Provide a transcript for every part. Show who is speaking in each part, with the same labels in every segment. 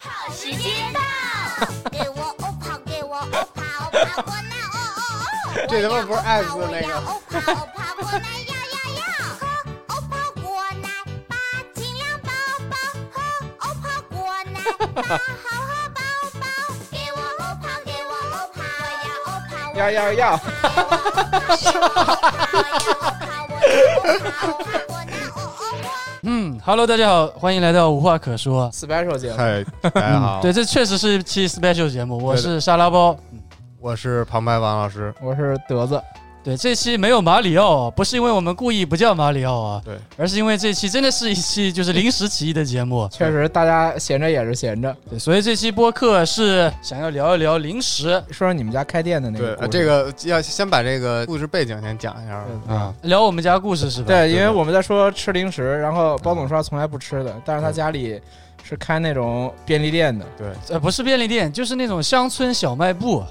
Speaker 1: 跑时间到，给我欧跑，给我欧跑，欧跑过来哦哦哦，
Speaker 2: 这他妈不是艾斯那个
Speaker 1: 欧跑欧跑过来呀呀呀，呵，欧跑过来，把尽量抱抱，呵，欧跑过来，把好好抱抱，给我欧跑，给我欧跑，我要欧跑，我
Speaker 3: 要要要！
Speaker 1: 给我欧跑，给我欧跑，我要欧跑，欧跑过来，哦哦哦，
Speaker 4: 嗯，Hello，大家好，欢迎来到无话可说。嗯
Speaker 3: special 节目，
Speaker 2: 嗨，大家好，
Speaker 4: 对，这确实是一期 special 节目，我
Speaker 2: 对
Speaker 4: 是沙拉包。
Speaker 2: 我是旁白王老师。
Speaker 3: 我是德子，
Speaker 4: 对，这期没有马里奥，不是因为我们故意不叫马里奥啊，
Speaker 2: 对，
Speaker 4: 而是因为这期真的是一期就是临时起意的节目。
Speaker 3: 确实大家闲着也是闲着。
Speaker 4: 对，所以这期播客是想要聊一聊零食
Speaker 3: 说说你们家开店的那
Speaker 2: 对
Speaker 3: 个，故
Speaker 2: 呃
Speaker 3: 事，
Speaker 2: 这个要先把这个故事背景先讲一下吧。
Speaker 3: 对
Speaker 4: 啊，聊我们家故事是吧？，
Speaker 3: 对，因为我们在说吃零食，然后包总说他从来不吃的，但是他家里是开那种便利店的，
Speaker 4: 呃，不是便利店，就是那种乡村小卖部。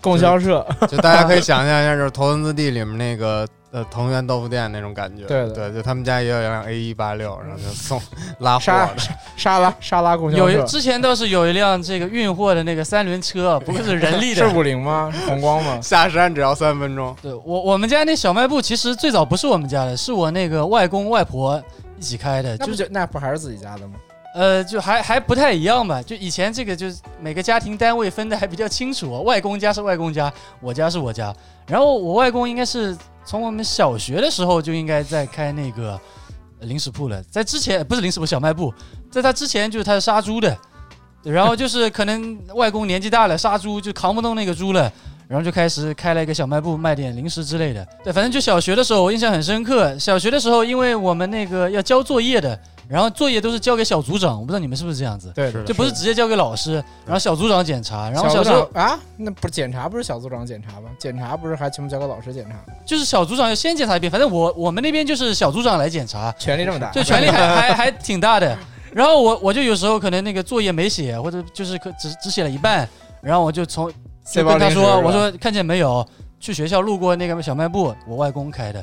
Speaker 3: 供销社，
Speaker 2: 就大家可以想象一下，就是《头文字 D》里面那个呃藤原豆腐店那种感觉。
Speaker 3: 对的
Speaker 2: 对，就他们家也有一辆 A 一八六，然后就送拉货
Speaker 3: 沙
Speaker 2: 的。？
Speaker 3: 沙拉沙拉供销
Speaker 4: 有一
Speaker 3: 社，
Speaker 4: 之前倒是有一辆这个运货的那个三轮车，啊不是人力
Speaker 3: 是
Speaker 4: 的。
Speaker 3: 五菱吗？是红光吗
Speaker 2: 下山只要三分钟，
Speaker 4: 对我我们家那小卖部其实最早不是我们家的，是我那个外公外婆一起开的，
Speaker 3: 那
Speaker 4: 就
Speaker 3: 不
Speaker 4: 是
Speaker 3: 就那不还是自己家的吗？
Speaker 4: 呃就还还不太一样吧。就以前这个就是每个家庭单位分的还比较清楚，外公家是外公家，我家是我家。然后我外公应该是从我们小学的时候就应该在开那个呃零食铺了，在之前不是零食铺小卖部，在他之前就是他是杀猪的，对然后就是可能外公年纪大了，杀猪就扛不动那个猪了。然后就开始开了一个小卖部，卖点零食之类的。对，反正就小学的时候，我印象很深刻。小学的时候，因为我们那个要交作业的，然后作业都是交给小组长，我不知道你们是不是这样子，
Speaker 3: 对，
Speaker 2: 是的
Speaker 4: 就不是直接交给老师，然后小组长检查。然后
Speaker 3: 小
Speaker 4: 小
Speaker 3: 组
Speaker 4: 时候
Speaker 3: 长啊，那不是检查不是小组长检查吗？检查不是还全部交给老师检查？
Speaker 4: 就是小组长要先检查一遍，反正我我们那边就是小组长来 检查，
Speaker 3: 权力这么大，
Speaker 4: 就权力还还还挺大的。然后我我就有时候可能那个作业没写，或者就是可只只写了一半，然后我就从
Speaker 3: 塞
Speaker 4: 就
Speaker 3: 包
Speaker 4: 跟他
Speaker 3: 零食
Speaker 4: 说：“
Speaker 3: 是吧
Speaker 4: 我说看见没有，去学校路过那个小卖部，我外公开的。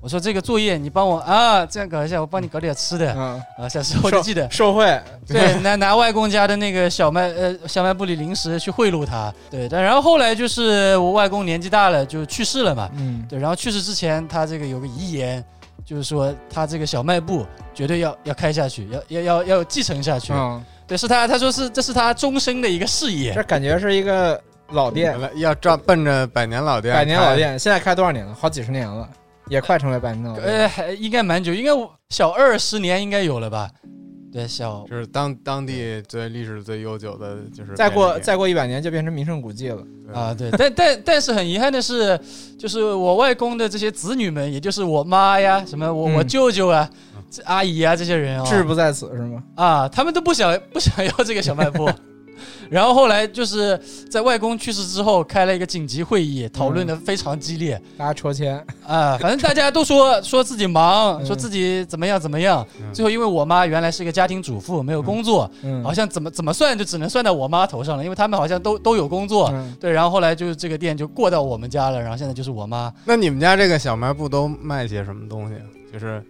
Speaker 4: 我说这个作业你帮我啊，这样搞一下，我帮你搞点吃的
Speaker 3: 嗯，
Speaker 4: 啊。小时候就记得，
Speaker 3: 受贿，
Speaker 4: 对，拿拿外公家的那个小卖呃小卖部里零食去贿赂他。对，但然后后来就是我外公年纪大了就去世了嘛。
Speaker 3: 嗯，
Speaker 4: 对，然后去世之前他这个有个遗言，就是说他这个小卖部绝对要要开下去，要要要要继承下去。
Speaker 3: 嗯，
Speaker 4: 对，是他他说是这是他终身的一个事业。
Speaker 3: 这感觉是一个老店
Speaker 2: 本，来要照奔着百年老店，
Speaker 3: 百年老，店，现在开多少年了？好几十年了，也快成为百年老店。
Speaker 4: 呃，还应该蛮久，应该我小二十年应该有了吧？对，小
Speaker 2: 就是当当地最历史最悠久的，就是
Speaker 3: 再过
Speaker 2: 便利店
Speaker 3: 再过一百年就变成名胜古迹了。
Speaker 2: 对
Speaker 4: 啊，对，但但但是很遗憾的是，就是我外公的这些子女们，也就是我妈呀，什么我、
Speaker 3: 嗯
Speaker 4: 我舅舅啊、这阿姨啊这些人啊、
Speaker 3: 志不在此是吗？
Speaker 4: 啊，他们都不想 不想要这个小 卖部。然后后来就是在外公去世之后，开了一个紧急会议，讨论的
Speaker 3: 嗯
Speaker 4: 非常激烈、
Speaker 3: 大家抽签，
Speaker 4: 啊，反正大家都说 说自己忙，
Speaker 3: 嗯
Speaker 4: 说自己怎么样怎么样。
Speaker 2: 嗯
Speaker 4: 最后因为我妈原来是一个家庭主妇，没有工作，
Speaker 3: 嗯，
Speaker 4: 好像怎么怎么算就只能算到我妈头上了，因为他们好像都都有工作。
Speaker 3: 嗯，
Speaker 4: 对，然后后来就是这个店就过到我们家了，然后现在就是我妈。
Speaker 2: 那你们家这个小卖部都卖些什么东西？啊就是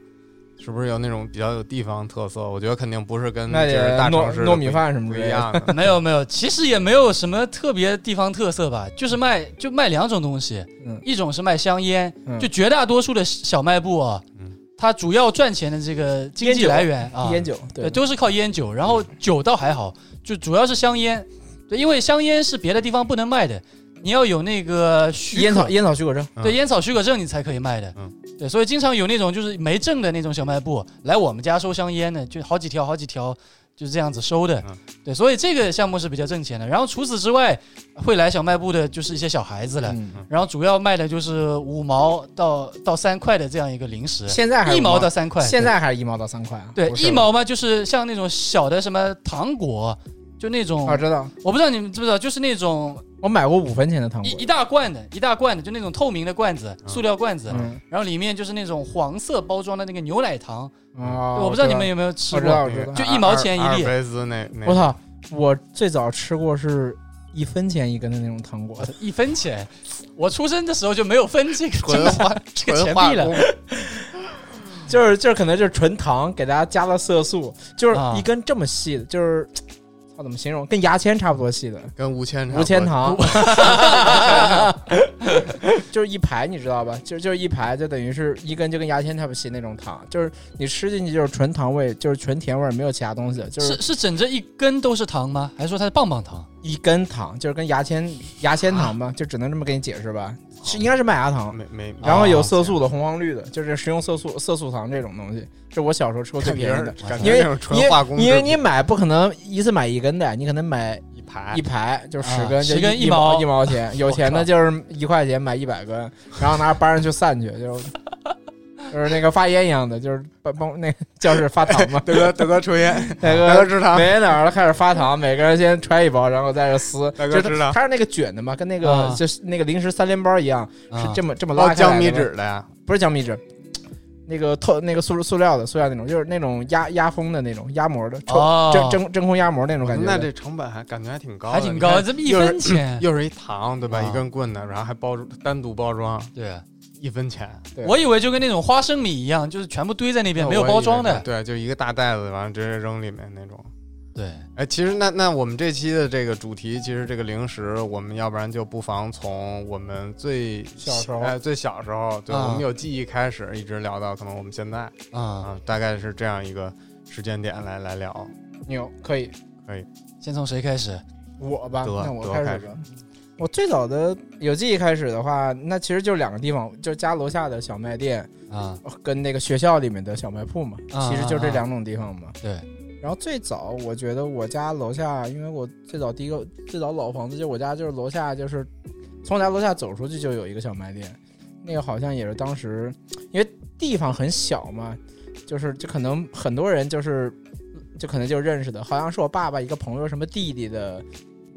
Speaker 2: 是不是有那种比较有地方特色？我觉得肯定不是跟
Speaker 3: 那
Speaker 2: 就
Speaker 3: 也
Speaker 2: 是大
Speaker 3: 糯
Speaker 2: 城市的
Speaker 3: 糯米饭什么
Speaker 2: 不
Speaker 3: 之
Speaker 2: 一
Speaker 3: 类的。
Speaker 2: 样的。
Speaker 4: 没有没有，其实也没有什么特别地方特色吧，就是卖就卖两种东西，
Speaker 3: 嗯
Speaker 4: 一种是卖香烟，
Speaker 3: 嗯
Speaker 4: 就绝大多数的小卖部啊，
Speaker 2: 嗯
Speaker 4: 它主要赚钱的这个经
Speaker 3: 烟
Speaker 4: 济
Speaker 3: 酒
Speaker 4: 来源啊，
Speaker 3: 烟酒，
Speaker 4: 对，都是靠烟酒，然后酒倒还好，就主要是香烟，对，因为香烟是别的地方不能卖的，你要有那个许可
Speaker 3: 烟草烟草许可证，
Speaker 4: 对，烟草许可证你才可以卖的。
Speaker 2: 嗯
Speaker 4: 对，所以经常有那种就是没证的那种小卖部来我们家收香烟的，就好几条好几条就是这样子收的。
Speaker 2: 嗯
Speaker 4: 对，所以这个项目是比较挣钱的。然后除此之外，会来小卖部的就是一些小孩子了。
Speaker 3: 嗯，
Speaker 4: 然后主要卖的就是五毛到到三块的这样一个零食，
Speaker 3: 现在还是
Speaker 4: 一
Speaker 3: 五
Speaker 4: 毛到三块。
Speaker 3: 现在还是一毛到三块啊？
Speaker 4: 对
Speaker 3: 不是
Speaker 4: 一毛嘛，就是像那种小的什么糖果，就那种、
Speaker 3: 啊，知道，
Speaker 4: 我不知道你们知不知道，就是那种
Speaker 3: 我买过五分钱的糖
Speaker 4: 一
Speaker 3: 果，
Speaker 4: 一大罐的，一大罐的，就那种透明的罐子，
Speaker 2: 嗯
Speaker 4: 塑料罐子。
Speaker 3: 嗯
Speaker 4: 然后里面就是那种黄色包装的那个牛奶糖，
Speaker 3: 啊，
Speaker 4: 我不知道你们
Speaker 3: 有，
Speaker 4: 有没有吃
Speaker 3: 我知
Speaker 4: 过。
Speaker 3: 道， 我知道
Speaker 4: 就，一毛钱一粒
Speaker 2: 阿尔卑斯那那
Speaker 3: 我操，我最早吃过是一分钱一根的那种糖果
Speaker 4: 我，操一分钱，我出生的时候就没有分这 个这
Speaker 2: 纯
Speaker 4: 个花这个
Speaker 2: 纯
Speaker 4: 钱
Speaker 2: 化
Speaker 4: 币了
Speaker 2: 工。
Speaker 3: 就是就是可能就是纯糖，给大家加了色素，就是
Speaker 4: 啊
Speaker 3: 一根这么细的，就是我怎么形容？跟牙签差不多细的
Speaker 2: 跟吴千
Speaker 3: 无签
Speaker 2: 堂
Speaker 3: 堂，就是一排，你知道吧？就就是一排，就等于是一根就跟牙签差不多细那种糖，就是你吃进去就是纯糖味，就是纯甜味，没有其他东西，就是
Speaker 4: 是是整这一根都是糖吗？还是说它是棒棒糖？
Speaker 3: 一根糖，就是跟牙签牙签糖吧，就只能这么给你解释吧，是应该是麦芽糖。
Speaker 2: 没没，
Speaker 3: 然后有色
Speaker 2: 嗯啊
Speaker 3: 素的、红黄绿的，就是食用色素、色素糖这种东西，这我小时候吃过最
Speaker 2: 感
Speaker 3: 便宜的
Speaker 2: 觉。感
Speaker 3: 因
Speaker 2: 觉
Speaker 3: 为
Speaker 2: 那种纯化工制品，
Speaker 3: 因为你买不可能一次买一根的，你可能买
Speaker 2: 一排。
Speaker 3: 一排，就十
Speaker 4: 啊
Speaker 3: 根，就
Speaker 4: 十根
Speaker 3: 一
Speaker 4: 一毛
Speaker 3: 一毛钱。有钱
Speaker 4: 我靠
Speaker 3: 的就是一块钱买一百根，然后拿班上去散去，就就是那个发烟一样的，就是帮帮那个教室发糖嘛
Speaker 2: 德哥德哥抽烟，
Speaker 3: 那
Speaker 2: 德哥
Speaker 3: 个
Speaker 2: 吃糖
Speaker 3: 每，人脑上开始发糖，每个人先揣一包，然后在这撕。
Speaker 2: 大哥
Speaker 3: 就是
Speaker 2: 知道
Speaker 3: 它它是那个卷的嘛，跟那个
Speaker 4: 啊
Speaker 3: 就是那个零食三连包一样，是
Speaker 4: 啊
Speaker 3: 这么这么拉
Speaker 2: 捞
Speaker 3: 开
Speaker 2: 江
Speaker 3: 来
Speaker 2: 米
Speaker 3: 的嘛
Speaker 2: 纸的呀，
Speaker 3: 不是江米纸，那个透那个塑塑料的塑料那种，就是那种压压封的那种压模的，抽
Speaker 4: 哦
Speaker 3: 真哦真真空压模那种感觉的。
Speaker 2: 那这成本还感觉还挺高的，
Speaker 4: 还挺高，
Speaker 2: 你看
Speaker 4: 这么一分钱。
Speaker 2: 又是一糖对吧？
Speaker 4: 啊
Speaker 2: 一根棍子，然后还包单独包装，
Speaker 4: 对，
Speaker 2: 一分钱，
Speaker 3: 对
Speaker 4: 我以为就跟那种花生米一样，就是全部堆在那边，没有包装的。
Speaker 2: 哎对，就一个大袋子，完了直接扔里面那种。
Speaker 4: 对，
Speaker 2: 哎，其实那那我们这期的这个主题，其实这个零食，我们要不然就不妨从我们最
Speaker 3: 小时候
Speaker 2: 哎，最小时候，对、
Speaker 4: 啊
Speaker 2: 我们有记忆开始，一直聊到可能我们现在
Speaker 4: 啊，
Speaker 2: 啊，大概是这样一个时间点来来聊。
Speaker 3: 牛可以，
Speaker 4: 先从谁开始？
Speaker 3: 我吧，
Speaker 2: 得
Speaker 3: 那我
Speaker 2: 得
Speaker 3: 开
Speaker 2: 开
Speaker 3: 始
Speaker 2: 始
Speaker 3: 吧。我最早的有记忆开始的话，那其实就两个地方，就家楼下的小卖店哦
Speaker 4: 啊，
Speaker 3: 跟那个学校里面的小卖铺嘛，
Speaker 4: 啊
Speaker 3: 其实就这两种地方嘛。
Speaker 4: 对，
Speaker 3: 然后最早我觉得我家楼下，因为我最早第一个最早老房子就我家就是楼下就是从我家楼下走出去就有一个小卖店，那个好像也是当时因为地方很小嘛，就是就可能很多人就是就可能就认识的，好像是我爸爸一个朋友什么弟弟的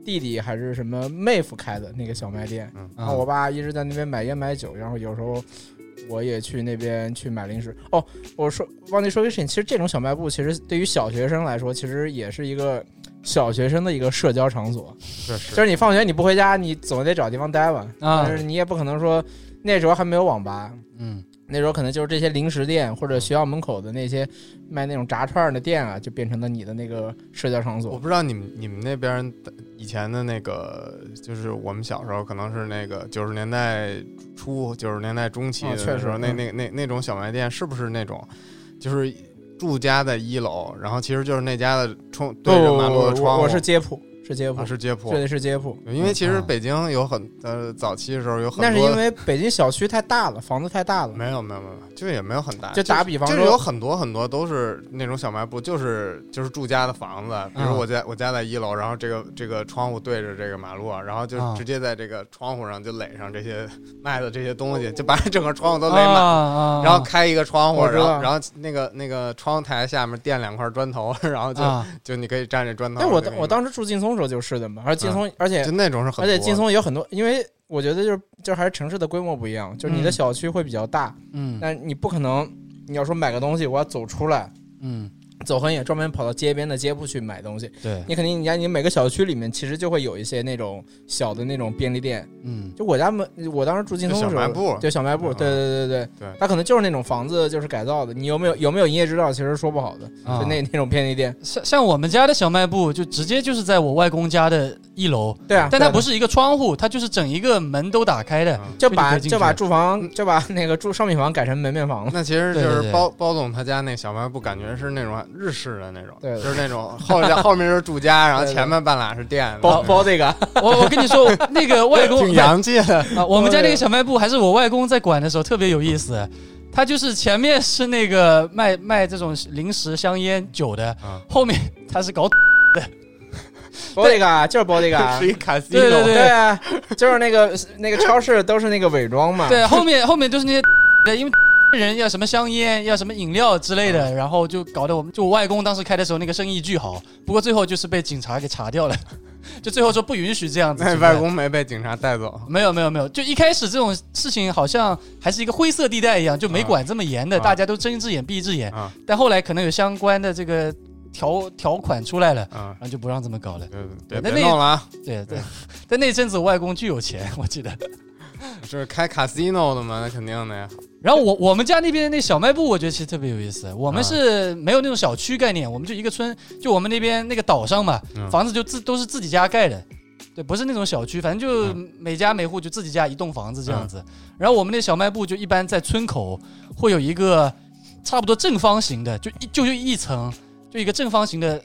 Speaker 3: 弟弟还是什么妹夫开的那个小卖店，
Speaker 2: 嗯
Speaker 3: 然
Speaker 4: 啊
Speaker 3: 后我爸一直在那边买烟买酒，然后有时候我也去那边去买零食。哦，我说忘记说一个事情，其实这种小卖部其实对于小学生来说，其实也是一个小学生的一个社交场所。
Speaker 2: 这是
Speaker 3: 就是你放学你不回家，你总得找地方待吧。
Speaker 4: 啊
Speaker 3: 但是你也不可能说那时候还没有网吧，
Speaker 4: 嗯，
Speaker 3: 那时候可能就是这些零食店或者学校门口的那些卖那种炸串儿的店啊，就变成了你的那个社交场
Speaker 2: 我
Speaker 3: 所。
Speaker 2: 不知道你们你们那边的以前的那个，就是我们小时候可能是那个九十年代初、九十年代中期
Speaker 3: 哦
Speaker 2: 的
Speaker 3: 确实
Speaker 2: 时候，那
Speaker 3: 嗯
Speaker 2: 那那那种小卖店是不是那种，就是住家在一楼，然后其实就是那家的窗对着马路的窗户，
Speaker 3: 我是街铺，是街铺
Speaker 2: 啊，是街铺
Speaker 3: 这。里是街铺。
Speaker 2: 因为其实
Speaker 4: 嗯
Speaker 2: 北京有很呃早期的时候有很多，
Speaker 3: 那是因为北京小区太大了，房子太大了。
Speaker 2: 没有没有没有，就也没有很大，
Speaker 3: 就打比方
Speaker 2: 就是
Speaker 3: 说
Speaker 2: 有很多很多都是那种小卖部，就是就是住家的房
Speaker 3: 啊
Speaker 2: 子，比如
Speaker 4: 嗯
Speaker 2: 我家、我家在一楼，然后这个这个窗户对着这个马路，啊然后就
Speaker 4: 嗯
Speaker 2: 直接在这
Speaker 3: 啊
Speaker 2: 个窗户上就垒上这些卖的这 些东西，就把整个窗户都垒满。
Speaker 4: 啊啊，
Speaker 2: 然后开一个窗户，
Speaker 3: 我知
Speaker 2: 然
Speaker 3: 道
Speaker 2: 后然后那个那个窗台下面垫两块砖头， 然后就、
Speaker 4: 啊，
Speaker 2: 就你可以站这砖头。
Speaker 3: 但我
Speaker 2: 就
Speaker 3: 当
Speaker 2: 那
Speaker 3: 我当时住劲松时候就是的嘛，而劲松，而且
Speaker 2: 就那种是嗯很
Speaker 3: 而且
Speaker 2: 多
Speaker 3: 劲松有很多，因为我觉得就是就还是城市的规模不一样，就是你的
Speaker 4: 嗯
Speaker 3: 小区会比较大，
Speaker 4: 嗯
Speaker 3: 但你不可能，你要说买个东西，我要走出来。
Speaker 4: 嗯，
Speaker 3: 走很远，专门跑到街边的街铺去买东西。
Speaker 4: 对，
Speaker 3: 你肯定，你家你每个小区里面其实就会有一些那种小的那种便利店。
Speaker 4: 嗯
Speaker 3: 就我家门，我当时住劲松的时候，
Speaker 2: 就小卖部
Speaker 3: 对小卖部，
Speaker 2: 嗯
Speaker 3: 对对对对
Speaker 2: 对
Speaker 3: 它可能就是那种房子就是改造的。你有没有有没有营业执照，其实说不好的。
Speaker 4: 啊
Speaker 3: 就那那种便利店，
Speaker 4: 像像我们家的小卖部，就直接就是在我外公家的一楼，
Speaker 3: 对啊，
Speaker 4: 但它不
Speaker 3: 是。
Speaker 4: 是一个窗户，它就是整一个门都打开的。
Speaker 2: 嗯
Speaker 3: 就
Speaker 4: 就
Speaker 3: 把
Speaker 4: 可以进去
Speaker 3: 就把住房就把那个住商品房改成门面 房了。
Speaker 2: 那其实就
Speaker 4: 对对
Speaker 2: 是
Speaker 4: 对
Speaker 2: 包包总他家那小卖部，感觉是那种啊日式的那种，
Speaker 3: 对对
Speaker 2: 就是那种后面后面是住家，然后
Speaker 3: 对对
Speaker 2: 前面半拉是店，
Speaker 3: 包包这个，
Speaker 4: 我我跟你说，那个外公
Speaker 2: 挺洋气的。
Speaker 4: 啊，我们家那个小卖部还是我外公在管的时候特别有意思，他就是前面是那个卖卖这种零食、香烟、酒的，
Speaker 3: 啊
Speaker 2: 嗯
Speaker 4: 后面他是搞
Speaker 3: 包这个 啊就是包这个，
Speaker 2: 是一卡西
Speaker 4: 对对
Speaker 2: 诺，
Speaker 4: 对
Speaker 3: 对啊，就是那个那个超市都是那个伪装
Speaker 2: 啊
Speaker 3: 嘛。
Speaker 4: 对，后面后面就是那些的，因为人要什么香烟，要什么饮料之类的，然后就搞得我们就我外公当时开的时候那个生意巨好，不过最后就是被警察给查掉了， 就最后说不允许这样子。
Speaker 2: 那外公没被警察带走，
Speaker 4: 没有没有没有，就一开始这种事情好像还是一个灰色地带一样，就没管这么严的，
Speaker 2: 啊
Speaker 4: 大家都睁一只眼闭一只眼。
Speaker 2: 啊
Speaker 4: 但后来可能有相关的这个条条款出来了，
Speaker 2: 啊
Speaker 4: 然，后就不让这么搞了。
Speaker 2: 对对，
Speaker 4: 那
Speaker 2: 别
Speaker 4: 那
Speaker 2: 弄了啊！
Speaker 4: 对对，但那阵子我外公巨有钱，我记得
Speaker 2: 是开 casino 的嘛，那肯定 的呀。
Speaker 4: 然后我我们家那边那小卖部，我觉得其实特别有意思。我们
Speaker 2: 啊
Speaker 4: 是没有那种小区概念，我们就一个村，就我们那边那个岛上嘛，
Speaker 2: 嗯
Speaker 4: 房子就自都是自己家盖的，对，不是那种小区，反正就
Speaker 2: 嗯
Speaker 4: 每家每户就自己家一栋房子这样子。然后我们那小卖部就一般在村口会有一个差不多正方形的，就一就就一层，就一个正方形的，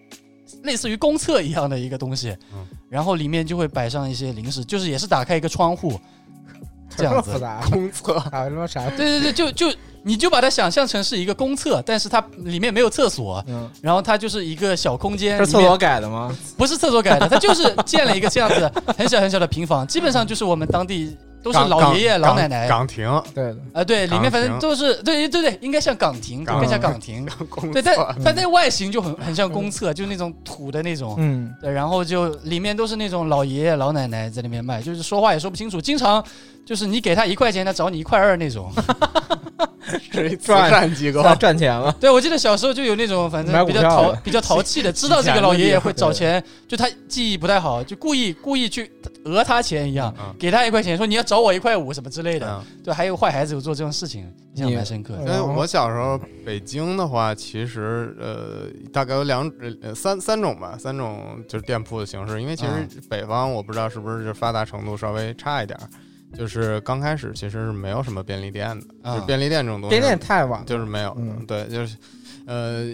Speaker 4: 类似于公厕一样的一个东西，
Speaker 2: 嗯
Speaker 4: 然后里面就会摆上一些零食，就是也是打开一个窗户这 样子嗯
Speaker 3: 复。杂，
Speaker 2: 公厕
Speaker 3: 啊他妈啥？
Speaker 4: 对对对，就就你就把它想象成是一个公厕，但是它里面没有厕所，
Speaker 3: 嗯，
Speaker 4: 然后它就是一个小空间，
Speaker 3: 这是厕
Speaker 4: 里
Speaker 3: 所
Speaker 4: 面
Speaker 3: 改的吗？
Speaker 4: 不是厕所改的，它就是建了一个这样子很小很小的平房，基本上就是我们当地都是
Speaker 2: 港
Speaker 4: 老爷爷
Speaker 2: 港
Speaker 4: 老奶奶啊、
Speaker 2: 岗亭
Speaker 3: 对的，
Speaker 4: 对，里面反正
Speaker 2: 港亭
Speaker 4: 都是对对对，应该像岗亭，
Speaker 2: 港
Speaker 4: 更像岗亭，
Speaker 2: 公
Speaker 4: 对，但
Speaker 2: 厕，
Speaker 4: 但那外形就很很像公厕，就是那种土的那种。
Speaker 3: 嗯，
Speaker 4: 对，然后就里面都是那种老爷爷老奶奶在那边卖，就是说话也说不清楚，经常就是你给他一块钱，他找你一块二那种。
Speaker 2: 是一慈善机构，嗯
Speaker 3: 他赚钱了，
Speaker 4: 对，我记得小时候就有那种，反
Speaker 3: 买股
Speaker 4: 正比较
Speaker 3: 票
Speaker 4: 淘
Speaker 3: 的
Speaker 4: 比较淘气的，知道这个老爷爷会找
Speaker 3: 对
Speaker 4: 钱，就他记忆不太好，就故意 故意去讹他钱一样，
Speaker 2: 嗯
Speaker 4: 给他一块钱，说你要找我一块五什么之类的。
Speaker 2: 嗯。
Speaker 4: 对，还有坏孩子有做这种事情，印象
Speaker 3: 你
Speaker 4: 蛮深刻的。
Speaker 2: 哦因为我小时候北京的话，其实呃大概有两呃三三种吧，三种就是店铺的形式。因为其
Speaker 4: 嗯
Speaker 2: 实北方我不知道是不是就发达程度稍微差一点儿，就是刚开始其实是没有什么便利店的，
Speaker 4: 嗯
Speaker 2: 就是便利店这种东西
Speaker 3: 别练太晚了，
Speaker 2: 就是没有的，
Speaker 3: 嗯
Speaker 2: 对，就是呃，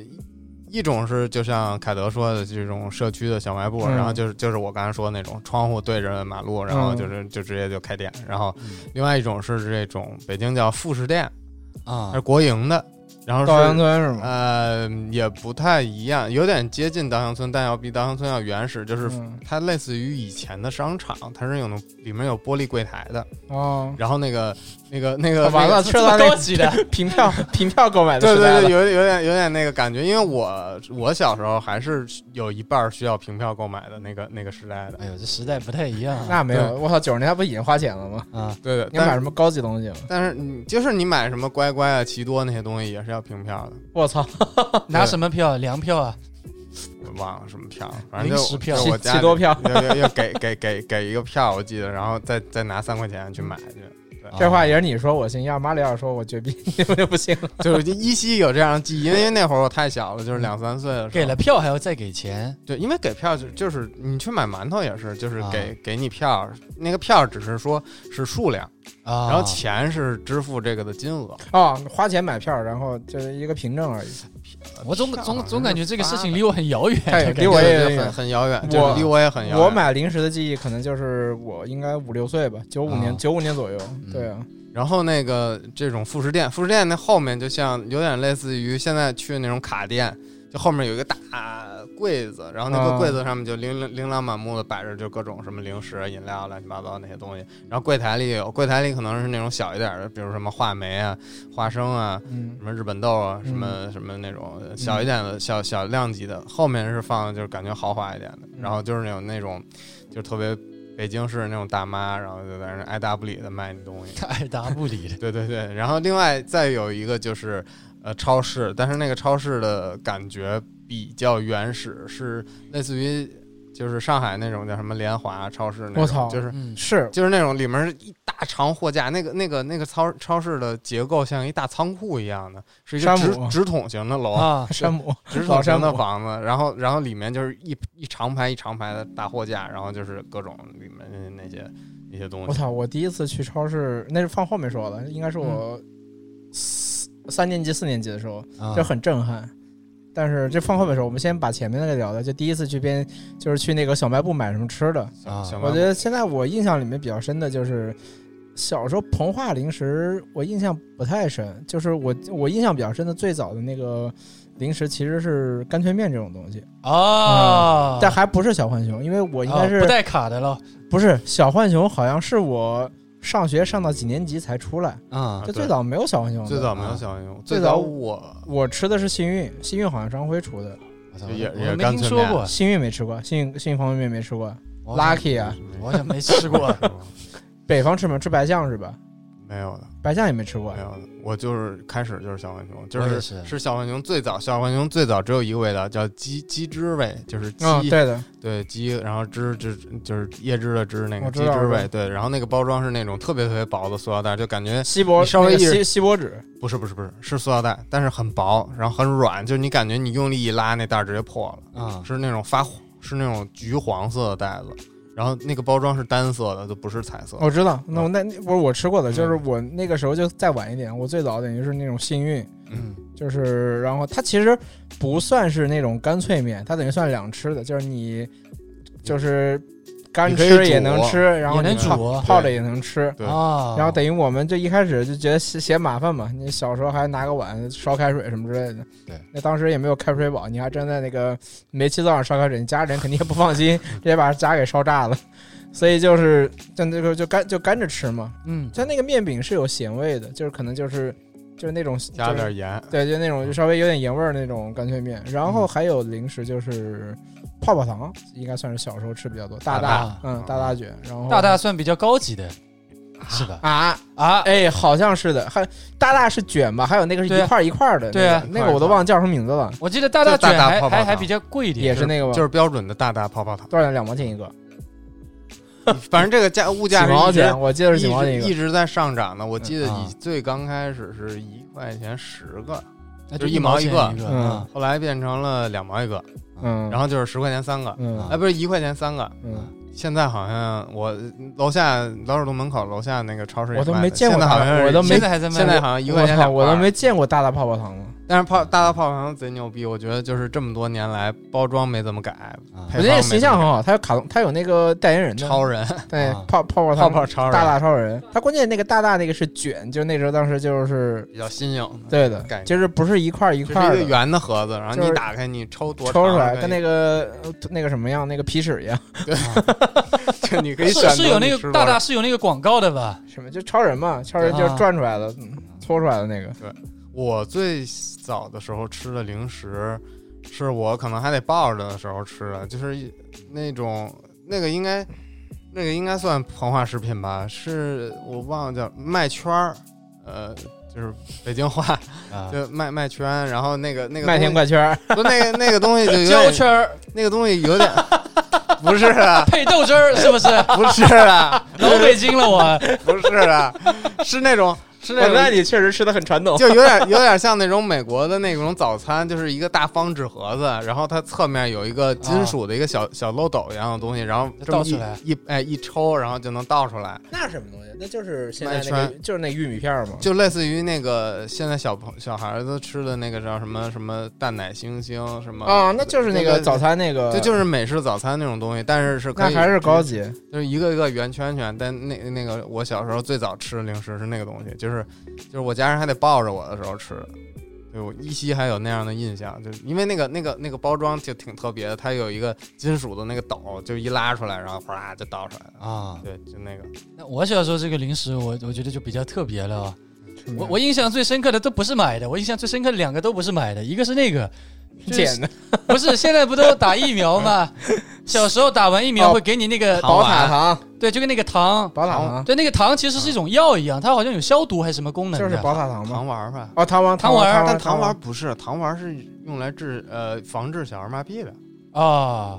Speaker 2: 一种是就像凯德说的这种社区的小卖部，
Speaker 3: 嗯
Speaker 2: 然后就是就是我刚才说的那种窗户对着马路，然后
Speaker 3: 嗯
Speaker 2: 就是就直接就开店，然后
Speaker 4: 嗯
Speaker 2: 另外一种是这种北京叫副食店，它
Speaker 4: 啊
Speaker 2: 是国营的，然后
Speaker 3: 稻香
Speaker 2: 是。
Speaker 3: 村是吗？
Speaker 2: 呃，也不太一样，有点接近稻香村，但要比稻香村要原始，就是
Speaker 3: 嗯
Speaker 2: 它类似于以前的商场，它是有那种里面有玻璃柜台的，
Speaker 3: 哦，
Speaker 2: 然后那个、那个、那个、
Speaker 3: 完了，
Speaker 4: 这
Speaker 3: 吃
Speaker 4: 这
Speaker 3: 到
Speaker 4: 么
Speaker 3: 那
Speaker 4: 高级 的
Speaker 3: 凭票凭票购买的
Speaker 2: 对
Speaker 3: 时代了，
Speaker 2: 对对，有点有点有点那个感觉，因为我我小时候还是有一半儿需要凭票购买的那个那个时代的
Speaker 4: 哎。呦，这时代不太一样啊
Speaker 3: 那没有，
Speaker 2: 对
Speaker 3: 我操，九十年代不已经花钱了吗？
Speaker 4: 啊！
Speaker 2: 对对，
Speaker 3: 你要买
Speaker 2: 但
Speaker 3: 什么高级东西了？
Speaker 2: 但是你就是你买什么乖乖啊、奇多那些东西也是要凭票的，
Speaker 3: 我操，
Speaker 4: 拿什么票？粮票啊？
Speaker 2: 忘了什么票了，反正
Speaker 4: 临
Speaker 2: 就
Speaker 4: 时票
Speaker 2: 就我
Speaker 3: 奇
Speaker 2: 家
Speaker 3: 奇多票
Speaker 2: 要要要给给给给一个票，我记得，然后再再拿三块钱去买去。
Speaker 3: 这
Speaker 2: 啊
Speaker 3: 话
Speaker 4: 也
Speaker 3: 也是你说我信，要是马里奥说我绝逼， 你们就不信了。
Speaker 2: 就是 依稀有这样的记忆，因为那会儿我太小了，就是两三岁的时候。
Speaker 4: 给了票还要再给钱
Speaker 2: 对，因为给票就就是你去买馒头也是，就是
Speaker 4: 啊
Speaker 2: 给给你票，那个票只是说是数量。
Speaker 4: 啊！
Speaker 2: 然后钱是支付这个的金额。
Speaker 3: 哦，花钱买票，然后就是一个凭证而已。
Speaker 4: 我 总
Speaker 2: 啊
Speaker 4: 总总感觉这个事情
Speaker 2: 离
Speaker 4: 离我很遥 远
Speaker 3: 太
Speaker 2: 哎
Speaker 4: 的感
Speaker 3: 离
Speaker 4: 觉
Speaker 3: 我也
Speaker 2: 对很很遥远，就是啊离我也很遥远。
Speaker 3: 我买零食的记忆可能就是我应该五六岁吧，九五
Speaker 4: 哦
Speaker 3: 年九五年左右。对啊，
Speaker 2: 然后那个这种副食店，副食店那后面就像有点类似于现在去那种卡店，就后面有一个大柜子，然后那个
Speaker 3: 啊
Speaker 2: 柜子上面就琳琳琳琅满目的摆着就各种什么零食、饮料、啊乱七八糟那些东西。然后柜台里也有，柜台里可能是那种小一点的，比如什么话梅啊、花生啊。
Speaker 3: 嗯
Speaker 2: 什么日本豆啊，
Speaker 3: 嗯
Speaker 2: 什么什么那种小一点的、小小量级的，后面是放的就是感觉豪华一点的，
Speaker 3: 嗯
Speaker 2: 然后就是那种那种，就是特别北京式的那种大妈，然后就在那爱答不理的卖你东西。
Speaker 4: 爱答不理 的。
Speaker 2: 对对对，然后另外再有一个就是呃超市，但是那个超市的感觉比较原始，是类似于就是上海那种叫什么联华超市那
Speaker 3: 我
Speaker 2: 种，
Speaker 3: 操
Speaker 2: 就是
Speaker 4: 嗯，
Speaker 3: 是
Speaker 2: 就是那种里面是一大长货架，那个那个那个超超市的结构像一大仓库一样的，是一个
Speaker 3: 山
Speaker 2: 直
Speaker 3: 姆
Speaker 2: 直筒型的楼，
Speaker 4: 啊，
Speaker 3: 山姆，
Speaker 2: 直
Speaker 3: 老
Speaker 2: 筒型
Speaker 3: 山
Speaker 2: 的
Speaker 3: 姆
Speaker 2: 房子，然后然后里面就是一一长排一长排的大货架，然后就是各种里面那那些那些东
Speaker 3: 我
Speaker 2: 西。
Speaker 3: 操！我第一次去超市，那是放后面说了，应该是我四三年级四年级的时候，
Speaker 4: 啊
Speaker 3: 就很震撼。但是这放后面说，我们先把前面那个聊了。就第一次去边，就是去那个小卖部买什么吃的。
Speaker 4: 啊
Speaker 2: 小
Speaker 3: 我
Speaker 2: 卖
Speaker 3: 觉
Speaker 2: 部
Speaker 3: 得现在我印象里面比较深的就是小时候膨化零食，我印象不太深。就是我我印象比较深的最早的那个零食其实是干脆面这种东西，
Speaker 4: 啊，
Speaker 2: 嗯
Speaker 3: 但还不是小浣熊，因为我应该
Speaker 4: 啊
Speaker 3: 是、
Speaker 4: 不带卡的了
Speaker 3: 不是小浣熊，好像是我上学上到几年级才出来，
Speaker 4: 啊
Speaker 3: 就
Speaker 2: 对
Speaker 3: 最早没有小浣熊的。
Speaker 2: 最早没
Speaker 4: 啊
Speaker 2: 有小熊，
Speaker 3: 最
Speaker 2: 最
Speaker 3: 早
Speaker 2: 早我
Speaker 3: 我吃的是幸运，幸运好像张辉出的，
Speaker 4: 我操
Speaker 2: 也
Speaker 4: 我
Speaker 2: 也
Speaker 4: 没
Speaker 2: 干
Speaker 4: 听
Speaker 2: 脆
Speaker 4: 说
Speaker 2: 面。
Speaker 4: 过
Speaker 3: 幸运没吃过，幸运幸运方便面没吃过
Speaker 4: 我好像
Speaker 3: ，Lucky 啊，
Speaker 4: 我好像没吃过
Speaker 2: 没
Speaker 3: 北方吃没吃白象是吧？
Speaker 2: 没有的，
Speaker 3: 白酱也没吃过
Speaker 2: 没有的。我就是开始就是小浣熊，就
Speaker 4: 我也
Speaker 2: 是
Speaker 4: 是
Speaker 2: 小浣熊最早，小浣熊最早只有一个味道，叫鸡鸡汁味，就是鸡、
Speaker 3: 嗯，对的，
Speaker 2: 对鸡，然后汁汁就是椰汁的汁那个
Speaker 3: 我知
Speaker 2: 鸡
Speaker 3: 道
Speaker 2: 汁
Speaker 3: 我知
Speaker 2: 味
Speaker 3: 道，
Speaker 2: 对。然后那个包装是那种特别特别薄的塑料袋，就感觉
Speaker 3: 锡箔
Speaker 2: 你稍微
Speaker 3: 那个
Speaker 2: 一
Speaker 3: 锡锡箔纸，
Speaker 2: 不是不是不是是塑料袋，但是很薄，然后很软，就是你感觉你用力一拉，那袋儿直接破了。
Speaker 4: 啊，
Speaker 2: 是那种发黄是那种橘黄色的袋子，然后那个包装是单色的，就不是彩色的。
Speaker 3: 我哦知道。那
Speaker 2: 嗯
Speaker 3: 我那那不是我吃过的，就是
Speaker 2: 嗯
Speaker 3: 我那个时候就再晚一点，我最早等于是那种幸运，
Speaker 2: 嗯，
Speaker 3: 就是然后它其实不算是那种干脆面，它等于算两吃的，就是你就是干
Speaker 2: 你可以
Speaker 3: 吃也
Speaker 2: 煮
Speaker 3: 能吃，然后
Speaker 4: 也能
Speaker 3: 你泡
Speaker 4: 煮
Speaker 3: 泡着
Speaker 2: 对
Speaker 3: 也能吃。
Speaker 2: 对
Speaker 4: 啊，
Speaker 3: 然后等于我们就一开始就觉得嫌嫌麻烦嘛，你小时候还拿个碗烧开水什么之类的。
Speaker 4: 对，
Speaker 3: 那当时也没有开水宝，你还真在那个煤气灶上烧开水，你家人肯定也不放心，直接把家给烧炸了。所以就是就那个就干就干着吃嘛。
Speaker 4: 嗯，
Speaker 3: 它那个面饼是有咸味的，就是可能就是就是那种
Speaker 2: 加了
Speaker 3: 就是
Speaker 2: 点盐，
Speaker 3: 对，就那种就稍微有点盐味儿那种干脆面。然后还有零食就是泡泡糖，应该算是小时候吃比较多，大
Speaker 2: 大
Speaker 4: 大
Speaker 3: 嗯大大卷，然后
Speaker 4: 大大算比较高级的，是吧？
Speaker 3: 啊。
Speaker 4: 啊，
Speaker 3: 哎，好像是的，还大大是卷吧，还有那个是
Speaker 4: 对啊
Speaker 3: 一块儿一块儿的，
Speaker 4: 对啊
Speaker 3: 那个那个我都忘了叫什么名字了，
Speaker 4: 我记得大大
Speaker 2: 就大
Speaker 4: 卷
Speaker 2: 大
Speaker 4: 还
Speaker 2: 泡泡
Speaker 4: 还还
Speaker 2: 糖
Speaker 4: 比较贵一点，
Speaker 3: 也是那个吧，。
Speaker 2: 就是标准的大大泡泡糖
Speaker 3: 多少钱？两毛钱一个，
Speaker 2: 反正这个价物
Speaker 3: 几
Speaker 2: 价是
Speaker 3: 毛
Speaker 2: 啊一直
Speaker 3: 钱？我记得是
Speaker 2: 一
Speaker 3: 几毛钱
Speaker 2: 直
Speaker 3: 一个，
Speaker 2: 一直在上涨的。我记得
Speaker 4: 嗯啊
Speaker 2: 以最刚开始是一块钱十个，
Speaker 4: 那
Speaker 2: 就
Speaker 4: 就
Speaker 2: 一毛
Speaker 4: 毛
Speaker 2: 一
Speaker 4: 钱
Speaker 2: 个
Speaker 4: 一个，
Speaker 3: 嗯
Speaker 4: 啊
Speaker 2: 后来变成了两毛一个，
Speaker 3: 嗯，
Speaker 2: 然后就是十块钱三个，
Speaker 3: 嗯
Speaker 2: 哎，不是一块钱三个。
Speaker 3: 嗯，
Speaker 2: 现在好像我楼下老鼠洞门口楼下那个超市也
Speaker 3: 我都
Speaker 2: 卖
Speaker 3: 没
Speaker 2: 的
Speaker 3: 见过
Speaker 2: 现在
Speaker 3: 它
Speaker 2: 好像是
Speaker 3: 我都没
Speaker 4: 现在还在卖，
Speaker 2: 现在好像一块钱
Speaker 3: 我操
Speaker 2: 两
Speaker 3: 我
Speaker 2: 块
Speaker 3: 都
Speaker 2: 儿
Speaker 3: 没见过大大泡泡糖了，
Speaker 2: 但是泡大大泡泡糖贼牛逼，我觉得就是这么多年来包装没怎么改，
Speaker 4: 啊
Speaker 2: 配
Speaker 3: 我
Speaker 2: 方
Speaker 3: 觉得
Speaker 2: 没
Speaker 3: 形象
Speaker 2: 怎
Speaker 3: 很
Speaker 2: 么
Speaker 3: 好，他有卡通，他有那个代言人
Speaker 2: 改
Speaker 3: 的，
Speaker 2: 超人
Speaker 3: 对
Speaker 4: 啊
Speaker 3: 泡泡泡
Speaker 2: 泡
Speaker 3: 糖
Speaker 2: 泡超人
Speaker 3: 大大超人，他关键那个大大那个是卷，就那时候当时就是
Speaker 2: 比较新颖的，
Speaker 3: 对的
Speaker 2: 概念，
Speaker 3: 就是不是一块儿一
Speaker 2: 就是
Speaker 3: 块儿
Speaker 2: 一个
Speaker 3: 的。
Speaker 2: 圆的盒子，然后
Speaker 3: 就
Speaker 2: 你
Speaker 3: 是
Speaker 2: 打开你抽多
Speaker 3: 抽
Speaker 2: 长
Speaker 3: 出来跟
Speaker 2: 可
Speaker 3: 那
Speaker 2: 以
Speaker 3: 个呃那个什么样，那个皮尺一样，
Speaker 2: 就你可以
Speaker 4: 是
Speaker 2: 选择
Speaker 4: 是有那
Speaker 2: 你
Speaker 4: 个
Speaker 2: 吃多
Speaker 4: 大
Speaker 2: 少
Speaker 4: 大是有那个广告的吧？
Speaker 3: 什么就超人嘛，超人就
Speaker 4: 啊
Speaker 3: 是转出来的，嗯搓出来的那个。
Speaker 2: 我最早的时候吃的零食，是我可能还得抱着的时候吃的，就是一那种那个应该那个应该算膨化食品吧，是我忘了叫麦圈儿，呃，就是北京话
Speaker 4: 啊，
Speaker 2: 就麦麦圈，然后那个那个
Speaker 3: 麦田
Speaker 2: 东西
Speaker 3: 怪圈儿，
Speaker 2: 不那个那个东 西就有
Speaker 4: 胶
Speaker 2: 点
Speaker 4: 圈儿
Speaker 2: 那个东西有点， 不是啊，
Speaker 4: 配豆汁儿是不是？
Speaker 2: 不是啊，
Speaker 4: 老北京了我，
Speaker 2: 不是啊，是那种是那
Speaker 3: 我那
Speaker 2: 种，
Speaker 3: 你确实吃的很 传统。
Speaker 2: 就有点有点像那种美国的那种早餐，就是一个大方纸盒子，然后它侧面有一个
Speaker 3: 啊
Speaker 2: 金属的一个小、小漏斗一样的东西，然后这么
Speaker 4: 倒出
Speaker 2: 一
Speaker 4: 来
Speaker 2: 一哎一抽，然后就能倒出来，
Speaker 3: 那是什么东西？那就是现
Speaker 2: 麦
Speaker 3: 在那个就是那玉米片儿嘛。
Speaker 2: 就类似于那个现在小朋小孩子吃的那个叫什么什么蛋奶星星什么
Speaker 3: 啊，那就是那
Speaker 2: 对
Speaker 3: 个
Speaker 2: 对
Speaker 3: 早餐那个，
Speaker 2: 这就是美式早餐那种东西，但是是可
Speaker 3: 那
Speaker 2: 以
Speaker 3: 还是高级。
Speaker 2: 就是一个一个圆圈圈，但那那个我小时候最早吃的零食是那个东西，就是就是我家人还得抱着我的时候吃，对我依稀还有那样的印象，就是因为那个那个那个包装就挺特别的，它有一个金属的那个斗，就一拉出来，然后哗就倒出来了，
Speaker 4: 啊，
Speaker 2: 对，就那个
Speaker 4: 那我小时候这个零食我我觉得就比较特别了啊。我我印象最深刻的都不是买的，我印象最深刻的两个都不是买的，一个是那个，就是
Speaker 3: 捡的
Speaker 4: 不是现在不都打疫 苗吗？小时候打完疫苗
Speaker 3: 哦
Speaker 4: 会给你那个，
Speaker 2: 糖
Speaker 3: 宝
Speaker 2: 丸
Speaker 3: 塔糖，
Speaker 4: 对，就跟那个糖，
Speaker 3: 宝塔糖
Speaker 4: 对，那个糖其实是一种药一样，它好像有消毒还是什么功能
Speaker 3: 就是
Speaker 4: 的。
Speaker 3: 宝塔糖嘛。
Speaker 2: 糖丸吧。
Speaker 3: 哦，糖丸，
Speaker 4: 糖丸
Speaker 3: 丸，
Speaker 2: 但
Speaker 3: 丸，
Speaker 2: 糖
Speaker 3: 糖
Speaker 2: 丸，不是，糖丸是用来治呃防治小儿麻痹的，
Speaker 4: 啊，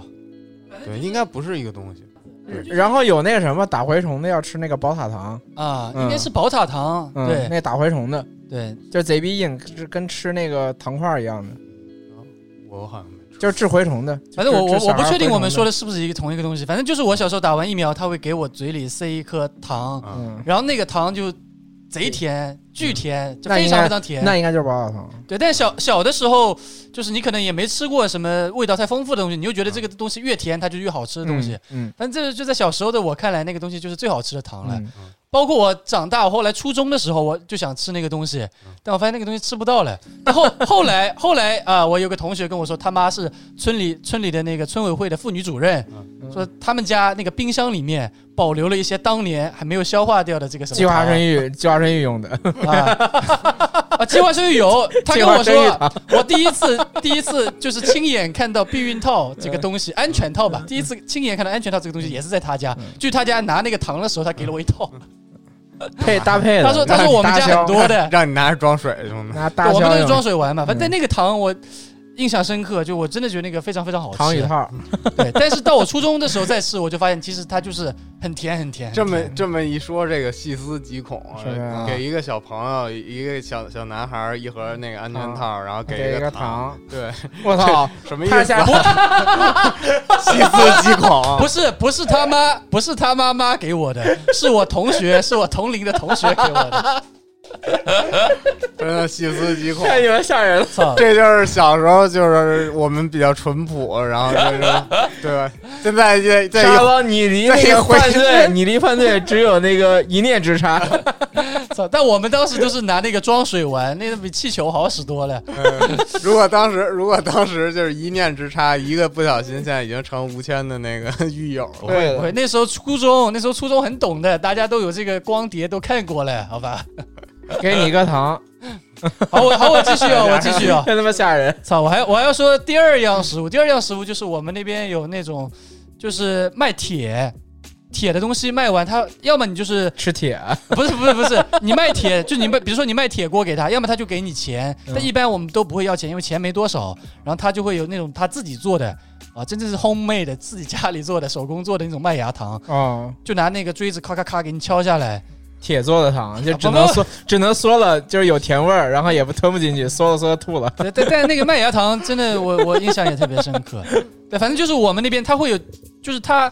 Speaker 2: 对，应该不是一个东西。
Speaker 3: 然后有那个什么打蛔虫的要吃那个宝塔糖，
Speaker 4: 啊，
Speaker 3: 嗯
Speaker 4: 应该是宝塔糖，
Speaker 3: 嗯，
Speaker 4: 对
Speaker 3: 那打蛔虫的
Speaker 4: 对，
Speaker 3: 就贼逼硬，是跟吃那个糖块儿一样的，
Speaker 2: 我好像没吃过。
Speaker 3: 就是治蛔虫的。
Speaker 4: 反正我我我不确定我们说
Speaker 3: 的，
Speaker 4: 的是不是一个同一个东西，反正就是我小时候打完疫苗，他会给我嘴里塞一颗糖，
Speaker 2: 啊，
Speaker 3: 嗯，
Speaker 4: 然后那个糖就贼甜，巨甜，就
Speaker 3: 那
Speaker 4: 非
Speaker 3: 应
Speaker 4: 常
Speaker 3: 该
Speaker 4: 非常甜。
Speaker 3: 那应该就是宝塔糖。
Speaker 4: 对，但小小的时候，就是你可能也没吃过什么味道太丰富的东西，你就觉得这个东西越甜它就越好吃的东西。
Speaker 3: 嗯，
Speaker 4: 反正这就在小时候的我看来，那个东西就是最好吃的糖
Speaker 3: 嗯，
Speaker 4: 了。
Speaker 3: 嗯
Speaker 4: 包括我长大，我后来初中的时候，我就想吃那个东西，
Speaker 3: 嗯
Speaker 4: 但我发现那个东西吃不到了。然后后来后来啊、我有个同学跟我说，他妈是村里村里的那个村委会的妇女主任，
Speaker 3: 嗯
Speaker 4: 说他们家那个冰箱里面保留了一些当年还没有消化掉的这个什么
Speaker 3: 计划
Speaker 4: 糖
Speaker 3: 生育，计划生育用的。
Speaker 4: 啊，啊计划生育有，他
Speaker 3: 计
Speaker 4: 跟
Speaker 3: 划
Speaker 4: 我
Speaker 3: 生育
Speaker 4: 说，我第一次第一次就是亲眼看到避孕套这个东西，安全套
Speaker 3: 嗯
Speaker 4: 吧，第一次亲眼看到安全套这个东西也是在他家，去他家拿那个糖的时候，他给了我一套，
Speaker 3: 配搭配的。
Speaker 4: 他说他说我们家很多的，
Speaker 2: 让你拿着装水，兄弟。
Speaker 3: 拿 大
Speaker 4: 我
Speaker 3: 箱
Speaker 4: 们都是装
Speaker 3: 用
Speaker 4: 水玩嘛。反正
Speaker 3: 嗯
Speaker 4: 那个糖我印象深刻，就我真的觉得那个非常非常好吃。啊
Speaker 3: 糖与 套，
Speaker 4: 对，但是到我初中的时候再吃，我就发现其实它就是很甜很甜。很
Speaker 2: 这么
Speaker 4: 甜
Speaker 2: 这么一说，这个细思极恐啊
Speaker 3: 是啊
Speaker 2: 给一个小朋友，一个小小男孩儿一盒那个安全套，然后
Speaker 3: 给
Speaker 2: 一
Speaker 3: 一个
Speaker 2: 糖，
Speaker 3: 糖，
Speaker 2: 对，
Speaker 3: 我操！
Speaker 2: 什么意
Speaker 3: 太
Speaker 2: 思
Speaker 3: 吓
Speaker 2: 啊？
Speaker 3: 人了！
Speaker 2: 细思极恐，
Speaker 4: 不是不是他妈不是他妈妈给我的，是我同学，是我同龄的同学给我的。
Speaker 2: 真的细思极恐。
Speaker 3: 太你们吓人了！
Speaker 4: 操！
Speaker 2: 这就是小时候，就是我们比较淳朴，然后就是 对吧？现在这这
Speaker 3: 沙
Speaker 2: 一
Speaker 3: 包，你离
Speaker 2: 再
Speaker 3: 那
Speaker 2: 一
Speaker 3: 个
Speaker 2: 回
Speaker 3: 犯 罪，你离犯罪只有那个一念之 差。
Speaker 4: 操！但我们当时都是拿那个装水玩，那个比气球好使多了。
Speaker 2: 嗯如果当时如果当时就是一念之差，一个不小心，现在已经成吴谦的那个 狱友了。
Speaker 3: 对
Speaker 4: 我那时候初中，那时候初中很懂的，大家都有这个光碟都看过了，好吧？
Speaker 3: 给你一个糖，
Speaker 4: 好，我好我继续 啊，我继续啊。
Speaker 3: 真他妈吓人！
Speaker 4: 操！我还我还要说第二样食物，第二样食物就是我们那边有那种，就是卖铁，铁的东西卖完，他要么你就是
Speaker 3: 吃铁啊，
Speaker 4: 不是不是不是，你卖铁就你卖，比如说你卖铁锅给他，要么他就给你钱，
Speaker 3: 嗯
Speaker 4: 但一般我们都不会要钱，因为钱没多少。然后他就会有那种他自己做的啊，真正是 homemade 的，自己家里做的手工做的那种麦芽糖，
Speaker 3: 哦，
Speaker 4: 就拿那个锥子咔咔咔给你敲下 来。
Speaker 3: 铁做的糖就只
Speaker 4: 不
Speaker 3: 能缩，只能缩了，就是有甜味儿，然后也不吞不进去，缩了缩了吐了。
Speaker 4: 但但但那个麦芽糖真的我，我印象也特别深刻。 对，反正就是我们那边他会有，就是他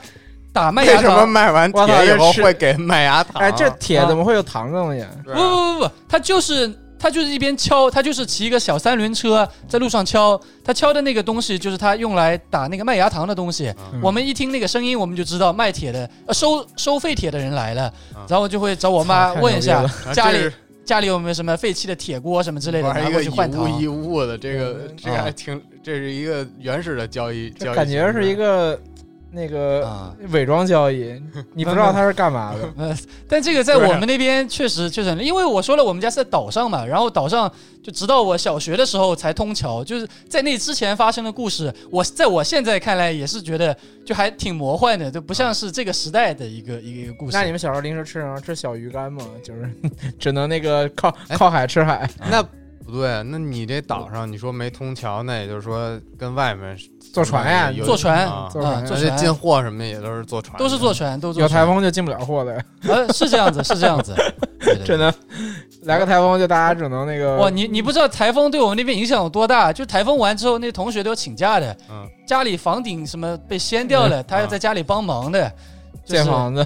Speaker 4: 打麦
Speaker 2: 为
Speaker 4: 芽
Speaker 2: 什么
Speaker 4: 糖。
Speaker 2: 卖完
Speaker 3: 我操
Speaker 2: 铁以后
Speaker 3: 这是
Speaker 2: 会给麦芽糖？啊
Speaker 3: 哎，这铁怎么会有糖这东西？
Speaker 2: 对
Speaker 4: 不
Speaker 2: 啊
Speaker 4: 不不不，他就是他就是一边敲，他就是骑一个小三轮车在路上敲，他敲的那个东西就是他用来打那个麦芽糖的东西。
Speaker 2: 嗯
Speaker 4: 我们一听那个声音，我们就知道卖铁的、呃、收收废铁的人来了，
Speaker 2: 嗯
Speaker 4: 然后就会找我妈
Speaker 3: 操 太
Speaker 4: 问一
Speaker 3: 牛
Speaker 4: 下
Speaker 3: 逼
Speaker 2: 啊
Speaker 4: 家
Speaker 2: 这
Speaker 4: 里
Speaker 2: 是
Speaker 4: 家里有没有什么废弃的铁锅什么之类的，
Speaker 2: 玩
Speaker 4: 拿
Speaker 2: 一
Speaker 4: 过
Speaker 2: 个
Speaker 4: 去
Speaker 2: 以
Speaker 4: 换
Speaker 2: 物
Speaker 4: 糖
Speaker 2: 易。物的这个
Speaker 3: 嗯，
Speaker 2: 这个
Speaker 4: 啊
Speaker 2: 还挺，这是一个原始的交易交
Speaker 3: 这
Speaker 2: 易，
Speaker 3: 感觉是一。个那个
Speaker 4: 啊，
Speaker 3: 伪装交易，你不知道它是干嘛的。
Speaker 4: 呃，但这个在
Speaker 2: 对
Speaker 4: 我们那边确实确实很，因为我说了，我们家是在岛上嘛，然后岛上就直到我小学的时候才通桥，就是在那之前发生的故事，我在我现在看来也是觉得就还挺魔幻的，就不像是这个时代的一个一个故事。啊
Speaker 3: 那你们小时候零食吃什么？吃小鱼干吗？就是 只能那个靠靠海吃海，
Speaker 4: 嗯
Speaker 2: 那不对，啊那你这岛上你说没通桥，那也就是说跟外面
Speaker 3: 坐船呀
Speaker 2: 有，
Speaker 4: 坐船
Speaker 2: 啊
Speaker 3: 坐
Speaker 4: 啊，
Speaker 3: 船
Speaker 4: 坐
Speaker 2: 而且
Speaker 4: 船
Speaker 2: 进货什么的也都是坐船，
Speaker 4: 都是坐船，都是
Speaker 3: 有
Speaker 4: 坐船
Speaker 3: 台，风就进不了货了。
Speaker 4: 呃，是这样子，是这 样子，对对对
Speaker 3: 真的，来个台风就大家只能那个
Speaker 4: 哇，你你不知道台风对我们那边影响有多大？就台风完之后，那同学都要请假的，
Speaker 2: 嗯
Speaker 4: 家里房顶什么被掀掉了，他要在家里帮忙的，就是
Speaker 3: 建房子，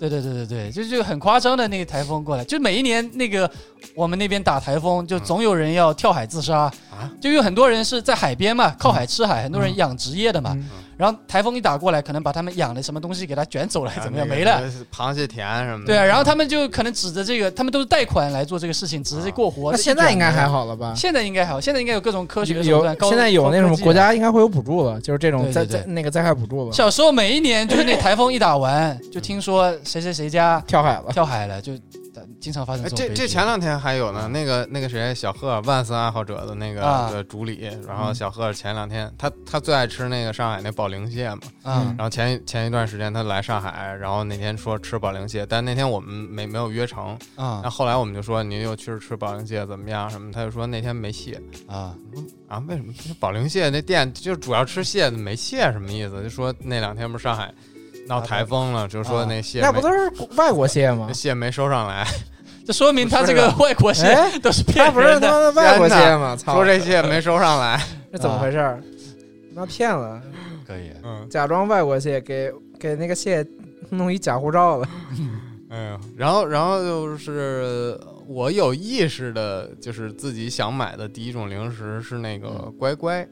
Speaker 4: 对对对对对，就就很夸张的那个台风过来，就每一年那个我们那边打台风，就总有人要跳海自杀，
Speaker 2: 啊
Speaker 4: 就有很多人是在海边嘛，靠海吃海，很多人养殖业的嘛，
Speaker 3: 嗯
Speaker 4: 然后台风一打过来，可能把他们养的什么东西给他卷走了，
Speaker 2: 啊
Speaker 4: 怎么样
Speaker 2: 那个
Speaker 4: 没了。
Speaker 2: 螃蟹田什么的。
Speaker 4: 对啊，然后他们就可能指着这个，他们都是贷款来做这个事情，指着这过活。
Speaker 3: 那啊现在应该还
Speaker 4: 好。
Speaker 3: 好了吧？
Speaker 4: 现在应该好，现在应该有各种科学手
Speaker 3: 有
Speaker 4: 段。高哦啊
Speaker 3: 现在有那什么国。家应该啊会有补助了，就是这种
Speaker 4: 对
Speaker 3: 灾
Speaker 4: 对对
Speaker 3: 灾那个灾害补助
Speaker 4: 高科技了
Speaker 3: 了，
Speaker 4: 小时候每一年就是那台风一打完，就听说谁谁谁家
Speaker 3: 跳海了。
Speaker 4: 跳海了，就经常发生
Speaker 2: 哎，
Speaker 4: 这种
Speaker 2: 这
Speaker 4: 悲
Speaker 2: 这
Speaker 4: 剧
Speaker 2: 前两天还有呢，那个那个谁，小贺万斯爱好者的那
Speaker 4: 嗯
Speaker 2: 个
Speaker 4: 啊嗯
Speaker 2: 的主理，然后小贺前两天他他最爱吃那个上海那保龄蟹嘛，
Speaker 4: 啊
Speaker 3: 嗯
Speaker 2: 然后前一前一段时间他来上海，然后那天说吃保龄蟹，但那天我们没没有约成，那
Speaker 4: 啊
Speaker 2: 后来我们就说你又去吃保龄蟹怎么样什么，他就说那天没蟹
Speaker 4: 啊！
Speaker 2: 啊，为什么保龄蟹那店就主要吃蟹，没蟹什么意思？就说那两天不是上海闹台风了，就说那蟹
Speaker 3: 啊那
Speaker 2: 没
Speaker 3: 不都是外国蟹吗
Speaker 2: 那？蟹没收上来，
Speaker 4: 这说明他这个外国蟹
Speaker 3: 哎，
Speaker 4: 都是
Speaker 3: 那
Speaker 4: 骗
Speaker 3: 不是
Speaker 4: 人
Speaker 3: 他
Speaker 4: 的。
Speaker 3: 妈的外 国蟹吗？操，
Speaker 2: 说这蟹没收上来，
Speaker 3: 这怎么回事
Speaker 4: 啊
Speaker 3: 儿？那骗了，
Speaker 4: 可以，
Speaker 2: 嗯。
Speaker 3: 假装外国蟹给给那个蟹弄一假护照了。
Speaker 2: 哎呀，然后然后就是我有意识的，就是自己想买的第一种零食是那个乖乖，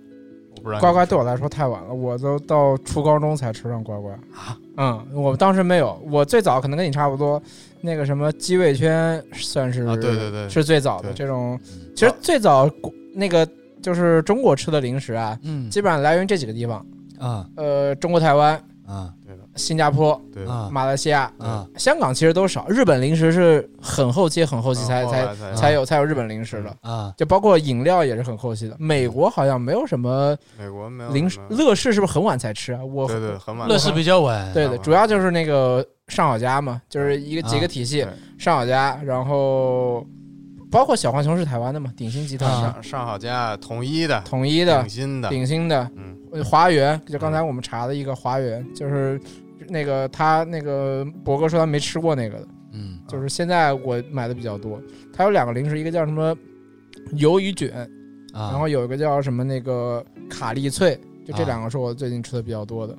Speaker 2: 我不知道你
Speaker 3: 乖乖对我来说太晚了，我都到初高中才吃上乖乖
Speaker 2: 啊。
Speaker 3: 嗯，我当时没有，我最早可能跟你差不多，那个什么鸡尾圈算是
Speaker 2: 啊对对对
Speaker 3: 是最早的
Speaker 2: 对嗯
Speaker 3: 这种。其实最早国那个就是中国吃的零食啊，
Speaker 4: 嗯
Speaker 3: 基本上来源于这几个地方，
Speaker 4: 啊
Speaker 3: 呃，中国台湾、
Speaker 4: 啊
Speaker 3: 新加坡、
Speaker 2: 对
Speaker 4: 啊
Speaker 3: 马来西亚、
Speaker 4: 啊！
Speaker 3: 香港其实都少，日本零食是很后期很后期才
Speaker 2: 啊后
Speaker 3: 才
Speaker 2: 来嗯才
Speaker 3: 才有才有日本零食的。
Speaker 4: 啊，
Speaker 3: 就包括饮料也是很后期的，美国好像没有什么
Speaker 2: 美国没有
Speaker 3: 零
Speaker 2: 什么
Speaker 3: 乐事，是不是很晚才吃啊？我
Speaker 2: 对对，很晚
Speaker 4: 乐事比较晚，
Speaker 3: 对
Speaker 2: 晚
Speaker 3: 对，
Speaker 2: 了
Speaker 3: 主要就是那个上好佳嘛，就是一个几
Speaker 4: 啊
Speaker 3: 个体系，
Speaker 2: 对
Speaker 3: 上好佳，然后包括小浣熊是台湾的嘛，鼎鑫集团、
Speaker 4: 啊
Speaker 2: 上上好佳统一的、
Speaker 3: 统一的
Speaker 2: 嗯鼎、新的，
Speaker 3: 鼎鑫的、
Speaker 2: 嗯，
Speaker 3: 呃华源，就刚才我们查的一个华源，就是那个他那个博哥说他没吃过那个的，
Speaker 4: 嗯，
Speaker 3: 就是现在我买的比较多。它有两个零食，一个叫什么鱿鱼卷，
Speaker 4: 啊，
Speaker 3: 然后有一个叫什么那个卡利脆，就这
Speaker 4: 啊
Speaker 3: 两个是我最近吃的比较多的。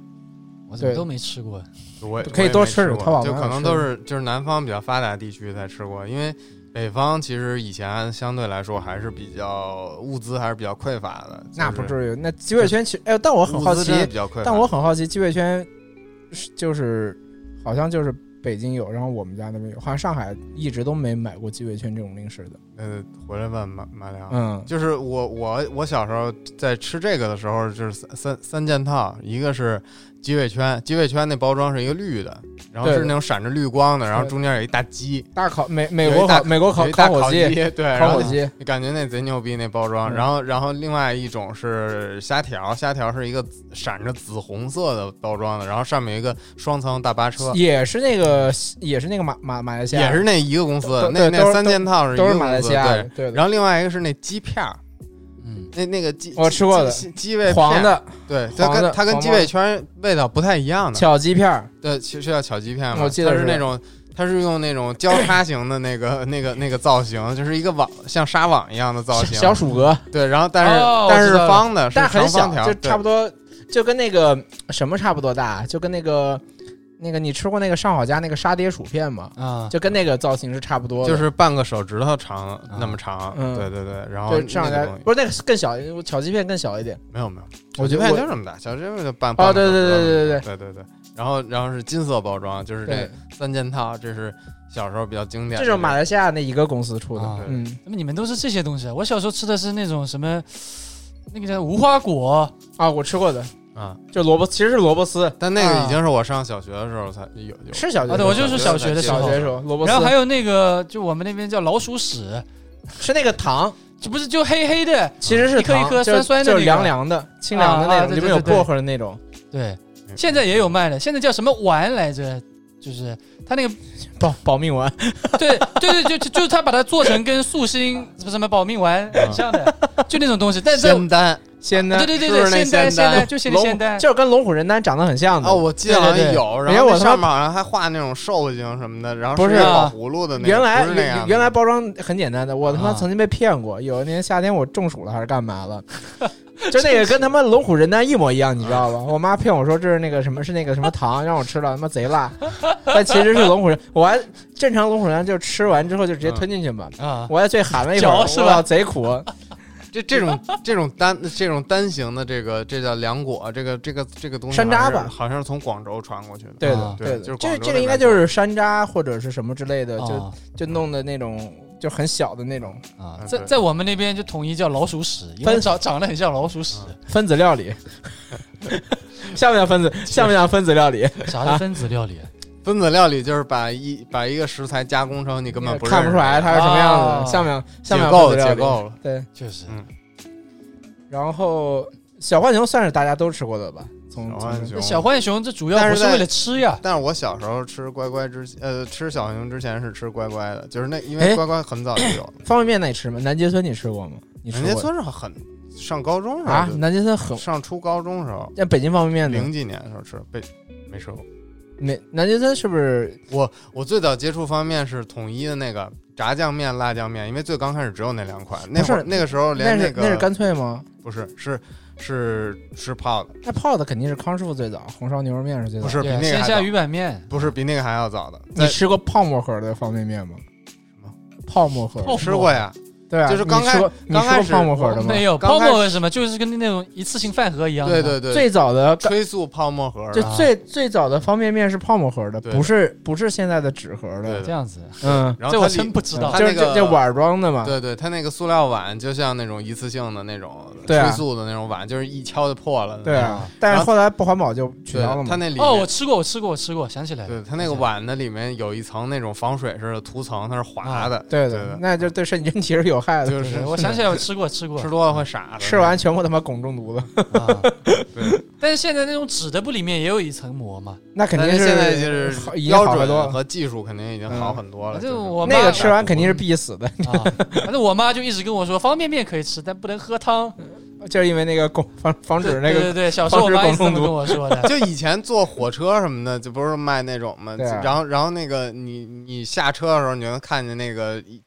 Speaker 4: 我怎么
Speaker 3: 对
Speaker 4: 都没吃过，
Speaker 2: 我也
Speaker 3: 可以多吃
Speaker 2: 我也没
Speaker 3: 淘宝
Speaker 2: 过，就
Speaker 3: 蛮好
Speaker 2: 可能
Speaker 3: 吃
Speaker 2: 都
Speaker 3: 的
Speaker 2: 是就是南方比较发达地区才吃过，因为北方其实以前相对来说还是比较物资还是比较匮乏的，
Speaker 3: 那
Speaker 2: 就
Speaker 3: 不
Speaker 2: 是
Speaker 3: 至于。那鸡尾圈其实，哎，但我很好
Speaker 2: 物资
Speaker 3: 奇
Speaker 2: 真，的比较匮乏，
Speaker 3: 但我很好奇鸡尾圈是就是好像就是北京有，然后我们家那边有，好像上海一直都没买过鸡尾圈这种零食的。
Speaker 2: 呃回来问马马良，
Speaker 3: 嗯，
Speaker 2: 啊就是我我我小时候在吃这个的时候，就是三三三件套，一个是鸡尾圈，鸡尾圈那包装是一个绿的，然后
Speaker 3: 对
Speaker 2: 是那种闪着绿光的，然后
Speaker 3: 对
Speaker 2: 中间有一大鸡，
Speaker 3: 大烤美美
Speaker 2: 有一
Speaker 3: 国
Speaker 2: 大
Speaker 3: 烤美国烤
Speaker 2: 有一大
Speaker 3: 火
Speaker 2: 烤
Speaker 3: 鸡，，
Speaker 2: 对，然
Speaker 3: 烤
Speaker 2: 后
Speaker 3: 火鸡，
Speaker 2: 就感觉那贼牛逼那包装。
Speaker 3: 嗯
Speaker 2: 然后然后另外一种是虾条，虾条是一个紫闪着紫红色的包装的，然后上面有一个双层大巴车，
Speaker 3: 也是那个也是那个马马马来西亚，
Speaker 2: 也是那一个公司的，
Speaker 3: 都
Speaker 2: 那
Speaker 3: 都
Speaker 2: 那
Speaker 3: 是
Speaker 2: 三件套是一
Speaker 3: 都
Speaker 2: 个
Speaker 3: 是马来
Speaker 2: 公司
Speaker 3: 西亚的
Speaker 2: 对。
Speaker 3: 对的。
Speaker 2: 然后另外一个是那鸡片儿，
Speaker 4: 嗯，
Speaker 2: 那那个鸡
Speaker 3: 我吃过的
Speaker 2: 鸡鸡鸡尾
Speaker 3: 黄
Speaker 2: 片
Speaker 3: 的
Speaker 2: 对，它
Speaker 3: 黄的
Speaker 2: 跟它跟
Speaker 3: 黄
Speaker 2: 鸡
Speaker 3: 包
Speaker 2: 尾圈味道不太一样的。
Speaker 3: 巧鸡片儿，
Speaker 2: 对，其实叫巧鸡片嘛，
Speaker 3: 我记得
Speaker 2: 它
Speaker 3: 是
Speaker 2: 是那种，它是用那种交叉型的那个、那个、那个造型，就是一个网像纱网一样的造
Speaker 3: 小
Speaker 2: 型。
Speaker 3: 小鼠哥，
Speaker 2: 对，然后但是、
Speaker 4: 哦
Speaker 2: 但
Speaker 4: 我
Speaker 2: 是
Speaker 4: 知道了
Speaker 2: 方的，
Speaker 3: 但
Speaker 2: 是
Speaker 3: 很
Speaker 2: 长方
Speaker 3: 小，
Speaker 2: 条，
Speaker 3: 就
Speaker 2: 对
Speaker 3: 差不多，就跟那个什么差不多大，就跟那个那个你吃过那个上好佳那个沙爹薯片吗？
Speaker 4: 啊，
Speaker 3: 就跟那个造型是差不多的，
Speaker 2: 就是半个手指头长那么长。
Speaker 3: 嗯
Speaker 2: 对对对，然后
Speaker 3: 对上
Speaker 2: 哦那
Speaker 3: 好佳
Speaker 2: 个东西
Speaker 3: 不是那个更小，巧鸡片更小一点。
Speaker 2: 没有没有，
Speaker 3: 我觉得
Speaker 2: 小鸡
Speaker 3: 我
Speaker 2: 片就这么大，小鸡片就半
Speaker 3: 哦
Speaker 2: 半个手指头
Speaker 3: 对对对对
Speaker 2: 那么大对对对。然后然后是金色包装，就是这
Speaker 3: 对，
Speaker 2: 三件套，这是小时候比较经典的
Speaker 3: 这
Speaker 2: 个。
Speaker 3: 是马来西亚那一个公司出
Speaker 4: 啊
Speaker 3: 的，嗯
Speaker 4: 怎么你们都是这些东西啊？我小时候吃的是那种什么，那个叫无花果，
Speaker 3: 啊，我吃过的，
Speaker 2: 啊，
Speaker 3: 就萝卜，其实是萝卜丝，
Speaker 2: 但那个
Speaker 4: 啊
Speaker 2: 已经是我上小学的时候才有有。
Speaker 3: 是小学
Speaker 4: 啊对
Speaker 3: 的
Speaker 4: 我
Speaker 3: 时候
Speaker 4: 就是小学的时
Speaker 3: 小
Speaker 4: 候
Speaker 3: 学的时候萝卜丝
Speaker 4: 然后，还有那个就我们那边叫老鼠屎，
Speaker 3: 是那个糖，
Speaker 4: 这不是就黑黑的，
Speaker 3: 其实是
Speaker 4: 啊一颗一
Speaker 3: 糖
Speaker 4: 颗
Speaker 3: 就是
Speaker 4: 酸酸的
Speaker 3: 就
Speaker 4: 那
Speaker 3: 是
Speaker 4: 个
Speaker 3: 凉凉的、清凉的那
Speaker 4: 啊啊
Speaker 3: 种，
Speaker 4: 对
Speaker 3: 里面
Speaker 4: 对
Speaker 3: 有
Speaker 4: 对对
Speaker 3: 薄荷的那种，
Speaker 4: 对，
Speaker 2: 嗯
Speaker 4: 现在也有卖的，现在叫什么丸来着？就是它那个
Speaker 3: 保保命丸。
Speaker 4: 对对对，就就就是他把它做成跟素心什么什么保命丸很像的，就那种东西。但是
Speaker 2: 嗯仙丹
Speaker 3: 仙丹
Speaker 4: 对对对
Speaker 2: 是
Speaker 4: 对，
Speaker 2: 不是那
Speaker 4: 仙丹
Speaker 2: 仙丹
Speaker 4: 仙丹就现在仙丹，
Speaker 3: 就是跟龙虎人丹长得很像的。
Speaker 2: 哦，我记得
Speaker 4: 对
Speaker 2: 好像
Speaker 4: 对对
Speaker 2: 有，
Speaker 3: 原
Speaker 2: 然
Speaker 3: 来
Speaker 2: 后
Speaker 3: 我
Speaker 2: 那
Speaker 3: 他
Speaker 2: 上面好像还画那种兽形什么的，然后
Speaker 3: 不
Speaker 2: 是
Speaker 3: 是
Speaker 2: 老
Speaker 4: 啊
Speaker 2: 葫芦的那个，
Speaker 3: 原来
Speaker 2: 不是那样的
Speaker 3: 原来包装很简单的，我他妈
Speaker 4: 啊
Speaker 3: 曾经被骗过。有一年夏天我中暑了还是干嘛 了，就那个跟他妈龙虎人丹一模一样，你知 道吧？我妈骗我说这是那个什么是那个什么糖，让我吃了他妈贼辣，但其实是龙虎人。我还正常龙虎人丹就吃完之后就直
Speaker 2: 嗯
Speaker 3: 接吞进去嘛，
Speaker 4: 啊，
Speaker 3: 我还最喊了一会
Speaker 4: 嚼
Speaker 3: 儿，
Speaker 4: 是吧
Speaker 3: 哇贼 苦，
Speaker 2: 这这种这种单这种单形的这个这叫凉果，这个这个这个东西
Speaker 3: 山楂
Speaker 2: 好像是
Speaker 3: 吧
Speaker 2: 好像是从广州传过去的。
Speaker 3: 对的
Speaker 4: 啊
Speaker 2: 对
Speaker 3: 对
Speaker 2: 就是
Speaker 3: 的，
Speaker 2: 广
Speaker 3: 这
Speaker 2: 州
Speaker 3: 这个应该就是山楂或者是什么之类的，就
Speaker 4: 啊
Speaker 3: 就弄的那种就很小的那种
Speaker 4: 啊
Speaker 2: 嗯，
Speaker 4: 在
Speaker 2: 对
Speaker 4: 在我们那边就统一叫老鼠屎，因为
Speaker 3: 分
Speaker 4: 长长得很像老鼠屎，
Speaker 2: 嗯
Speaker 3: 分子料理， 像不像分子？像不像分子料理？
Speaker 4: 啥是分子料理啊？
Speaker 2: 分子料理，就是把一把一个食材加工成你根本不
Speaker 3: 看不出来它是什么样子的，
Speaker 4: 啊
Speaker 3: 像不像？像不像
Speaker 2: 解
Speaker 3: 分
Speaker 2: 构
Speaker 3: 子料
Speaker 2: 解
Speaker 3: 理？
Speaker 2: 构了。
Speaker 3: 对，
Speaker 4: 确实
Speaker 2: 嗯，
Speaker 3: 然后小浣熊算是大家都吃过的吧？从
Speaker 2: 小浣
Speaker 3: 从
Speaker 2: 熊
Speaker 4: 那小浣熊这主要
Speaker 2: 但是
Speaker 4: 不是
Speaker 2: 在
Speaker 4: 为了吃呀，
Speaker 2: 但是我小时候吃乖乖之呃吃小浣熊之前是吃乖乖的，就是那因
Speaker 3: 哎
Speaker 2: 为乖乖很早就有了，
Speaker 3: 方便面那你吃吗？南街村你吃过吗？你吃
Speaker 2: 人家
Speaker 3: 过
Speaker 2: 村是很上高中时候
Speaker 3: 啊？
Speaker 2: 就
Speaker 3: 南街村很
Speaker 2: 上初高中时候，
Speaker 3: 像北京方便面
Speaker 2: 零
Speaker 3: 呢？
Speaker 2: 几年的时候吃，被没吃过。
Speaker 3: 没南街村是不是？
Speaker 2: 我我最早接触方便面是统一的那个炸酱面、辣酱面，因为最刚开始只有那两款。那会儿
Speaker 3: 不是
Speaker 2: 那个时候
Speaker 3: 那
Speaker 2: 连
Speaker 3: 是
Speaker 2: 个
Speaker 3: 那是干脆吗？
Speaker 2: 不是是是吃泡的，
Speaker 3: 那泡的肯定是康师傅最早，红烧牛肉面是最早。
Speaker 2: 不是比
Speaker 4: 对，
Speaker 2: 那个
Speaker 4: 鲜
Speaker 2: 还
Speaker 4: 虾
Speaker 2: 早，
Speaker 4: 鱼板面，
Speaker 2: 不是比那个还要早的。
Speaker 3: 你
Speaker 2: 在
Speaker 3: 吃过泡沫盒的方便面吗？
Speaker 2: 么
Speaker 3: 泡沫盒
Speaker 4: 泡
Speaker 2: 吃过呀，
Speaker 3: 对啊，
Speaker 2: 就是刚
Speaker 3: 你
Speaker 2: 开
Speaker 3: 吃过你
Speaker 2: 刚
Speaker 3: 吃
Speaker 2: 开
Speaker 3: 过
Speaker 2: 始
Speaker 3: 泡沫盒的吗？
Speaker 4: 没有
Speaker 2: 刚
Speaker 4: 泡
Speaker 2: 开始
Speaker 4: 沫是什么？就是跟那种一次性饭盒一样
Speaker 2: 对
Speaker 4: 的，
Speaker 2: 对对，
Speaker 3: 最早的
Speaker 2: 催速泡沫盒儿
Speaker 3: 就
Speaker 2: 的，
Speaker 4: 啊
Speaker 3: 最最早的方便面是泡沫盒的，
Speaker 2: 对
Speaker 3: 不是不是现在的纸盒
Speaker 2: 对
Speaker 3: 的，
Speaker 2: 的
Speaker 4: 这样子，
Speaker 3: 嗯，
Speaker 2: 然
Speaker 4: 这
Speaker 2: 后它
Speaker 4: 我
Speaker 2: 里
Speaker 4: 真不知道
Speaker 2: 它
Speaker 3: 就
Speaker 2: 那
Speaker 3: 是这
Speaker 2: 个
Speaker 3: 这碗装的嘛，
Speaker 2: 对对，它那个塑料碗就像那种一次性的那种
Speaker 3: 对啊
Speaker 2: 催速的那种碗，就是一敲就破了的那种。
Speaker 3: 对啊，但是后来不环保就取
Speaker 2: 嗯对
Speaker 3: 消了
Speaker 2: 它
Speaker 3: 嘛，
Speaker 2: 那里
Speaker 4: 哦，
Speaker 2: 面
Speaker 4: 我吃过，我吃过，我吃过，想起来了，
Speaker 2: 对它那个碗的里面有一层那种防水似的涂层，它是滑的。
Speaker 3: 对
Speaker 2: 对的
Speaker 3: 啊那就对身体人体是有害的，
Speaker 2: 就是
Speaker 4: 对我想起来我吃过吃过
Speaker 2: 吃，多了会傻的。
Speaker 3: 吃完全部他妈汞中毒了，
Speaker 4: 啊
Speaker 2: 对，
Speaker 4: 但是现在那种纸的不里面也有一层膜嘛，
Speaker 3: 那肯
Speaker 2: 但
Speaker 3: 定
Speaker 2: 是现在就
Speaker 3: 好
Speaker 2: 是
Speaker 3: 已经
Speaker 2: 标
Speaker 3: 好很多
Speaker 2: 准
Speaker 3: 了。嗯
Speaker 2: 和技术肯定已经好很多了。
Speaker 4: 反正
Speaker 2: 就是嗯
Speaker 4: 我妈
Speaker 3: 那个吃完肯定是必死的，
Speaker 4: 啊， 反正我妈就一直跟我说，方便面可以吃，但不能喝汤。
Speaker 3: 就是因为那个汞防防止那
Speaker 4: 对
Speaker 3: 个
Speaker 4: 对对，小时候我妈一直这么跟我说的。
Speaker 2: 就以前坐火车什么的，就不是卖那种嘛，
Speaker 3: 对啊
Speaker 2: 然后然后那个你你下车的时候，你就能看见那个一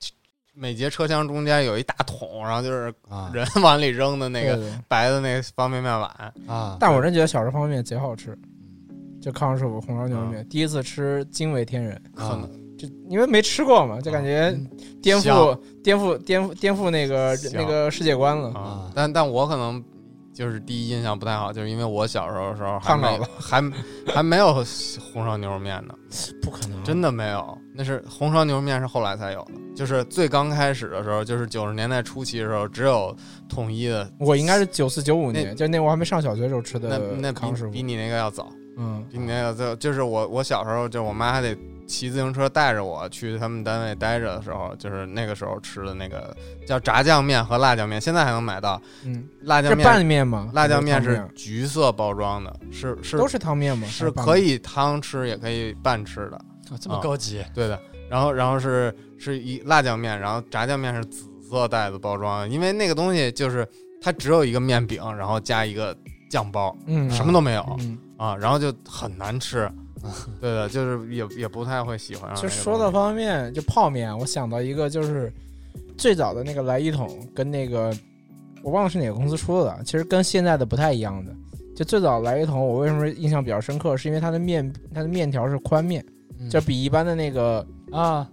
Speaker 2: 每节车厢中间有一大桶，然后就是
Speaker 4: 啊
Speaker 2: 人往里扔的那个
Speaker 3: 对对对
Speaker 2: 白的那个方便面碗，
Speaker 4: 啊，
Speaker 3: 但我真觉得小时候方便面贼好吃，
Speaker 2: 嗯
Speaker 3: 就康师傅红烧牛肉面，第一次吃惊为天人，
Speaker 2: 可能
Speaker 3: 就因为没吃过嘛，就感觉颠覆
Speaker 2: 啊嗯香
Speaker 3: 颠覆颠覆颠覆那个
Speaker 2: 香
Speaker 3: 那个世界观了。
Speaker 2: 啊
Speaker 4: 啊，
Speaker 2: 但但我可能。就是第一印象不太好，就是因为我小时候的时候还
Speaker 3: 看到
Speaker 2: 没
Speaker 3: 了嗯
Speaker 2: 还还没有红烧牛肉面呢，
Speaker 3: 不可能，
Speaker 2: 真的没有，那是红烧牛肉面是后来才有的，就是最刚开始的时候，就是九十年代初期的时候，只有统一的，
Speaker 3: 我应该是九四九五
Speaker 2: 那
Speaker 3: 年，就那我还没上小学的时候吃
Speaker 2: 那那
Speaker 3: 的
Speaker 2: 比
Speaker 3: 康师
Speaker 2: 比
Speaker 3: 傅，
Speaker 2: 你那个要早。
Speaker 3: 嗯，
Speaker 2: 比你那个就就是我我小时候就我妈还得骑自行车带着我去他们单位待着的时候，就是那个时候吃的那个叫炸酱面和辣酱面，现在还能买到
Speaker 3: 嗯，
Speaker 2: 辣
Speaker 3: 是
Speaker 2: 酱
Speaker 3: 拌
Speaker 2: 面。
Speaker 3: 面吗？
Speaker 2: 辣酱
Speaker 3: 还
Speaker 2: 面
Speaker 3: 是
Speaker 2: 是
Speaker 3: 汤
Speaker 2: 橘色包装的，是是
Speaker 3: 都是汤面吗？
Speaker 2: 是可以汤吃也可以拌吃的，
Speaker 4: 哦这么高级
Speaker 2: 对的。然后然后是是一辣酱面，然后炸酱面是紫色袋子包装的，因为那个东西就是它只有一个面饼，然后加一个酱包，
Speaker 3: 还是拌面，嗯，
Speaker 2: 什么都没有。
Speaker 3: 嗯，
Speaker 2: 啊，然后就很难吃，对的，就是也也不太会喜欢啊
Speaker 3: 就
Speaker 2: 上那个东西。
Speaker 3: 说到方便面，就泡面，我想到一个，就是最早的那个来一桶跟那个我忘了是哪个公司出的，其实跟现在的不太一样的。就最早来一桶，我为什么印象比较深刻，是因为它的面它的面条是宽面，
Speaker 4: 嗯
Speaker 3: 就比一般的那个
Speaker 4: 啊，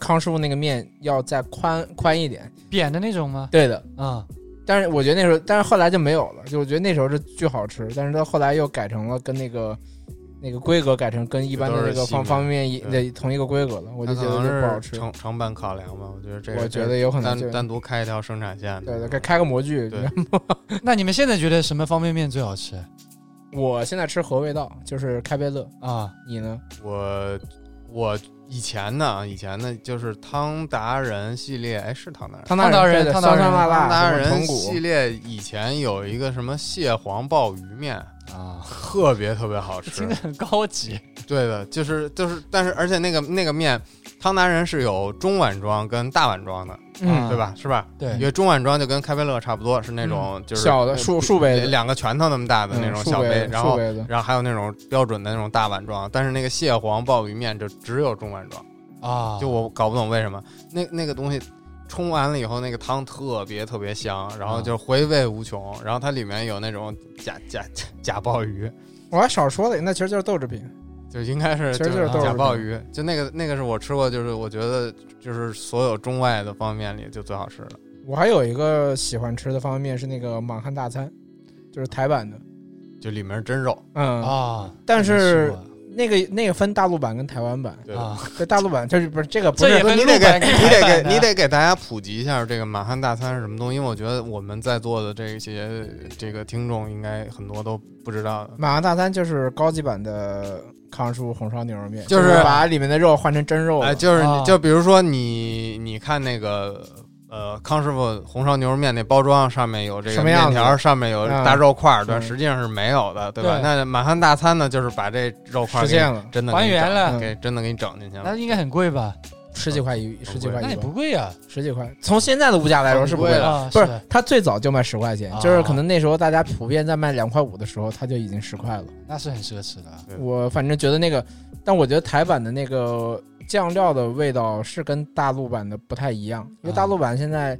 Speaker 3: 康师傅那个面要再宽宽一点。
Speaker 4: 扁的那种吗？
Speaker 3: 对的，
Speaker 4: 啊，
Speaker 3: 但是我觉得那时候，但是后来就没有了。就我觉得那时候是巨好吃，但是到后来又改成了跟那个那个规格改成跟一般的那
Speaker 2: 都
Speaker 3: 个
Speaker 2: 是细
Speaker 3: 方
Speaker 2: 面
Speaker 3: 方便面一
Speaker 2: 对
Speaker 3: 的同一个规格了，我
Speaker 2: 我
Speaker 3: 就觉得就不好吃。
Speaker 2: 成成本考量吧，我觉得这
Speaker 3: 我
Speaker 2: 个
Speaker 3: 觉
Speaker 2: 这
Speaker 3: 得有可能就
Speaker 2: 单单独开一条生产线的，
Speaker 3: 对对，给开个模具。
Speaker 2: 对
Speaker 4: 那你们现在觉得什么方便面最好吃
Speaker 3: 我现在吃和味道，就是开杯乐。
Speaker 4: 啊？
Speaker 3: 你呢？
Speaker 2: 我我以前呢，以前呢就是汤达人系列，哎，是汤达人。
Speaker 3: 汤
Speaker 4: 达人
Speaker 3: 达
Speaker 4: 汤
Speaker 3: 汤
Speaker 4: 达
Speaker 3: 酸
Speaker 4: 人
Speaker 3: 酸辣
Speaker 2: 汤达
Speaker 3: 辣，什么
Speaker 2: 人
Speaker 3: 豚骨
Speaker 2: 系，列以前有一个什么蟹黄鲍鱼面，
Speaker 4: 啊，
Speaker 2: 特别特别好吃
Speaker 4: 听着。很高级
Speaker 2: 对的，就是就是，但是而且那个那个面，汤达人是有中碗装跟大碗装的，
Speaker 3: 嗯，
Speaker 4: 啊
Speaker 2: 对吧？是吧？
Speaker 4: 对
Speaker 2: 因为中碗装就跟开杯乐差不多，是那种就是
Speaker 3: 小的
Speaker 2: 数
Speaker 3: 竖竖杯的，
Speaker 2: 两个拳头那么大的那
Speaker 3: 嗯
Speaker 2: 种
Speaker 3: 竖
Speaker 2: 小
Speaker 3: 杯
Speaker 2: 杯
Speaker 3: 的，
Speaker 2: 然
Speaker 3: 竖
Speaker 2: 后
Speaker 3: 杯的。
Speaker 2: 然后还有那种标准的那种大碗装，但是那个蟹黄鲍鱼面就只有中碗装，
Speaker 4: 啊，
Speaker 2: 就我搞不懂为什么那那个东西。冲完了以后，那个汤特别特别香，然后就回味无穷。然后它里面有那种假假假假鲍鱼，
Speaker 3: 我还少说了，那其实就是豆制品。
Speaker 2: 就应该是
Speaker 3: 其实就是
Speaker 4: 豆
Speaker 2: 假
Speaker 3: 制
Speaker 2: 鲍
Speaker 3: 品
Speaker 2: 鱼。就那个那个是我吃过，就是我觉得就是所有中外的方便面里就最好吃的。
Speaker 3: 我还有一个喜欢吃的方便面是那个满汉大餐，就是台版的。
Speaker 2: 就里面是真肉。
Speaker 3: 嗯，
Speaker 4: 啊，
Speaker 3: 但是
Speaker 4: 没吃
Speaker 3: 那个那个分大陆版跟台湾版，
Speaker 2: 对
Speaker 4: 过啊，
Speaker 3: 这大陆版就是不是这个不
Speaker 4: 这也
Speaker 3: 是
Speaker 2: 不是
Speaker 4: 分
Speaker 2: 你得
Speaker 4: 陆版
Speaker 2: 给
Speaker 4: 跟
Speaker 2: 你
Speaker 4: 台
Speaker 2: 得
Speaker 4: 版
Speaker 2: 给
Speaker 4: 的
Speaker 2: 你得给大家普及一下这个满汉大餐是什么东西，因为我觉得我们在座的这些这个听众应该很多都不知道的。
Speaker 3: 满汉大餐就是高级版的康师傅红烧牛肉面，
Speaker 2: 就是
Speaker 3: 是把里面的肉换成真肉了。
Speaker 2: 哎，就是
Speaker 4: 啊
Speaker 2: 你就比如说你你看那个呃康师傅红烧牛肉面那包装上面有这
Speaker 3: 什
Speaker 2: 个
Speaker 3: 么样
Speaker 2: 面
Speaker 3: 子
Speaker 2: 条，上面有
Speaker 3: 嗯
Speaker 2: 大肉块儿，但
Speaker 3: 嗯
Speaker 2: 实际上是没有的，对吧？
Speaker 4: 对
Speaker 2: 那满汉大餐呢，就是把这肉块儿
Speaker 3: 实
Speaker 2: 给
Speaker 3: 现
Speaker 2: 你
Speaker 3: 了，
Speaker 2: 真的
Speaker 4: 还
Speaker 2: 给你
Speaker 4: 原
Speaker 2: 整
Speaker 4: 了
Speaker 2: 给真的给你整进去
Speaker 4: 那
Speaker 2: 了。
Speaker 4: 应该很贵吧？
Speaker 3: 十几块一十几块一
Speaker 4: 那也
Speaker 3: 包
Speaker 4: 不，贵啊，
Speaker 3: 十几块。从现在的物价来说是不贵
Speaker 2: 很贵
Speaker 3: 的，
Speaker 2: 了
Speaker 4: 啊，
Speaker 3: 不
Speaker 4: 的
Speaker 3: 是它最早就卖十块钱
Speaker 4: 啊，
Speaker 3: 就是可能那时候大家普遍在卖两块五的时候，它就已经十块了。
Speaker 4: 那是很奢侈的啊
Speaker 2: 对
Speaker 3: 我反正觉得那个，但我觉得台版的那个酱料的味道是跟大陆版的不太一样，因为
Speaker 2: 啊
Speaker 3: 大陆版现在，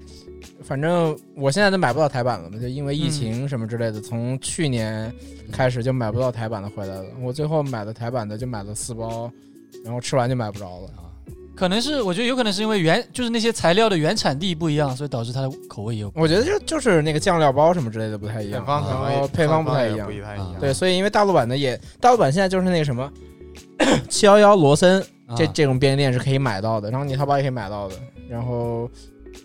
Speaker 3: 反正我现在都买不到台版了嘛，就因为疫情什么之类
Speaker 2: 嗯
Speaker 3: 的，从去年开始就买不到台版的回来了。我最后买的台版的就买了四包，然后吃完就买不着了。
Speaker 4: 可能是我觉得有可能是因为原就是那些材料的原产地不一样，所以导致它的口味也有
Speaker 3: 我觉得就就是那个酱料包什么之类的不太一
Speaker 2: 啊配
Speaker 3: 样，
Speaker 2: 方可能
Speaker 3: 然后
Speaker 2: 也
Speaker 3: 配方不太
Speaker 2: 也
Speaker 3: 一样
Speaker 2: 不。太一
Speaker 4: 啊
Speaker 2: 样。
Speaker 3: 对，所以因为大陆版的也，大陆版现在就是那个什么， 七幺幺罗森
Speaker 4: 啊
Speaker 3: 这这种便利店是可以买到的，然后你淘宝也可以买到的。然后，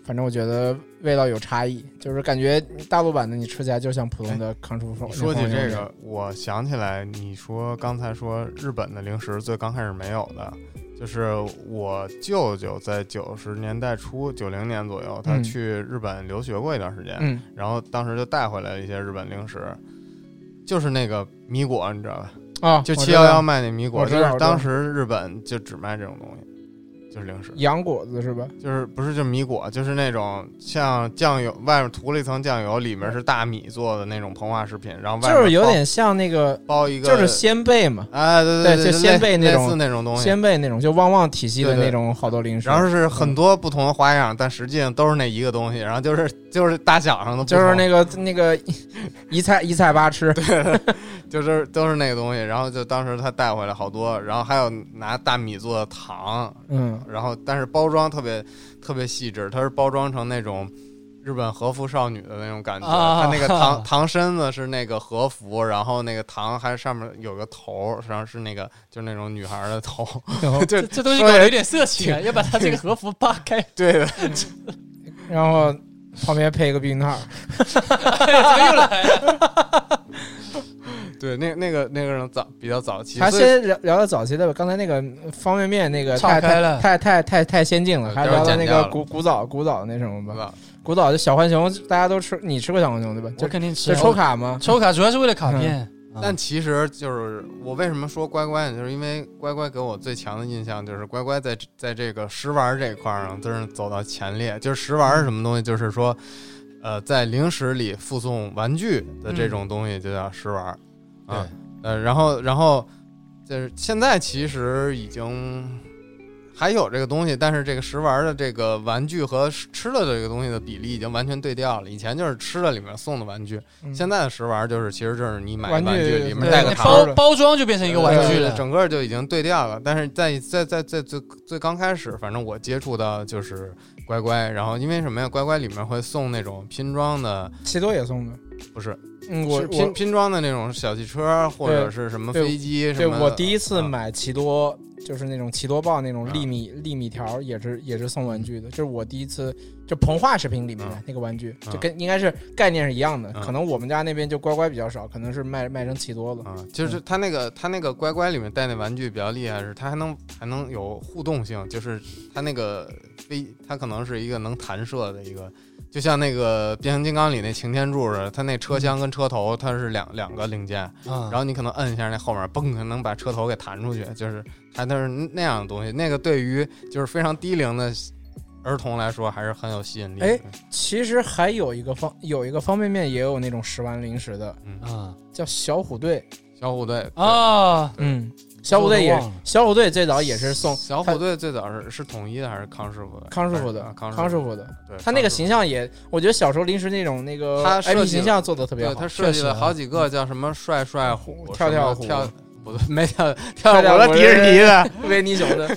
Speaker 3: 反正我觉得味道有差异，就是感觉大陆版的你吃起来就像普通的康师傅方。
Speaker 2: 哎说起
Speaker 3: 方便
Speaker 2: 这
Speaker 3: 面，
Speaker 2: 个，我想起来，你说刚才说日本的零食最刚开始没有的，就是我舅舅在九十年代初、九零年左右，他
Speaker 3: 嗯
Speaker 2: 去日本留学过一段时间，
Speaker 3: 嗯
Speaker 2: 然后当时就带回来了一些日本零食，就是那个米果，你知道吧？
Speaker 3: 啊，
Speaker 2: 就
Speaker 3: 我
Speaker 2: 七
Speaker 3: 知道
Speaker 2: 幺幺卖那米果，
Speaker 3: 我
Speaker 2: 就
Speaker 3: 知道
Speaker 2: 是
Speaker 3: 我知道
Speaker 2: 当时日本就只卖这种东西，就是零食，
Speaker 3: 洋果子是吧？
Speaker 2: 就是不是就米果，就是那种像酱油外面涂了一层酱油，里面是大米做的那种膨化食品，然后外面
Speaker 3: 就是有
Speaker 2: 包
Speaker 3: 点像那个，
Speaker 2: 包一个，
Speaker 3: 就是鲜贝嘛，
Speaker 2: 啊，对
Speaker 3: 对就
Speaker 2: 对，
Speaker 3: 先
Speaker 2: 类
Speaker 3: 备那种
Speaker 2: 类似那种东西。
Speaker 3: 鲜贝那种，就旺旺体系的
Speaker 2: 对对
Speaker 3: 那种好多零食。
Speaker 2: 然后是很多不同的花样，但实际上都是那一个东西，然后就是就是大小上的不
Speaker 3: 就
Speaker 2: 同，
Speaker 3: 是那个那个一菜一菜八吃，
Speaker 2: 就是都是那个东西。然后就当时他带回来好多，然后还有拿大米做的糖，
Speaker 3: 嗯，
Speaker 2: 然后但是包装特别特别细致，它是包装成那种日本和服少女的那种感觉。
Speaker 4: 啊
Speaker 2: 它那个糖糖身子是那个和服，然后那个糖还上面有个头，实际上是那个就是那种女孩的头。就
Speaker 4: 这这东西搞得有点色情啊，要把它这个和服扒开，
Speaker 2: 对的，
Speaker 3: 然后旁边配一个避孕套，
Speaker 4: 又来了。
Speaker 2: 对，那那个那个人早比较早期，
Speaker 3: 他
Speaker 2: 所以
Speaker 3: 先聊聊到早期的，刚才那个方便面那个太
Speaker 4: 岔开了
Speaker 3: 太太太太先进了，
Speaker 2: 对
Speaker 3: 还
Speaker 2: 呃待会儿
Speaker 3: 聊到那
Speaker 2: 剪掉
Speaker 3: 个
Speaker 2: 了嗯
Speaker 3: 古古早古早那什么吧，
Speaker 2: 吧
Speaker 3: 古早就小浣熊，大家都吃，你吃过小浣熊对吧？
Speaker 4: 我
Speaker 3: 就
Speaker 4: 肯定吃啊
Speaker 3: 就抽，卡吗？
Speaker 4: 抽卡主要是为了卡片。啊
Speaker 2: 但其实就是我为什么说乖乖呢，就是因为乖乖给我最强的印象就是乖乖在这在这个食玩这一块儿上，真是走到前列。就是食玩是什么东西？就是说，呃，在零食里附送玩具的这种东西就叫食玩。
Speaker 4: 对
Speaker 2: 啊，呃，然后然后就是现在其实已经。还有这个东西，但是这个食玩的这个玩具和吃的这个东西的比例已经完全对调了。以前就是吃的里面送的玩具，
Speaker 3: 嗯
Speaker 2: 现在的食玩就是，其实就是你买
Speaker 3: 玩
Speaker 2: 一
Speaker 3: 具
Speaker 2: 玩具里
Speaker 3: 我
Speaker 2: 面
Speaker 3: 们
Speaker 4: 对
Speaker 2: 带个
Speaker 3: 你
Speaker 4: 那
Speaker 2: 糖
Speaker 3: 包。
Speaker 4: 包包装就变成一个玩具
Speaker 2: 对
Speaker 4: 了。
Speaker 2: 整个就已经对调了。但是在在在在最最刚开始，反正我接触到就是乖乖，然后因为什么呀？乖乖里面会送那种拼装的，
Speaker 3: 奇多也送的，
Speaker 2: 不是，
Speaker 3: 嗯，我
Speaker 2: 是拼
Speaker 3: 我
Speaker 2: 拼装的那种小汽车或者是什么
Speaker 3: 对
Speaker 2: 飞机
Speaker 3: 对
Speaker 2: 什么的。
Speaker 3: 我第一次
Speaker 2: 啊
Speaker 3: 买奇多。就是那种奇多豹那种
Speaker 2: 嗯
Speaker 3: 粒米粒米条，也是也是送玩具的。这是我第一次，就膨化食品里面的
Speaker 2: 嗯
Speaker 3: 那个玩具，
Speaker 2: 嗯
Speaker 3: 就跟应该是概念是一样的。
Speaker 2: 嗯
Speaker 3: 可能我们家那边就乖乖比较少，可能是卖卖成奇多了。
Speaker 2: 啊，就是它那个它那个乖乖里面带那玩具比较厉害，是它还能还能有互动性，就是它那个飞，它可能是一个能弹射的一个，就像那个变形金刚里那擎天柱似的，它那车
Speaker 3: 嗯
Speaker 2: 厢跟车头它是两两个零件，
Speaker 4: 然
Speaker 2: 然后你可能摁一下那后面，嘣，可能把车头给弹出去，就是它那是那样的东西，那个对于就是非常低龄的儿童来说还是很有吸引力的。
Speaker 3: 哎其实还有一个方有一个方便面也有那种食玩零食的，
Speaker 4: 啊
Speaker 3: 叫小虎队。
Speaker 2: 小虎队，
Speaker 4: 啊，
Speaker 3: 嗯，小虎队
Speaker 4: 我
Speaker 3: 也
Speaker 4: 都忘了
Speaker 3: 小虎队最早也是送
Speaker 2: 小虎队最早是是统一的还是康师傅的？
Speaker 3: 康师傅
Speaker 2: 啊
Speaker 3: 的，
Speaker 2: 康
Speaker 3: 康
Speaker 2: 师
Speaker 3: 师
Speaker 2: 傅
Speaker 3: 傅的，
Speaker 2: 对，
Speaker 3: 他那个
Speaker 2: 康师傅
Speaker 3: 形象也，我觉得小时候零食那种那个
Speaker 2: 他设计
Speaker 3: IP
Speaker 2: 了
Speaker 3: 形象做的特别
Speaker 2: 对
Speaker 3: 好，
Speaker 2: 他设计
Speaker 3: 确实
Speaker 2: 了好几个叫什么帅帅虎、
Speaker 3: 跳
Speaker 2: 什么
Speaker 3: 跳虎
Speaker 2: 跳，不对，没跳跳
Speaker 3: 跳
Speaker 2: 我
Speaker 3: 虎
Speaker 2: 的迪士尼的
Speaker 3: 维尼熊的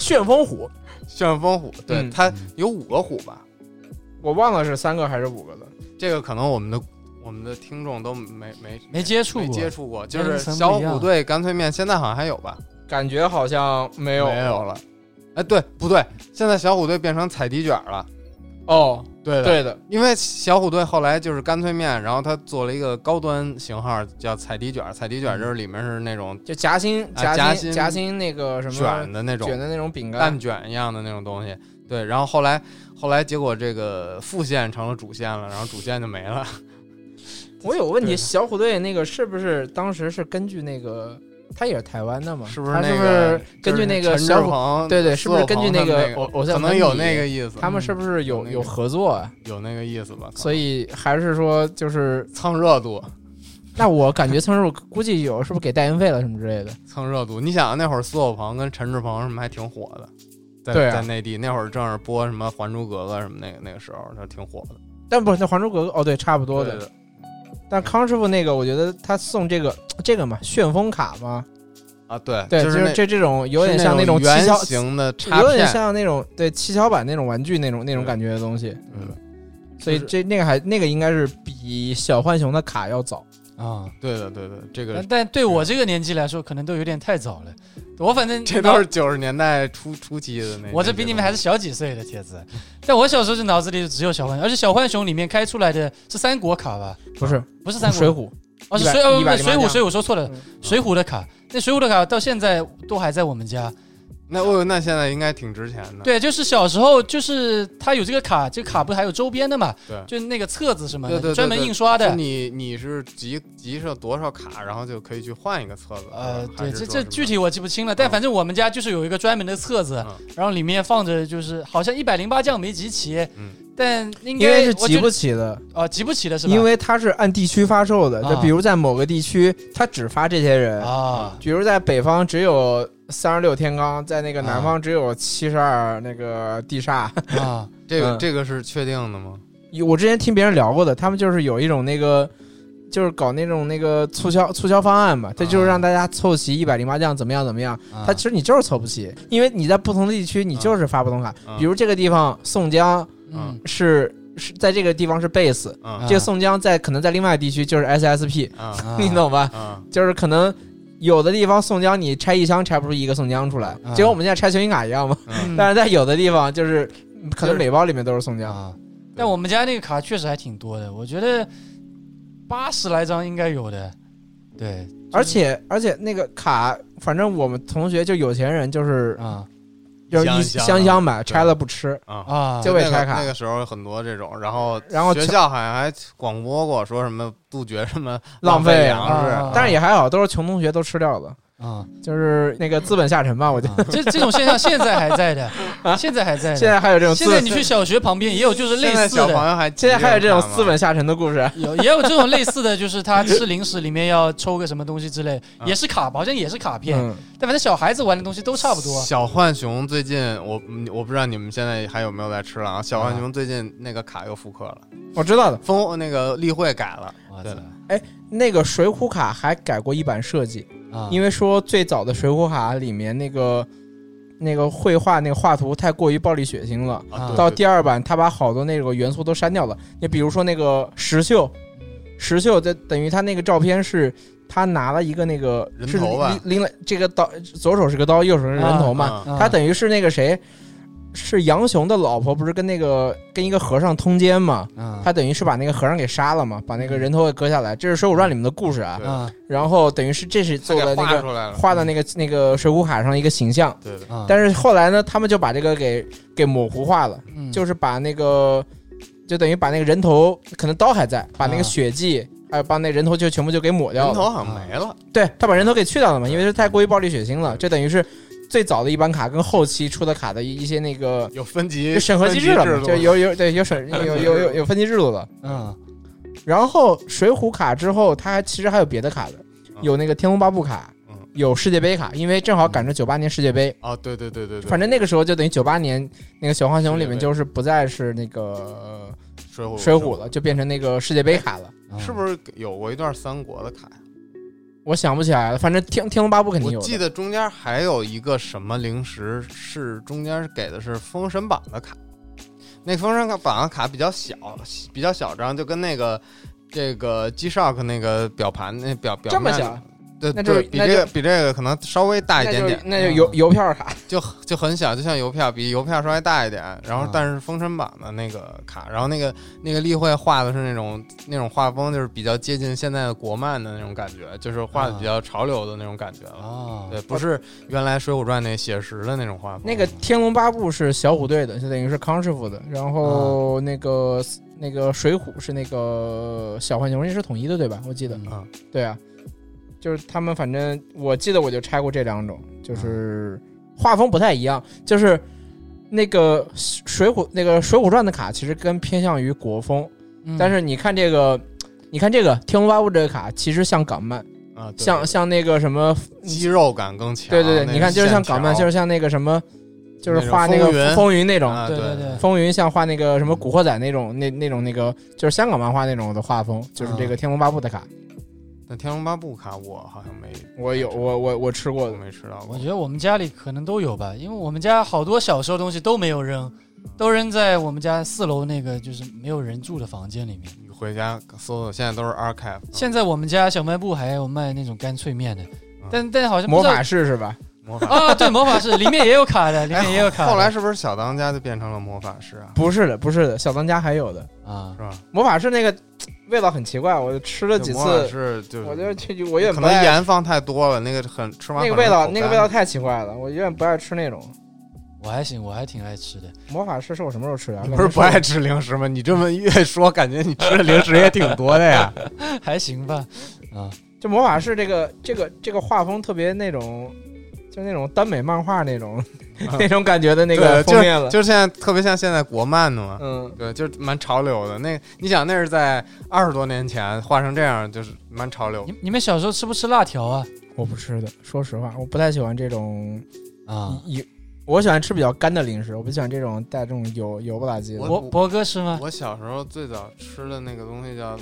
Speaker 3: 旋风虎，
Speaker 2: 旋风虎，对
Speaker 3: 嗯
Speaker 2: 他有五个虎吧？
Speaker 3: 我忘了是三个还是五个了。
Speaker 2: 这个可能我们的我们的听众都没没
Speaker 4: 没接触
Speaker 2: 没
Speaker 4: 过，
Speaker 2: 接触过，就
Speaker 4: 跟
Speaker 2: 是
Speaker 4: 咱们
Speaker 2: 小
Speaker 4: 不一样
Speaker 2: 虎队干脆面现在好像还有吧？
Speaker 3: 感觉好像没
Speaker 2: 没
Speaker 3: 有，
Speaker 2: 了。哎，对，不对？现在小虎队变成彩迪卷了。
Speaker 3: 哦，
Speaker 2: 对的，
Speaker 3: 对的，
Speaker 2: 因为小虎队后来就是干脆面，然后他做了一个高端型号叫彩迪卷，彩
Speaker 3: 嗯
Speaker 2: 迪卷就是里面是那种
Speaker 3: 就夹心
Speaker 2: 啊
Speaker 3: 夹
Speaker 2: 夹
Speaker 3: 心
Speaker 2: 心
Speaker 3: 夹心那个什么
Speaker 2: 卷的那种
Speaker 3: 卷的那种饼干
Speaker 2: 蛋，卷一样的那种东西。对，然后后来后来结果这个副线成了主线了，然后主线就没了。
Speaker 3: 我有问
Speaker 2: 对
Speaker 3: 题，
Speaker 2: 的
Speaker 3: 小虎队那个是不是当时是根据那个他也是台湾的嘛？
Speaker 2: 是不是
Speaker 3: 哦他
Speaker 2: 那
Speaker 3: 是不
Speaker 2: 个
Speaker 3: 是根据那
Speaker 2: 就
Speaker 3: 个
Speaker 2: 是
Speaker 3: 小
Speaker 2: 陈
Speaker 3: 虎？
Speaker 2: 志朋？
Speaker 3: 对对，是不是根据
Speaker 2: 那
Speaker 3: 个偶偶像
Speaker 2: 可
Speaker 3: 团
Speaker 2: 能
Speaker 3: 体？
Speaker 2: 有那个意思，
Speaker 3: 他们是不是有
Speaker 2: 嗯
Speaker 3: 有合作啊？
Speaker 2: 有那个意思吧？
Speaker 3: 所以还是说就是，
Speaker 2: 蹭热度，
Speaker 3: 那我感觉蹭入估计有，是不是给代言费了什么之类的？
Speaker 2: 蹭热度。你想啊那会儿苏有朋跟陈志朋什么还挺火的，在
Speaker 3: 对啊
Speaker 2: 在内地那会儿正是播什么《还珠格格》什么那个那个时候，他挺火的。
Speaker 3: 但不是，那《还珠格格》哦，对，差不多的。
Speaker 2: 对对
Speaker 3: 但康师傅那个，我觉得他送这个这个嘛，旋风卡嘛，
Speaker 2: 啊，对，
Speaker 3: 对，
Speaker 2: 就
Speaker 3: 就是
Speaker 2: 那
Speaker 3: 这这种有点
Speaker 2: 是
Speaker 3: 像
Speaker 2: 那
Speaker 3: 种七
Speaker 2: 圆
Speaker 3: 巧，
Speaker 2: 形的插
Speaker 3: 有点
Speaker 2: 片，
Speaker 3: 像那种对七巧板那种玩具那种那种
Speaker 2: 对
Speaker 3: 感觉的东西。
Speaker 2: 嗯，
Speaker 3: 所以
Speaker 2: 就是
Speaker 3: 这那个还那个应该是比小浣熊的卡要早。
Speaker 4: 啊。
Speaker 2: 对的对的，这个
Speaker 4: 但但对我这个年纪来说，可能都有点太早了。我反正
Speaker 2: 这都是九十年代初初期的那。
Speaker 4: 我这比你们还是小几岁的帖子。但我小时候就脑子里就只有小浣熊，而且小浣熊里面开出来的是三国卡吧？
Speaker 3: 不是
Speaker 4: 不啊是三国，
Speaker 3: 水浒，
Speaker 4: 哦是
Speaker 3: 100
Speaker 4: 水哦不
Speaker 3: 108
Speaker 4: 是水浒
Speaker 3: 辆
Speaker 4: 水浒说错了
Speaker 3: 嗯，
Speaker 4: 水浒的卡，那水浒的卡到现在都还在我们家。
Speaker 2: 那哦，那现在应该挺值钱的。
Speaker 4: 对，就是小时候，就是他有这个卡，这个卡不是还有周边的嘛？
Speaker 2: 对
Speaker 4: 就是那个册子什么
Speaker 2: 对对
Speaker 4: 的，
Speaker 2: 对
Speaker 4: 专门印刷
Speaker 2: 就
Speaker 4: 的。
Speaker 2: 你你是集集上多少卡，然后就可以去换一个册子。
Speaker 4: 呃，
Speaker 2: 还
Speaker 4: 对，这
Speaker 2: 是说
Speaker 4: 这
Speaker 2: 什么
Speaker 4: 具体我记不清了，但
Speaker 2: 嗯
Speaker 4: 反正我们家就是有一个专门的册子
Speaker 2: 嗯，
Speaker 4: 然后里面放着就是好像一百零八将没集齐
Speaker 2: 嗯，
Speaker 4: 但应
Speaker 3: 因为
Speaker 4: 该
Speaker 3: 是
Speaker 4: 我
Speaker 3: 集
Speaker 4: 觉
Speaker 3: 不
Speaker 4: 得
Speaker 3: 齐的，
Speaker 4: 哦集不齐的是吧？
Speaker 3: 因为它是按地区发售的，就
Speaker 4: 啊
Speaker 3: 比如在某个地区，它只发这些人，
Speaker 4: 啊，
Speaker 3: 比如在北方只有三十六天罡，在那个南方只有七十二那个地煞。
Speaker 4: 啊，
Speaker 2: 这个
Speaker 3: 嗯
Speaker 2: 这个是确定的吗？
Speaker 3: 有我之前听别人聊过的，他们就是有一种那个，就是搞那种那个促销促销方案嘛，这就是让大家凑齐一百零八将怎么样怎么样。
Speaker 4: 啊
Speaker 3: 他其实你就是凑不齐，因为你在不同的地区你就是发不同卡，
Speaker 2: 嗯
Speaker 3: 比如这个地方宋江
Speaker 4: 嗯
Speaker 3: 是是在这个地方是 base，、
Speaker 2: 嗯
Speaker 3: 这个宋江在可能在另外地区就是 SSP，、
Speaker 2: 啊
Speaker 4: 啊
Speaker 3: 你懂吧？
Speaker 2: 啊
Speaker 3: 就是可能有的地方宋江你拆一箱拆不出一个宋江出来，
Speaker 4: 啊
Speaker 3: 就跟我们现在拆球星卡一样嘛。
Speaker 2: 嗯
Speaker 3: 但是在有的地方就是可
Speaker 2: 就
Speaker 3: 能
Speaker 2: 是
Speaker 3: 每包里面都是宋江，
Speaker 4: 啊，但我们家那个卡确实还挺多的，我觉得八十来张应该有的。对，
Speaker 3: 而且而且那个卡，反正我们同学就有钱人就是
Speaker 4: 啊
Speaker 3: 就是一
Speaker 2: 一箱一箱
Speaker 3: 箱箱买，
Speaker 2: 对
Speaker 3: 拆了不吃。
Speaker 2: 啊！
Speaker 4: 啊，
Speaker 3: 就
Speaker 2: 那
Speaker 3: 为
Speaker 2: 个
Speaker 3: 拆卡
Speaker 2: 那个时候有很多这种，然后
Speaker 3: 然后
Speaker 2: 学
Speaker 3: 全
Speaker 2: 校好像还广播过说什么杜绝什么
Speaker 3: 浪费啊
Speaker 2: 费啊
Speaker 3: 粮
Speaker 4: 食
Speaker 2: 粮食，
Speaker 3: 但是也还好，都是穷同学都吃掉了，
Speaker 4: 啊，
Speaker 3: 就是那个资本下沉吧，我觉得。
Speaker 4: 这这种现象现在还在的，现在还在的。
Speaker 3: 现在还有这种资
Speaker 4: 现在你去小学旁边也有就是类
Speaker 2: 现在
Speaker 4: 似
Speaker 2: 小朋
Speaker 4: 的，
Speaker 2: 友还
Speaker 3: 现在还有这种
Speaker 2: 集卡吗
Speaker 3: 资本下沉的故事，
Speaker 4: 有也有这种类似的，就是他吃零食里面要抽个什么东西之类，
Speaker 2: 嗯
Speaker 4: 也是卡吧，好像也是卡片，
Speaker 3: 嗯，
Speaker 4: 但反正小孩子玩的东西都差不多。
Speaker 2: 小浣熊最近我嗯我不知道你们现在还有没有在吃了啊？小浣熊最近那个卡又复刻了，
Speaker 3: 我知道的。
Speaker 2: 封那个例会改了，
Speaker 4: 我
Speaker 2: 对
Speaker 4: 操
Speaker 3: 那个水浒卡还改过一版设计，
Speaker 4: 啊！
Speaker 3: 因
Speaker 4: 为
Speaker 3: 为说最早的水浒卡里面那个那个绘画那个画图太过于暴力血腥了，
Speaker 2: 啊
Speaker 4: 啊
Speaker 2: 对
Speaker 3: 到
Speaker 2: 对
Speaker 3: 第二版他把好多那个元素都删掉了。你比如说那个石秀，石秀的等于他那个照片是。他拿了一个那个
Speaker 2: 人
Speaker 3: 是
Speaker 2: 头吧
Speaker 3: 拎拎了这个刀，左手是个刀，右手是人头嘛。
Speaker 2: 啊
Speaker 3: 他等于是那个谁，是杨雄的老婆，不是跟那个跟一个和尚通奸嘛？
Speaker 4: 他
Speaker 3: 他等于是把那个和尚给杀了嘛，把那个人头给割下来。这是《水浒传》里面的故事啊。
Speaker 2: 对
Speaker 4: 啊
Speaker 3: 然后等于是这是做的
Speaker 2: 他给
Speaker 3: 那
Speaker 2: 画
Speaker 3: 个
Speaker 2: 出来了，嗯
Speaker 3: 画的那个那个水浒卡上的一个形象，
Speaker 2: 对对，
Speaker 4: 啊，
Speaker 3: 但是后来呢，他们就把这个给给模糊化了，
Speaker 2: 嗯
Speaker 4: 是
Speaker 3: 就是把那个就等于把那个人头可能刀还在，把那
Speaker 4: 啊
Speaker 3: 个血迹。还有把那人头就全部就给抹掉
Speaker 2: 嗯人
Speaker 3: 了，
Speaker 2: 头好像没了，
Speaker 3: 对他把人头给去掉了嘛，因为
Speaker 2: 对
Speaker 3: 是太过于暴力血腥了。这等于是最早的一版卡跟后期出的卡的一一些那个
Speaker 2: 有分级
Speaker 3: 就审核机制了嘛，就有有对有 审有有有有有分级制度了。
Speaker 4: 嗯
Speaker 3: 然后水浒卡之后，它还其实还有别的卡的，有那个天龙八部卡
Speaker 2: 嗯，
Speaker 3: 有世界杯卡，因为正好赶着九八年世界杯，
Speaker 2: 哦，对对对对对，
Speaker 3: 反正那个时候就等于九八年那个小浣熊里
Speaker 2: 世界
Speaker 3: 面
Speaker 2: 杯
Speaker 3: 就是不再是那个
Speaker 2: 水浒
Speaker 3: 水浒了，就嗯变成那个世界杯卡了。
Speaker 2: 是
Speaker 4: 是
Speaker 2: 不是有过一段三国的卡呀？
Speaker 3: 我想不起来了，反正天天龙八部肯定
Speaker 2: 我
Speaker 3: 有
Speaker 2: 记
Speaker 3: 的。
Speaker 2: 得中间还有一个什么零食是中间给的是封神榜的卡，那封神榜的卡比较小，比较小张，就跟那个这个 G Shock 那个表盘那表表
Speaker 3: 这么
Speaker 2: 面
Speaker 3: 小，
Speaker 2: 对，
Speaker 3: 那就是
Speaker 2: 对比
Speaker 3: 那
Speaker 2: 这
Speaker 3: 就
Speaker 2: 个比这个可能稍微大一
Speaker 3: 那
Speaker 2: 点
Speaker 3: 就
Speaker 2: 点，
Speaker 3: 那就邮邮票卡，
Speaker 2: 就就很小，就像邮票，比邮票稍微大一点。然后
Speaker 4: 啊，
Speaker 2: 但是封神榜的那个卡，然后那个那个例会画的是那种那种画风，就是比较接近现在的国漫的那种感觉，就是画的比
Speaker 3: 啊
Speaker 2: 较潮流的那种感觉了。
Speaker 4: 啊？
Speaker 2: 对，不是原来《水浒传》那写实的那种画风。
Speaker 3: 那个天龙八部是小虎队的，就等于是康师傅的。然
Speaker 4: 啊
Speaker 3: 后那个那个水浒是那个小浣熊，那是统一的对吧？我记得。
Speaker 4: 嗯
Speaker 2: 啊，
Speaker 3: 对啊，就是他们，反正我记得我就拆过这两种，
Speaker 4: 啊
Speaker 3: 就是画风不太一样，就是那个水浒那个《水浒传》的卡其实更偏向于国风，
Speaker 4: 嗯
Speaker 3: 但是你看这个。你看这个《天龙八部》这个卡，其实像港漫，
Speaker 2: 啊，对
Speaker 3: 像
Speaker 2: 对
Speaker 3: 像那个什么，
Speaker 2: 肌肉感更强。
Speaker 3: 对对
Speaker 2: 那
Speaker 3: 对，
Speaker 2: 个
Speaker 3: 你看就是像港漫，
Speaker 2: 线条
Speaker 3: 就是像那个什么，就是画
Speaker 2: 那
Speaker 3: 那
Speaker 2: 种
Speaker 3: 个
Speaker 2: 风云
Speaker 3: 风云那种，
Speaker 2: 啊
Speaker 4: 对
Speaker 2: 对
Speaker 4: 对对
Speaker 3: 风云像画那个什么《古惑仔》那种，那那种那个就是香港漫画那种的画风，就是这个《天龙八部》的卡，
Speaker 2: 那《天龙八部》卡我好像没，
Speaker 3: 我有我我我吃过
Speaker 2: 我
Speaker 3: 的，
Speaker 2: 没吃到过
Speaker 4: 我。觉得我们家里可能都有吧，因为我们家好多小时候东西都没有扔，都扔在我们家四楼那个就是没有人住的房间里面。
Speaker 2: 你回家搜搜，现在都是 archive。
Speaker 4: 现在我们家小卖部还有卖那种干脆面
Speaker 2: 哦
Speaker 4: 的，但但好像不
Speaker 3: 魔
Speaker 4: 知道
Speaker 3: 法师是吧？
Speaker 2: 啊魔
Speaker 3: 哦
Speaker 2: 法
Speaker 4: 啊，对，魔法 是里面也有卡的，里面也有卡的。
Speaker 2: 后来是不是小当家就变成了魔法师啊？
Speaker 3: 不是的，不是的，小当家还有的
Speaker 4: 啊
Speaker 2: 是吧？
Speaker 3: 魔法师那个为味道很奇怪，我吃了几
Speaker 2: 摩尔
Speaker 3: 次，
Speaker 2: 是就是
Speaker 3: 我就去我有点
Speaker 2: 可
Speaker 3: 不
Speaker 2: 能
Speaker 3: 爱
Speaker 2: 盐放太多了，那个很吃完
Speaker 3: 那个
Speaker 2: 可能
Speaker 3: 味道，
Speaker 2: 口
Speaker 3: 那个
Speaker 2: 干
Speaker 3: 味道太奇怪了，我有点不爱吃那种。
Speaker 4: 我还行，我还挺爱吃的。
Speaker 3: 魔法嗯师是我什么时候吃的？
Speaker 2: 你不是不爱吃零食吗？你这么越说，感觉你吃的零食 也挺多的呀。
Speaker 4: 还行吧，啊，
Speaker 3: 就魔法师这个这个这个画风特别那种，就那种耽美漫画那种、 那种感觉的那个
Speaker 2: 啊对
Speaker 3: 封面了。
Speaker 2: 就是现在特别像现在国漫的嘛，
Speaker 3: 嗯，
Speaker 2: 对，就是蛮潮流的。那你想，那是在二十多年前画成这样，就是蛮潮流
Speaker 4: 你。你们小时候吃不吃辣条啊？
Speaker 3: 我不吃的，说实话，我不太喜欢这种
Speaker 4: 啊，
Speaker 2: 嗯
Speaker 3: 油，我喜欢吃比较干的零食，我不喜欢这种带这种油油不拉几的。
Speaker 2: 我
Speaker 4: 博博哥吃吗？
Speaker 2: 我小时候最早吃的那个东西叫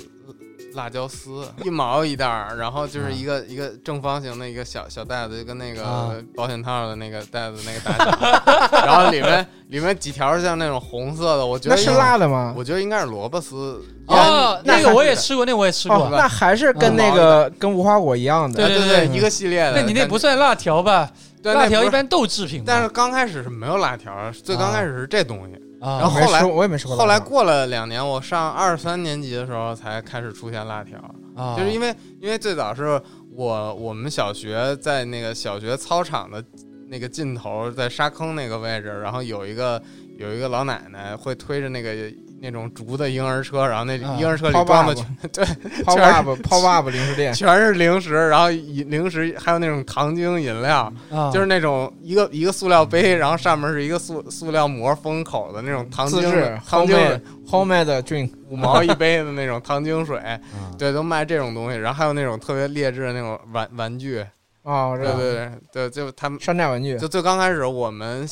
Speaker 2: 辣椒丝，一毛一袋儿，然后就是一个、一个正方形的一个小小袋子，就跟那
Speaker 4: 啊
Speaker 2: 个保险套的那个袋子那个大小， 然后里面里面几条像那种红色的，我觉
Speaker 3: 那
Speaker 2: 得
Speaker 3: 是
Speaker 2: 应该
Speaker 3: 辣的吗？
Speaker 2: 我觉得应该是萝卜丝。
Speaker 4: 哦，
Speaker 2: 那
Speaker 4: 那个我也
Speaker 2: 是
Speaker 4: 吃过，那个我也吃
Speaker 3: 哦，
Speaker 4: 过。
Speaker 3: 那还是
Speaker 2: 嗯
Speaker 3: 跟那个跟无花果一样的。
Speaker 2: 啊
Speaker 4: 对
Speaker 2: 对
Speaker 4: 对
Speaker 3: 对
Speaker 2: 一个系列的。
Speaker 4: 那你那
Speaker 2: 但
Speaker 4: 不算辣条吧？
Speaker 2: 对
Speaker 4: 辣
Speaker 2: 那
Speaker 4: 条
Speaker 2: 不
Speaker 4: 一
Speaker 2: 是
Speaker 4: 般豆制品吧。
Speaker 2: 但是刚开始是没有辣条，最刚
Speaker 4: 啊
Speaker 2: 开始是这东西。
Speaker 4: 啊，
Speaker 2: 然
Speaker 3: 我
Speaker 2: 后
Speaker 3: 没
Speaker 2: 后来
Speaker 3: 吃过我也没吃过辣
Speaker 2: 后
Speaker 3: 条。
Speaker 2: 来过了两年，我上二三年级的时候才开始出现辣条，
Speaker 3: 哦
Speaker 4: 啊
Speaker 2: 就是因为因为最早是我我们小学在那个小学操场的那个尽头，在沙坑那个位置，然后有一个有一个老奶奶会推着那个那种竹的婴儿车，然后那
Speaker 4: 啊
Speaker 2: 婴儿车里
Speaker 3: 泡
Speaker 2: 装的
Speaker 3: 吧
Speaker 2: 全
Speaker 3: 泡
Speaker 2: 全是
Speaker 3: 爸爸泡爸爸零食店，
Speaker 2: 全是零食，然后饮零食还有那种糖精饮料，
Speaker 4: 啊
Speaker 2: 就是那种一个一个塑料杯，然后上面是一个塑塑料膜封口的那种糖
Speaker 3: 嗯自
Speaker 2: 精
Speaker 3: 制
Speaker 2: 糖精
Speaker 3: homemade homemade drink。
Speaker 2: 五毛一杯的那种糖精水，
Speaker 4: 啊
Speaker 2: 对，都卖这种东西。然后还有那种特别劣质的那种玩玩具，
Speaker 3: 哦，我知
Speaker 2: 对
Speaker 3: 道
Speaker 2: 对对对，就他们
Speaker 3: 山寨玩具。
Speaker 2: 就最刚开始我们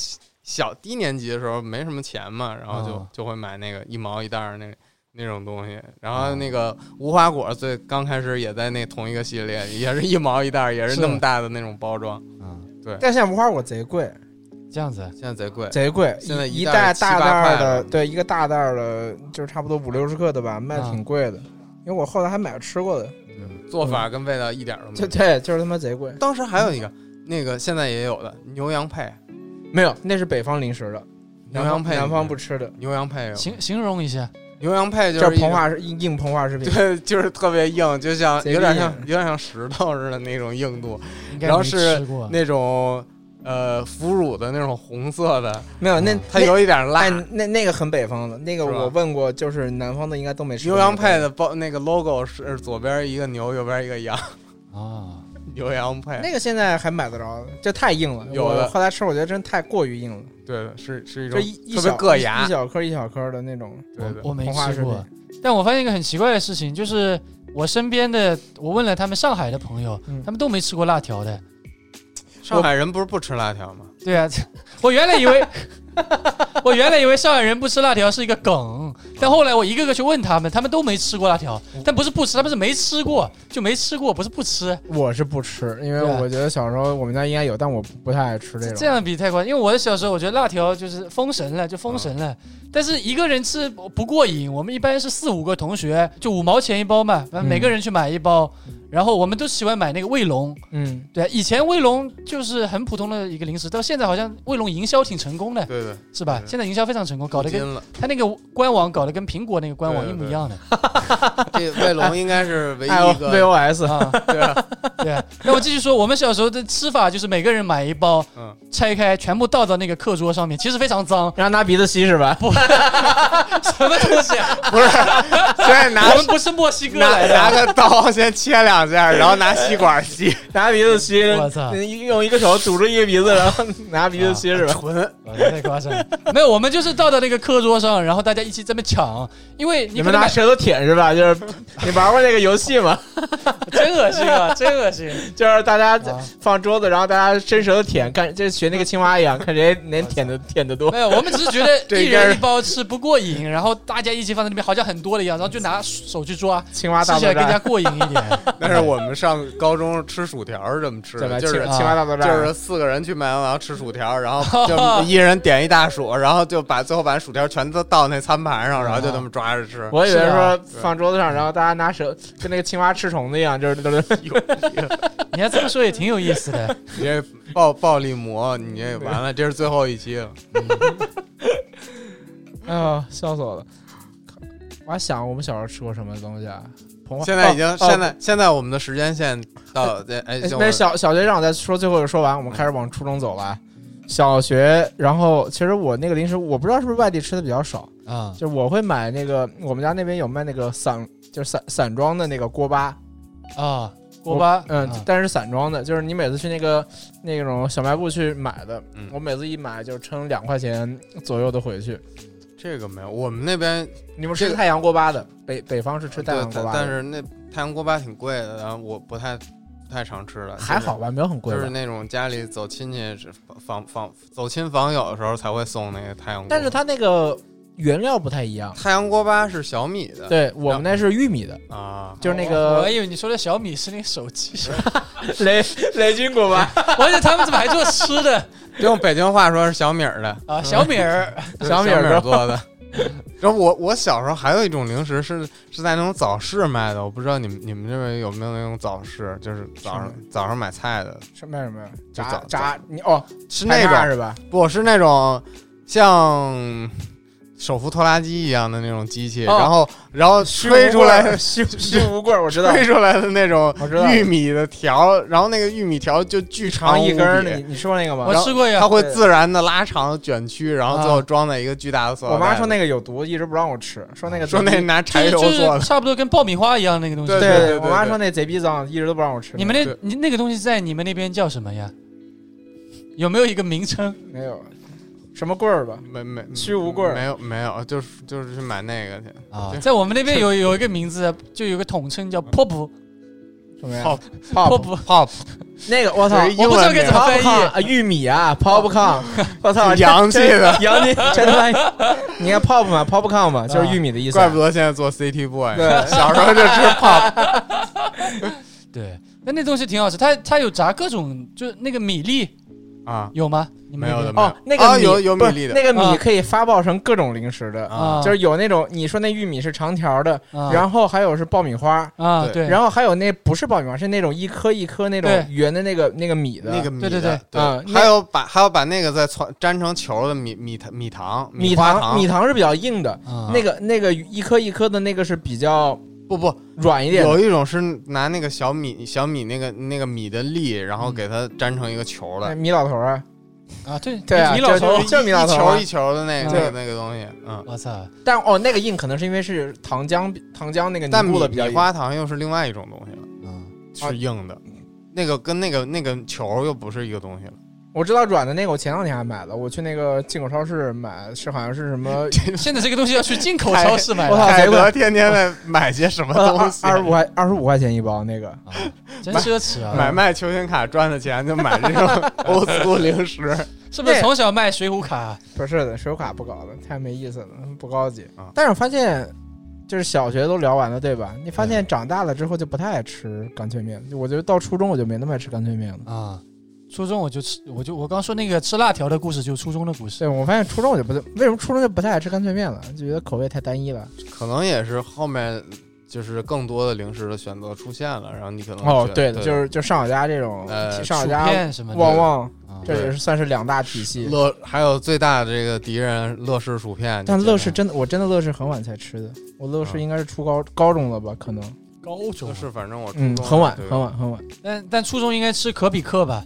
Speaker 2: 小低年级的时候没什么钱嘛，然后就、
Speaker 4: 啊
Speaker 2: 就会买那个一毛一袋儿那那种东西。然后那个无花果最刚开始也在那同一个系列，也是一毛一袋儿，也是
Speaker 4: 是
Speaker 2: 那么大的那种包装，
Speaker 4: 啊，
Speaker 3: 但现在无花果贼贵，
Speaker 4: 这样子
Speaker 2: 现在贼贵。
Speaker 3: 贼贵，
Speaker 2: 现在
Speaker 3: 一
Speaker 2: 一
Speaker 3: 袋大
Speaker 2: 袋七八
Speaker 3: 袋儿
Speaker 2: 块
Speaker 3: 的，
Speaker 2: 了
Speaker 3: 对，一个大袋儿的，就是差不多五六十克的吧，卖的
Speaker 2: 啊
Speaker 3: 挺贵的。因为我后来还买吃过的，
Speaker 2: 嗯做法跟味道一点儿都没
Speaker 3: 就
Speaker 2: 有。
Speaker 3: 对，就是他妈贼贵。
Speaker 2: 当时还有一个，那个现在也有的牛羊配，
Speaker 3: 没有，那是北方零食的，
Speaker 2: 牛
Speaker 3: 南
Speaker 2: 羊
Speaker 3: 方
Speaker 2: 配，
Speaker 3: 南方不吃的，
Speaker 2: 牛羊配有，
Speaker 4: 形形容一下
Speaker 2: 牛羊配就
Speaker 3: 这
Speaker 2: 是一
Speaker 3: 膨
Speaker 2: 个
Speaker 3: 化是硬硬膨化食品，
Speaker 2: 对，就是特别硬，就像
Speaker 3: 贼
Speaker 2: 有点
Speaker 3: 硬
Speaker 2: 像有点像石头似的那种硬度，
Speaker 4: 应该
Speaker 2: 然后
Speaker 4: 没
Speaker 2: 是
Speaker 4: 吃
Speaker 3: 嗯
Speaker 4: 过
Speaker 2: 那种呃腐乳的那种红色的，
Speaker 3: 没有那
Speaker 4: 嗯
Speaker 2: 它
Speaker 3: 那
Speaker 2: 有一点辣
Speaker 3: 哎。那那个很北方的，那个
Speaker 2: 是吧
Speaker 3: 我问过，就是南方的应该都没吃过
Speaker 2: 牛
Speaker 3: 那个
Speaker 2: 羊
Speaker 3: 东西。
Speaker 2: 配的包那个 logo 是左边一个牛，右边一个羊，
Speaker 4: 啊，
Speaker 2: 牛羊配，
Speaker 3: 那个现在还买得着，就太硬了。
Speaker 2: 有
Speaker 3: 我
Speaker 2: 的
Speaker 3: 后来吃，我觉得真太过于硬了，
Speaker 2: 对，是是一
Speaker 3: 就
Speaker 2: 种
Speaker 3: 一一
Speaker 2: 特
Speaker 3: 小
Speaker 2: 别硌
Speaker 3: 一
Speaker 2: 牙
Speaker 3: 一小颗一小颗的那种。
Speaker 2: 对
Speaker 4: 我
Speaker 2: 对
Speaker 4: 我没
Speaker 3: 膨化食
Speaker 4: 吃过
Speaker 3: 品，
Speaker 4: 但我发现一个很奇怪的事情，就是我身边的，我问了他们上海的朋友，
Speaker 3: 嗯
Speaker 4: 他们都没吃过辣条的。
Speaker 2: 上海人不是不吃辣条吗？
Speaker 4: 对啊， 我原来以为， 我原来以为上海人不吃辣条是一个梗，但后来我一个个去问他们，他们都没吃过辣条，但不是不吃，他们是没吃过，就没吃过，不是不吃。
Speaker 3: 我是不吃，因为
Speaker 4: 对啊
Speaker 3: 我觉得小时候我们家应该有，但我不不太爱吃这种。
Speaker 4: 这样比太夸张，因为我的小时候，我觉得辣条就是封神了，就封神了。但是一个人吃不不过瘾，我们一般是四五个同学，就五毛钱一包嘛，反正每个人去买一包。然后我们都喜欢买那个卫龙，
Speaker 3: 嗯，
Speaker 4: 对、啊，以前卫龙就是很普通的一个零食，到现在好像卫龙营销挺成功的，
Speaker 2: 对对，
Speaker 4: 是吧？
Speaker 2: 对
Speaker 4: 现在营销非常成功，搞得
Speaker 2: 入
Speaker 4: 跟
Speaker 2: 金了。
Speaker 4: 他那个官网搞得跟苹果那个官网
Speaker 2: 对
Speaker 4: 一
Speaker 2: 对
Speaker 4: 模
Speaker 2: 对
Speaker 4: 一样的
Speaker 2: 这卫龙应该是唯一
Speaker 3: I O
Speaker 2: 一
Speaker 3: 哎 V
Speaker 2: 个
Speaker 3: O S，，
Speaker 4: 啊。
Speaker 2: 对啊，
Speaker 4: 对啊，那我继续说，我们小时候的吃法就是每个人买一包，
Speaker 2: 嗯，
Speaker 4: 拆开全部倒到那个课桌上面，其实非常 脏
Speaker 3: 然后拿鼻子吸是吧？
Speaker 4: 什么东西啊？
Speaker 2: 不是，所以 拿
Speaker 4: 我们不是墨西哥
Speaker 2: 拿
Speaker 4: 来的，
Speaker 2: 拿个刀先切两 下，然后拿吸管吸，
Speaker 3: 拿鼻子吸，
Speaker 4: 我操
Speaker 3: 用一个手堵住一个鼻子，然后拿鼻子吸是吧？
Speaker 2: 纯
Speaker 4: 啊太夸张了。没有，我们就是倒到那个课桌上，然后大家一起这么抢，因为你
Speaker 3: 你
Speaker 4: 可
Speaker 3: 们
Speaker 4: 能
Speaker 3: 拿
Speaker 4: 买
Speaker 3: 舌头舔是吧？就是你玩过那个游戏吗？
Speaker 4: 真恶心 啊，真恶心。
Speaker 3: 就是大家
Speaker 4: 啊
Speaker 3: 放桌子，然后大家伸舌头舔，看就学那个青蛙一样，看谁能舔的舔的多。
Speaker 4: 没有，我们只是觉 得
Speaker 2: 这
Speaker 4: 一
Speaker 2: 应该
Speaker 4: 人
Speaker 2: 是
Speaker 4: 一包吃不过瘾，然后大家一起放在那边，好像很多的一样，然后就拿手去抓，
Speaker 3: 青蛙
Speaker 4: 吃
Speaker 3: 大
Speaker 4: 起
Speaker 3: 作
Speaker 4: 来更加
Speaker 3: 战，
Speaker 4: 过瘾一 点。
Speaker 2: 但是我们上高中吃薯条是这么吃
Speaker 3: 怎
Speaker 2: 的，
Speaker 3: 么
Speaker 2: 就
Speaker 3: 青
Speaker 2: 是
Speaker 4: 啊
Speaker 3: 青蛙大作战？
Speaker 2: 就是四个人去麦当劳吃薯条，然后就一人点一大薯，然后就把最后把薯条全都倒那餐盘上，然后就这么抓着吃。
Speaker 3: 我以
Speaker 4: 是
Speaker 3: 为
Speaker 4: 啊
Speaker 3: 说放桌子上，然后大家拿舌跟那个青蛙吃虫子一样，就是就是
Speaker 4: 你要这么说也挺有意思的。
Speaker 2: 你这暴暴力魔，你这完了，这是最后一期了。
Speaker 3: 啊，笑死我了！我还想我们小时候吃过什么东西啊？膨化
Speaker 2: 现在已经、
Speaker 3: 哦哦
Speaker 2: 现在现在我们的时间线到这哎，
Speaker 3: 哎
Speaker 2: 就我
Speaker 3: 那
Speaker 2: 们
Speaker 3: 小小学让我再说最后一个说完，我们开始往初中走了啊。小学，然后其实我那个零食，我不知道是不是外地吃的比较少，
Speaker 4: 啊，
Speaker 3: 就是我会买那个我们家那边有卖那个散，就是散散装的那个锅巴，
Speaker 4: 啊，锅巴，
Speaker 3: 嗯，
Speaker 4: 啊
Speaker 3: 但是散装的，就是你每次去那个那种小卖部去买的，
Speaker 2: 嗯
Speaker 3: 我每次一买就称两块钱左右的回去。
Speaker 2: 这个没有，我们那边
Speaker 3: 你们吃
Speaker 2: 这个呃
Speaker 3: 太阳锅巴的，北北方是吃太
Speaker 2: 对
Speaker 3: 阳锅
Speaker 2: 但
Speaker 3: 巴的，
Speaker 2: 但是那太阳锅巴挺贵的，然后我不太不太常吃了，
Speaker 3: 还好吧，没有很贵
Speaker 2: 就
Speaker 3: 吧。
Speaker 2: 是。就是那种家里走亲戚是访访走亲访友的时候才会送那个太阳锅巴，
Speaker 3: 但是它那个原料不太一样，
Speaker 2: 太阳锅巴是小米的，
Speaker 3: 对我们那是玉米的，
Speaker 2: 啊，
Speaker 3: 就是那
Speaker 4: 我
Speaker 3: 个
Speaker 4: 还以为你说的小米是那个手机，
Speaker 3: 雷雷军锅巴，
Speaker 4: 我以为他们怎么还做吃的
Speaker 2: 用北京话说是小米儿的，
Speaker 4: 啊？小 米儿
Speaker 2: 就是
Speaker 3: 小
Speaker 2: 小
Speaker 3: 米
Speaker 2: 米
Speaker 3: 儿
Speaker 2: 儿
Speaker 3: 的
Speaker 2: 做的。 然后我我小时候还有一种零食是是在那种早市卖的，我不知道你们你们这边有没有那种早市，就是早上
Speaker 3: 什
Speaker 2: 早上买菜的，
Speaker 3: 是卖什么呀？
Speaker 2: 就
Speaker 3: 炸
Speaker 2: 早
Speaker 3: 炸你哦，
Speaker 2: 是
Speaker 3: 排
Speaker 2: 那
Speaker 3: 叉
Speaker 2: 种
Speaker 3: 是吧？
Speaker 2: 不是那种像手扶拖拉机一样的那种机器，
Speaker 3: 哦
Speaker 2: 然后然后推出 来
Speaker 3: 虚虚无棍儿，我知道，
Speaker 2: 推出来的那种
Speaker 3: 我知道
Speaker 2: 玉米的条，然后那个玉米条就巨长
Speaker 3: 长一根儿，
Speaker 2: 无比
Speaker 3: 你你吃过那个吗
Speaker 4: 我？吃过呀
Speaker 2: 它，会
Speaker 3: 对
Speaker 2: 自然的拉长卷曲，然后最后
Speaker 4: 啊
Speaker 2: 装在一个巨大的塑料
Speaker 3: 我妈说
Speaker 2: 袋
Speaker 3: 那个有毒，一直不让我吃，说那个
Speaker 2: 里说那
Speaker 3: 贼逼
Speaker 2: 拿
Speaker 4: 就
Speaker 2: 柴
Speaker 4: 是
Speaker 2: 油
Speaker 4: 就
Speaker 2: 做
Speaker 4: 是
Speaker 2: 的，
Speaker 4: 差不多跟爆米花一样那个东西。
Speaker 2: 对
Speaker 3: 对
Speaker 2: 对对
Speaker 3: 我妈
Speaker 2: 对
Speaker 3: 说那贼逼脏，一直都不让我吃。
Speaker 4: 你们
Speaker 2: 对
Speaker 4: 那你那个东西在你们那边叫什么呀？有没有一个名称？
Speaker 3: 没有什么棍儿吧？
Speaker 2: 没没
Speaker 3: 虚无棍儿
Speaker 2: 没有没有，就是就是去买那个去
Speaker 4: 啊
Speaker 2: 对，
Speaker 4: 在我们那边有有一个名字，就有个统称叫 pop
Speaker 3: 什么呀
Speaker 2: Pop-
Speaker 3: pop
Speaker 4: pop，
Speaker 2: pop
Speaker 3: 那个我操，
Speaker 2: 就是
Speaker 4: 我不知道该怎么翻
Speaker 3: popcorn
Speaker 4: 译。
Speaker 3: 啊，玉米 啊，popcorn，我操，
Speaker 2: 洋气的，
Speaker 3: 洋气，真的翻译。你看 pop 嘛，popcorn 嘛，就是玉米的意思啊。
Speaker 2: 怪不得现在做 City Boy，
Speaker 3: 对
Speaker 2: 小时候就吃 pop，
Speaker 4: 对，但那东西挺好吃，它它有炸各种，就是那个米粒
Speaker 2: 啊，
Speaker 4: 有吗？你们
Speaker 2: 没有
Speaker 4: 那
Speaker 2: 的
Speaker 4: 边
Speaker 2: 没
Speaker 3: 哦，那
Speaker 2: 啊
Speaker 3: 个米
Speaker 2: 有有米
Speaker 3: 不是
Speaker 2: 粒的
Speaker 3: 那个米
Speaker 4: 啊
Speaker 3: 可以发酵成各种零食的，
Speaker 2: 啊
Speaker 4: 啊，
Speaker 3: 就是有那种你说那玉米是长条的，
Speaker 4: 啊
Speaker 3: 然后还有是爆米花，
Speaker 4: 啊
Speaker 2: 对
Speaker 4: 对，
Speaker 3: 然
Speaker 4: 后
Speaker 3: 后还有那不是爆米花，是那种一颗一颗那种
Speaker 4: 对
Speaker 3: 圆的那个那个米的
Speaker 2: 那个米的
Speaker 4: 对对对
Speaker 2: 对
Speaker 3: 嗯那
Speaker 2: 还有把还有把那个再穿粘成球的米米糖米糖啊
Speaker 3: 米
Speaker 2: 花
Speaker 3: 糖，米糖是比较硬的，那
Speaker 4: 个
Speaker 3: 个那个一颗一颗的那个是比较
Speaker 2: 不不，
Speaker 3: 软一点的。
Speaker 2: 有一种是拿那个小米小米那个那个米的粒，然后给它粘成一个球
Speaker 3: 哎
Speaker 2: 的，
Speaker 3: 米老头儿啊，
Speaker 4: 啊对
Speaker 3: 对啊
Speaker 4: 你老
Speaker 3: 就
Speaker 4: 头
Speaker 3: 是，就是米
Speaker 2: 一
Speaker 3: 老头
Speaker 2: 球
Speaker 3: 啊
Speaker 2: 一球的那个
Speaker 4: 嗯
Speaker 2: 那个那个东西，嗯，
Speaker 4: 我操，
Speaker 3: 但哦，那个硬可能是因为是糖浆糖浆那个
Speaker 2: 但
Speaker 3: 凝
Speaker 2: 米
Speaker 3: 固的比较
Speaker 2: 米
Speaker 3: 硬。
Speaker 2: 花糖又是另外一种东西了。
Speaker 4: 嗯
Speaker 2: 是硬的，那个跟那个那个球又不是一个东西了。
Speaker 3: 我知道软的那个，我前两天还买了，我去那个进口超市买，是好像是什么
Speaker 4: 现在这个东西要去进口超市买
Speaker 3: 我操
Speaker 4: 了，
Speaker 2: 凯
Speaker 3: 谁
Speaker 2: 德
Speaker 3: 会
Speaker 2: 天天在买些什么东
Speaker 3: 二
Speaker 2: 西？
Speaker 3: 二十五块二十五块钱一包那个，
Speaker 4: 啊真奢侈啊！
Speaker 2: 买卖球星卡赚的钱就买 这种 old school 零食
Speaker 4: 是不是
Speaker 3: 对
Speaker 4: 从小卖水浒卡？啊
Speaker 3: 不是的，手卡不搞了，太没意思了，不高级。
Speaker 2: 啊
Speaker 3: 但是我发现，就是小学都聊完了，对吧？你发现长大了之后就不太爱吃干脆面，我觉得到初中我就没那么爱吃干脆面了。
Speaker 4: 啊，初中我就吃，我就我刚说那个吃辣条的故事，就是初中的故事。
Speaker 3: 对，我发现初中我就不为什么初中就不太爱吃干脆面了，就觉得口味太单一了。
Speaker 2: 可能也是后面就是更多的零食的选择出现了，然后你可能
Speaker 3: 哦
Speaker 2: 觉，得
Speaker 3: 对
Speaker 2: 对
Speaker 3: 的，就是就上小家这种，
Speaker 2: 呃
Speaker 3: 上小
Speaker 4: 薯
Speaker 3: 家、
Speaker 4: 片什么的，
Speaker 3: 旺旺，
Speaker 4: 啊
Speaker 3: 这也是算是两大体系。
Speaker 2: 乐还有最大的这个敌人乐事薯片，
Speaker 3: 但
Speaker 2: 你觉得
Speaker 3: 乐事真的，我真的乐事很晚才吃的，我乐
Speaker 2: 啊
Speaker 3: 事应该是初高高中了吧，可能，
Speaker 4: 高中
Speaker 2: 乐事反正我初
Speaker 3: 嗯，
Speaker 2: 中
Speaker 3: 很晚，
Speaker 2: 对
Speaker 3: 很晚，很晚。
Speaker 4: 但但初中应该吃可比克吧？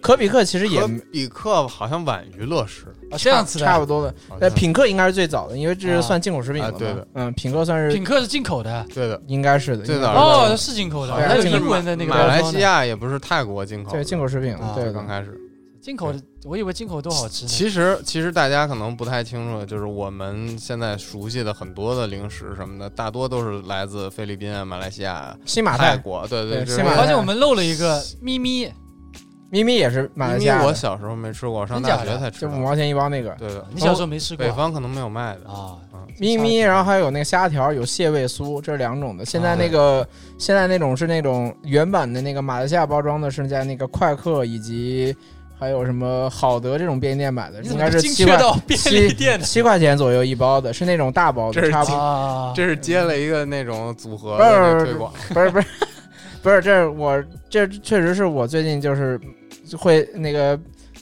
Speaker 3: 可比克其实也
Speaker 2: 可比克好像晚于乐事，
Speaker 4: 啊，这样子
Speaker 3: 差不
Speaker 4: 的。
Speaker 3: 多的，
Speaker 2: 好
Speaker 3: 呃，
Speaker 2: 像
Speaker 3: 品客应该是最早的，因为这是算进口食品了嘛、
Speaker 2: 啊对的，
Speaker 3: 嗯，品客算是
Speaker 4: 品克是进口的，
Speaker 2: 对的，
Speaker 3: 应该是的，
Speaker 2: 最早
Speaker 3: 应该是
Speaker 4: 哦，是进口的，
Speaker 3: 对
Speaker 4: 还有
Speaker 3: 进口
Speaker 4: 英文的那个
Speaker 2: 马
Speaker 4: 包
Speaker 2: 来
Speaker 4: 装
Speaker 2: 西
Speaker 4: 的
Speaker 2: 亚也不是泰国进口的，
Speaker 3: 对进口食品，
Speaker 4: 啊
Speaker 3: 对的。
Speaker 2: 刚开始。
Speaker 4: 进口的，我以为进口都好吃呢。
Speaker 2: 其实，其实大家可能不太清楚，就是我们现在熟悉的很多的零食什么的，大多都是来自菲律宾啊、马来西亚啊、
Speaker 3: 新马
Speaker 2: 泰
Speaker 3: 泰
Speaker 2: 国，对
Speaker 3: 对
Speaker 2: 这
Speaker 3: 西
Speaker 2: 是
Speaker 3: 马
Speaker 4: 我
Speaker 3: 泰
Speaker 4: 发现我们漏了一个咪咪，
Speaker 3: 咪咪也是马来西亚
Speaker 2: 因为我
Speaker 3: 的，
Speaker 2: 小时候没吃过，我上
Speaker 4: 真假
Speaker 2: 大学
Speaker 4: 的
Speaker 2: 才吃
Speaker 3: 就
Speaker 2: 的
Speaker 3: 五。毛钱一包那个
Speaker 2: 对的，
Speaker 4: 你小时候没吃过
Speaker 2: 北方可能没有卖的。
Speaker 4: 啊？
Speaker 3: 咪咪，然后还有那个虾条，有蟹味酥，这是两种
Speaker 4: 啊
Speaker 3: 的。现在那个、现在那种是那种原版的那个马来西亚包装的，是在那个快客以及还有什么好德这种便利店买的，
Speaker 4: 你
Speaker 3: 应
Speaker 4: 怎
Speaker 3: 该
Speaker 4: 么
Speaker 3: 是
Speaker 4: 精
Speaker 3: 七
Speaker 4: 确
Speaker 3: 块
Speaker 4: 到便利店的
Speaker 3: 七块钱左右一包的，是那种大包
Speaker 2: 这是
Speaker 3: 的，差不多。
Speaker 4: 啊？
Speaker 2: 这是接了一个那种组合
Speaker 3: 不是
Speaker 2: 的那
Speaker 3: 不
Speaker 2: 个
Speaker 3: 是
Speaker 2: 推广，
Speaker 3: 不是不 是不是，这是我这确实是我最近就是会那个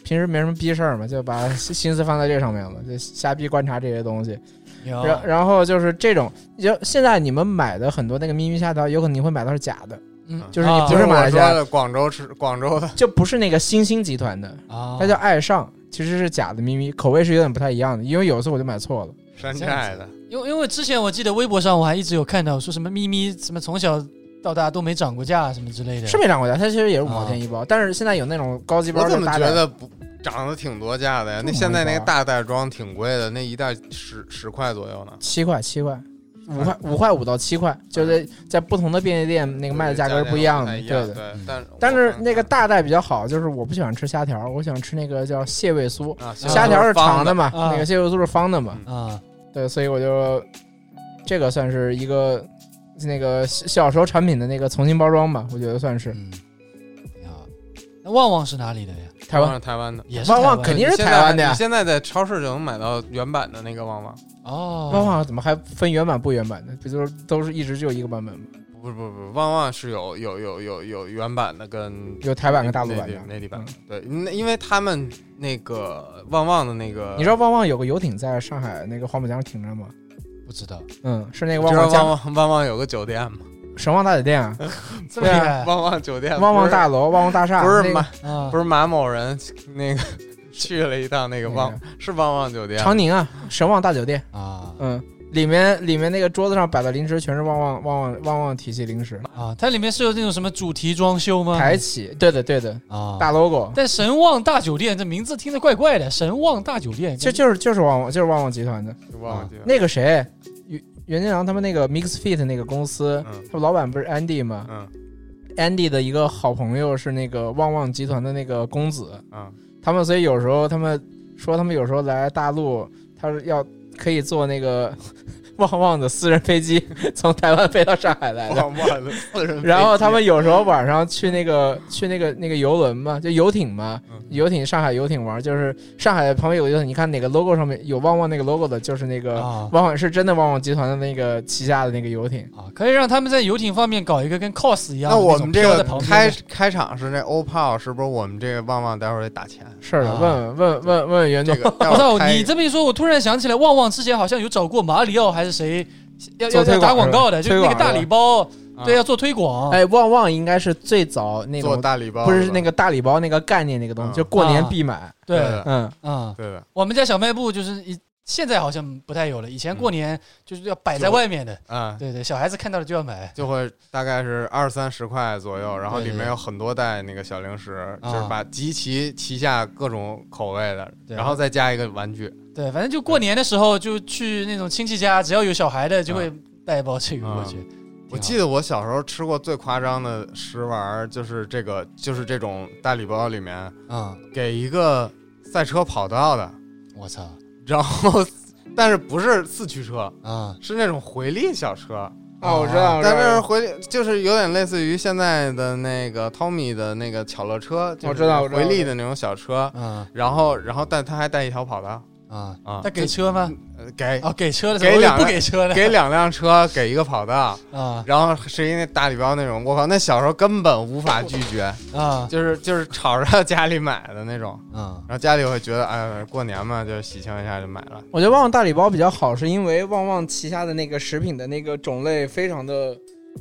Speaker 3: 平时没什么逼事儿嘛，就把心心思放在这上面了，就瞎逼观察这些东西。
Speaker 4: 有
Speaker 3: 然然后就是这种，就现在你们买的很多那个咪咪虾条，有可能你会买到是假的，
Speaker 4: 嗯
Speaker 3: 就是你
Speaker 4: 啊
Speaker 3: 不是马来西
Speaker 2: 我
Speaker 3: 亚
Speaker 2: 说，的广州吃广州的，
Speaker 3: 就不是那个星星集团的，
Speaker 4: 啊，
Speaker 3: 它叫爱上，其实是假的咪咪，口味是有点不太一样的，因为有一次我就买错了，
Speaker 2: 山寨的，
Speaker 4: 因为因为之前我记得微博上我还一直有看到说什么咪咪什么从小到大都没涨过价什么之类的，
Speaker 3: 是没涨过价，它其实也是五毛钱一包，但是现在有那种高级包
Speaker 2: 我
Speaker 3: 的
Speaker 2: 怎么
Speaker 3: 大
Speaker 2: 觉
Speaker 3: 袋
Speaker 2: 得不涨得挺多价的呀？
Speaker 3: 这
Speaker 2: 那
Speaker 3: 么
Speaker 2: 现在那
Speaker 3: 一
Speaker 2: 个
Speaker 3: 包
Speaker 2: 大袋装挺贵的，那一袋十十块左右呢。
Speaker 3: 七块七块。五块五块五到七块，就是在不同的便利店那个卖的价格是不一样的，
Speaker 2: 对
Speaker 3: 对的。嗯
Speaker 2: 对对，但
Speaker 3: 但
Speaker 2: 我
Speaker 3: 是
Speaker 2: 看
Speaker 3: 那个大袋比较好，就是我不喜欢吃虾条，我喜欢吃那个叫蟹味酥，
Speaker 2: 啊，
Speaker 3: 虾条是长
Speaker 2: 的
Speaker 3: 的嘛，
Speaker 4: 啊
Speaker 3: 那个蟹肉酥是方的嘛，
Speaker 4: 啊，
Speaker 3: 对，所以我就这个算是一个那个小小时候产品的那个重新包装吧，我觉得算是
Speaker 4: 嗯，啊，那旺旺是哪里的呀？
Speaker 3: 台湾
Speaker 2: 是台湾的。
Speaker 4: 也是
Speaker 3: 旺
Speaker 4: 台湾
Speaker 3: 旺
Speaker 4: 的
Speaker 3: 肯定
Speaker 2: 你
Speaker 3: 是
Speaker 2: 现在
Speaker 3: 台湾的
Speaker 2: 你
Speaker 3: 呀。
Speaker 2: 现在在超市就能买到原版的那个旺旺，
Speaker 4: 哦，
Speaker 3: 旺旺怎么还分原版不原版的？不就是都是一直只有一个版本吗？
Speaker 2: 不是不是不是，旺旺是有有有有有原版的跟
Speaker 3: 有台版跟大陆版
Speaker 2: 内地
Speaker 3: 的。
Speaker 2: 内地版
Speaker 3: 嗯
Speaker 2: 的。对，那因为他们那个旺旺的那个，
Speaker 3: 你知道旺旺有个游艇在上海那个黄浦江上停着吗？
Speaker 4: 不知道
Speaker 3: 嗯，是那个
Speaker 2: 你
Speaker 3: 旺
Speaker 2: 知
Speaker 3: 旺
Speaker 2: 道旺
Speaker 3: 江
Speaker 2: 旺旺旺有个酒店吗？
Speaker 3: 神旺大酒店 啊，
Speaker 4: 这么厉害
Speaker 2: 旺旺酒店，
Speaker 3: 哎旺旺大
Speaker 2: 不
Speaker 3: 楼、旺旺大厦，
Speaker 2: 是不
Speaker 3: 那
Speaker 2: 是
Speaker 3: 个嗯
Speaker 2: 马
Speaker 4: 啊，
Speaker 2: 啊不是马某人 那个去了一趟那个
Speaker 3: 那
Speaker 2: 旺是旺旺酒店吗，
Speaker 3: 长宁啊，神旺大酒店。
Speaker 4: 啊
Speaker 3: 嗯，里面里面那个桌子上摆的零食全是旺旺旺旺旺旺体系零食，
Speaker 4: 啊，它里面是有那种什么主题装修吗？
Speaker 3: 台企，对的对的，
Speaker 4: 啊，
Speaker 3: 大 logo，
Speaker 4: 但神旺大酒店这名字听着怪怪的，神旺大酒店
Speaker 3: 就就是就是旺旺就是旺旺集团的
Speaker 2: 是旺旺酒店。
Speaker 3: 那个谁，袁袁金良他们那个 Mixfit 那个公司，
Speaker 2: 嗯
Speaker 3: 他们老板不是 Andy 吗
Speaker 2: 嗯
Speaker 3: ？Andy 的一个好朋友是那个旺旺集团的那个公子，
Speaker 2: 嗯，
Speaker 3: 他们所以有时候他们说他们有时候来大陆，他说要可以坐那个 旺旺的私人飞机 从台湾飞到上海来的。
Speaker 2: 旺旺的 私人飞
Speaker 3: 哎
Speaker 2: 机
Speaker 3: 然后他们有时候晚上去那个去那个那个游轮嘛，就游艇嘛
Speaker 2: 嗯，
Speaker 3: 游艇上海游艇玩，就是上海旁边有游艇，你看哪个 logo 上面有旺旺那个 logo 的，就是那个
Speaker 4: 啊
Speaker 3: 旺旺是真的旺旺集团的那个旗下的那个游艇。
Speaker 4: 啊，可以让他们在游艇方面搞一个跟 cos 一样
Speaker 2: 那
Speaker 4: 的种
Speaker 2: 我们这
Speaker 4: 飘在
Speaker 2: 个
Speaker 4: 旁边
Speaker 2: 开
Speaker 4: 的
Speaker 2: 开场是那 OPPO，是不是我们这个旺旺待会儿得 打钱？
Speaker 3: 是的，
Speaker 4: 啊
Speaker 3: 问问问问问袁总
Speaker 2: 这，个待
Speaker 4: 我
Speaker 2: 会
Speaker 4: 操
Speaker 2: 儿！开
Speaker 4: 你这么一说，我突然想起来，旺旺之前好像有找过马里奥还是谁，要
Speaker 3: 做
Speaker 4: 要要
Speaker 3: 推广
Speaker 4: 打广告的，
Speaker 3: 是
Speaker 4: 就
Speaker 3: 吧
Speaker 4: 是那个大礼包，
Speaker 2: 啊
Speaker 4: 对，要做推广。
Speaker 3: 哎，旺旺应该是最早那
Speaker 2: 做
Speaker 3: 种，
Speaker 2: 大礼包
Speaker 3: 不是那
Speaker 2: 个
Speaker 3: 个大礼包那个概念那个东西，
Speaker 2: 嗯
Speaker 3: 就过年
Speaker 4: 啊
Speaker 3: 必买。
Speaker 4: 对，
Speaker 2: 对
Speaker 3: 嗯，
Speaker 4: 啊，
Speaker 2: 对的
Speaker 4: 我们家小卖部就是一现在好像不太有了，以前过年就是要摆在外面的，
Speaker 2: 啊，
Speaker 4: 对对，小孩子看到了就要买。
Speaker 2: 就会大概是二三十块左
Speaker 3: 嗯
Speaker 2: 右，然后
Speaker 4: 对
Speaker 2: 里
Speaker 4: 对
Speaker 2: 面
Speaker 4: 对
Speaker 2: 有很多袋那个小零食，就
Speaker 4: 啊
Speaker 2: 是把集齐旗下各种口味的，
Speaker 4: 对
Speaker 2: 然后再加一个玩具。
Speaker 4: 对，反正就过年的时候就去那种亲戚家，只要有小孩的就会带一包这个过去。
Speaker 2: 我记得我小时候吃过最夸张的食玩儿，就是这个，就是这种大礼包里面
Speaker 4: 得啊，
Speaker 2: 给一个赛车跑道的，
Speaker 4: 我操
Speaker 2: 然后 但是不是四驱车，
Speaker 4: 啊
Speaker 2: 是那种回力小车。
Speaker 3: 啊，我知道，我知
Speaker 2: 但是
Speaker 3: 道，
Speaker 2: 回力就是有点类似于现在的那个 Tommy 的那个巧乐车，就是
Speaker 3: 我知道我知道
Speaker 2: 回力的那种小车，
Speaker 4: 啊
Speaker 2: 然后然后但他还带一条跑道
Speaker 4: 啊！
Speaker 2: 啊，
Speaker 4: 他给车吗？
Speaker 2: 呃给
Speaker 4: 哦，给车的，
Speaker 2: 给
Speaker 4: 我以为
Speaker 2: 两个
Speaker 4: 不给车的
Speaker 2: 给两辆车，给一个跑 道，
Speaker 4: 啊
Speaker 2: 然后是一那大礼包那种，我靠，那小时候根本无法拒 绝，
Speaker 4: 啊
Speaker 2: 就是就是吵着家里买的那种，
Speaker 4: 啊
Speaker 2: 然后家里会觉得哎过年嘛，就是喜庆一下就买了，
Speaker 3: 我觉得旺旺大礼包比较好，是因为旺旺旗下的那个食品的那个种类非常的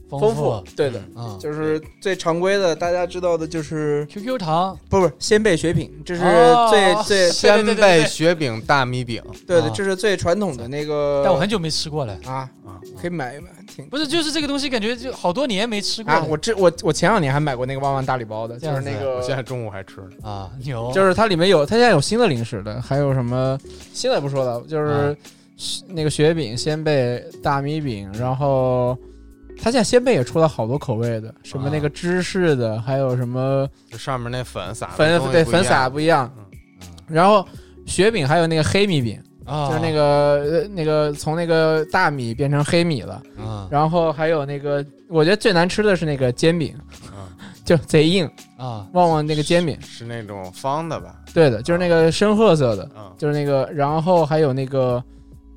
Speaker 3: 丰富
Speaker 4: 富。
Speaker 3: 对的，
Speaker 4: 啊
Speaker 3: 就是最常规的，大家知道的就是
Speaker 4: ，QQ 糖
Speaker 3: 不不鲜贝雪品，这是
Speaker 4: 哦
Speaker 3: 最最
Speaker 4: 是对对
Speaker 2: 鲜
Speaker 4: 对对
Speaker 2: 贝雪饼、大米饼，
Speaker 3: 对
Speaker 4: 啊
Speaker 3: 的，这是最传统的那个。
Speaker 4: 但我很久没吃过了，
Speaker 3: 啊
Speaker 2: 啊
Speaker 3: 可以买一买，挺
Speaker 4: 不是，就是这个东西感觉就好多年没吃过
Speaker 3: 啊！
Speaker 4: 了
Speaker 3: 我这我我前两年还买过那个旺旺大礼包的，
Speaker 4: 这
Speaker 3: 就是
Speaker 4: 样子
Speaker 3: 那
Speaker 2: 我现在
Speaker 3: 个。
Speaker 2: 中午还吃呢，
Speaker 4: 啊，牛
Speaker 3: 就是它里面有，它现在有新的零食的，还有什么新的不说了，就是
Speaker 4: 啊
Speaker 3: 雪那个雪饼、鲜贝、大米饼，然后它现在鲜贝也出了好多口味的，什么
Speaker 4: 啊
Speaker 3: 那个芝士的，还有什么
Speaker 2: 就上面那粉撒的
Speaker 3: 粉
Speaker 2: 东西
Speaker 3: 对
Speaker 2: 不一样嗯
Speaker 3: 粉撒的不一样，然后雪饼还有那个黑米饼，
Speaker 4: 啊，
Speaker 3: 就是那个、呃那个从那个大米变成黑米
Speaker 2: 嗯
Speaker 3: 了，
Speaker 4: 啊
Speaker 3: 然后还有那个我觉得最难吃的是那个煎饼，
Speaker 2: 嗯
Speaker 3: 就贼硬，
Speaker 4: 啊
Speaker 3: 旺旺那个煎饼，
Speaker 2: 是那种方的吧？
Speaker 3: 对的，就是那个深褐色的，
Speaker 2: 嗯，
Speaker 3: 就是那个，然后还有那个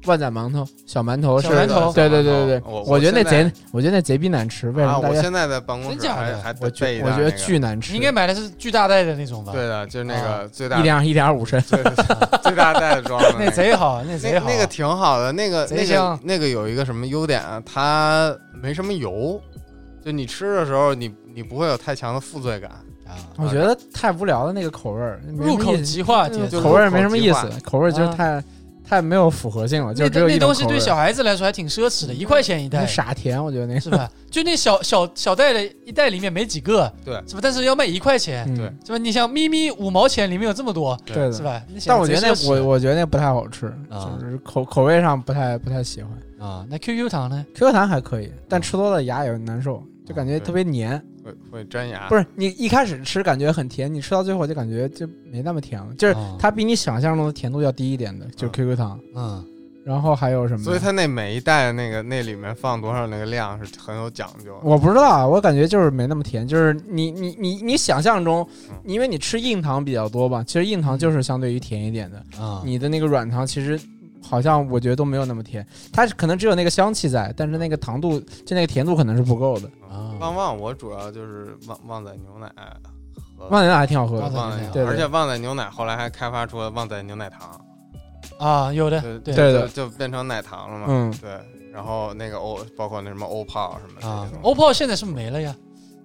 Speaker 3: 万载馒头、小馒头是
Speaker 4: 小馒头
Speaker 3: 对对对对对，
Speaker 2: 哦我
Speaker 3: 觉得那
Speaker 2: 现在
Speaker 3: 贼，我觉得那贼逼难吃，为什
Speaker 2: 啊，
Speaker 3: 么大
Speaker 2: 我
Speaker 3: 家？
Speaker 2: 现在在办公室
Speaker 4: 真假
Speaker 2: 还
Speaker 4: 的
Speaker 2: 还
Speaker 3: 我觉
Speaker 2: 备一
Speaker 3: 我
Speaker 2: 袋
Speaker 3: 觉得
Speaker 2: 那个
Speaker 3: 巨难吃，
Speaker 4: 你应该买的是巨大袋的那种吧？
Speaker 2: 对的，就是那个最大
Speaker 3: 一两一点二五 升，
Speaker 2: 最 最大袋子装的
Speaker 4: 那
Speaker 2: 个
Speaker 4: 贼好，那
Speaker 2: 那
Speaker 4: 贼好。啊
Speaker 2: 那个挺好的，那个
Speaker 4: 贼
Speaker 2: 那
Speaker 4: 香
Speaker 2: 个那个有一个什么优点啊？它没什么油，就你吃的时候你，你不会有太强的负罪感。
Speaker 4: 啊
Speaker 3: 我觉得太无聊了，那个口味儿，没什么
Speaker 4: 入口
Speaker 3: 意思
Speaker 4: 即化，
Speaker 3: 嗯
Speaker 4: 简直
Speaker 2: 就
Speaker 3: 口味儿
Speaker 2: 入口
Speaker 3: 没什么
Speaker 2: 即
Speaker 3: 意
Speaker 2: 化
Speaker 3: 思，口味儿就是
Speaker 4: 啊
Speaker 3: 太太没有符合性了，就
Speaker 4: 那
Speaker 3: 只有
Speaker 4: 那
Speaker 3: 一
Speaker 4: 东
Speaker 3: 种
Speaker 4: 西
Speaker 3: 口味
Speaker 4: 对
Speaker 3: 儿
Speaker 4: 小孩子来说还挺奢侈的，一块钱一
Speaker 3: 那
Speaker 4: 袋，
Speaker 3: 傻甜，我觉得那
Speaker 4: 是吧？就那小小小袋的一袋里面没几个，
Speaker 2: 对
Speaker 4: 是吧？但是要卖一块钱，
Speaker 3: 嗯
Speaker 2: 对
Speaker 4: 是吧？你像咪咪五毛钱里面有这么多，
Speaker 2: 对
Speaker 3: 对
Speaker 4: 是
Speaker 3: 的。
Speaker 4: 吧？那显
Speaker 3: 但我觉得
Speaker 4: 贼奢
Speaker 3: 那
Speaker 4: 侈
Speaker 3: 我我觉得那不太好吃，
Speaker 4: 啊
Speaker 3: 就是口口味上不太不太喜欢。
Speaker 4: 啊，那 QQ 糖呢？
Speaker 3: QQ 糖还可以，
Speaker 2: 嗯
Speaker 3: 但吃多了牙也难受，就感觉特别黏。
Speaker 2: 会会粘牙。
Speaker 3: 不
Speaker 2: 是，
Speaker 3: 是你一开始吃感觉很甜，你吃到最后就感觉就没那么甜了，就是
Speaker 2: 哦
Speaker 4: 啊
Speaker 3: 它比你想象中的甜度要低一点的，就是
Speaker 2: 嗯
Speaker 3: QQ 糖。
Speaker 4: 嗯，
Speaker 3: 然后还有什么呀？
Speaker 2: 所以它那每一袋那个那里面放多少那个量是很有讲究的。
Speaker 3: 我不知道啊，我感觉就是没那么甜，就是你你你你想象中
Speaker 2: 嗯，
Speaker 3: 因为你吃硬糖比较多吧，其实硬糖就是相对于甜一点的，
Speaker 4: 啊，
Speaker 3: 嗯你的那个软糖其实好像我觉得都没有那么甜，它可能只有那个香气在，但是那个糖度就那个甜度可能是不够的。
Speaker 4: 啊
Speaker 2: 旺旺，我主要就是旺旺仔牛奶和
Speaker 3: 旺仔奶还挺好喝
Speaker 4: 旺
Speaker 3: 的，
Speaker 4: 仔
Speaker 2: 旺
Speaker 4: 牛
Speaker 2: 仔
Speaker 4: 奶
Speaker 2: 牛
Speaker 3: 对
Speaker 2: 奶，
Speaker 3: 对
Speaker 2: 而且旺仔牛奶后来还开发出了旺仔牛奶糖，
Speaker 4: 啊，有的
Speaker 2: 就
Speaker 4: 对
Speaker 3: 对
Speaker 2: 就
Speaker 3: 的
Speaker 2: 就变成奶糖了嘛。
Speaker 3: 嗯，
Speaker 2: 对，然后那个欧包括那什么欧泡什么
Speaker 4: 啊
Speaker 2: 的，
Speaker 4: ，OPPO 现在是不是没了呀？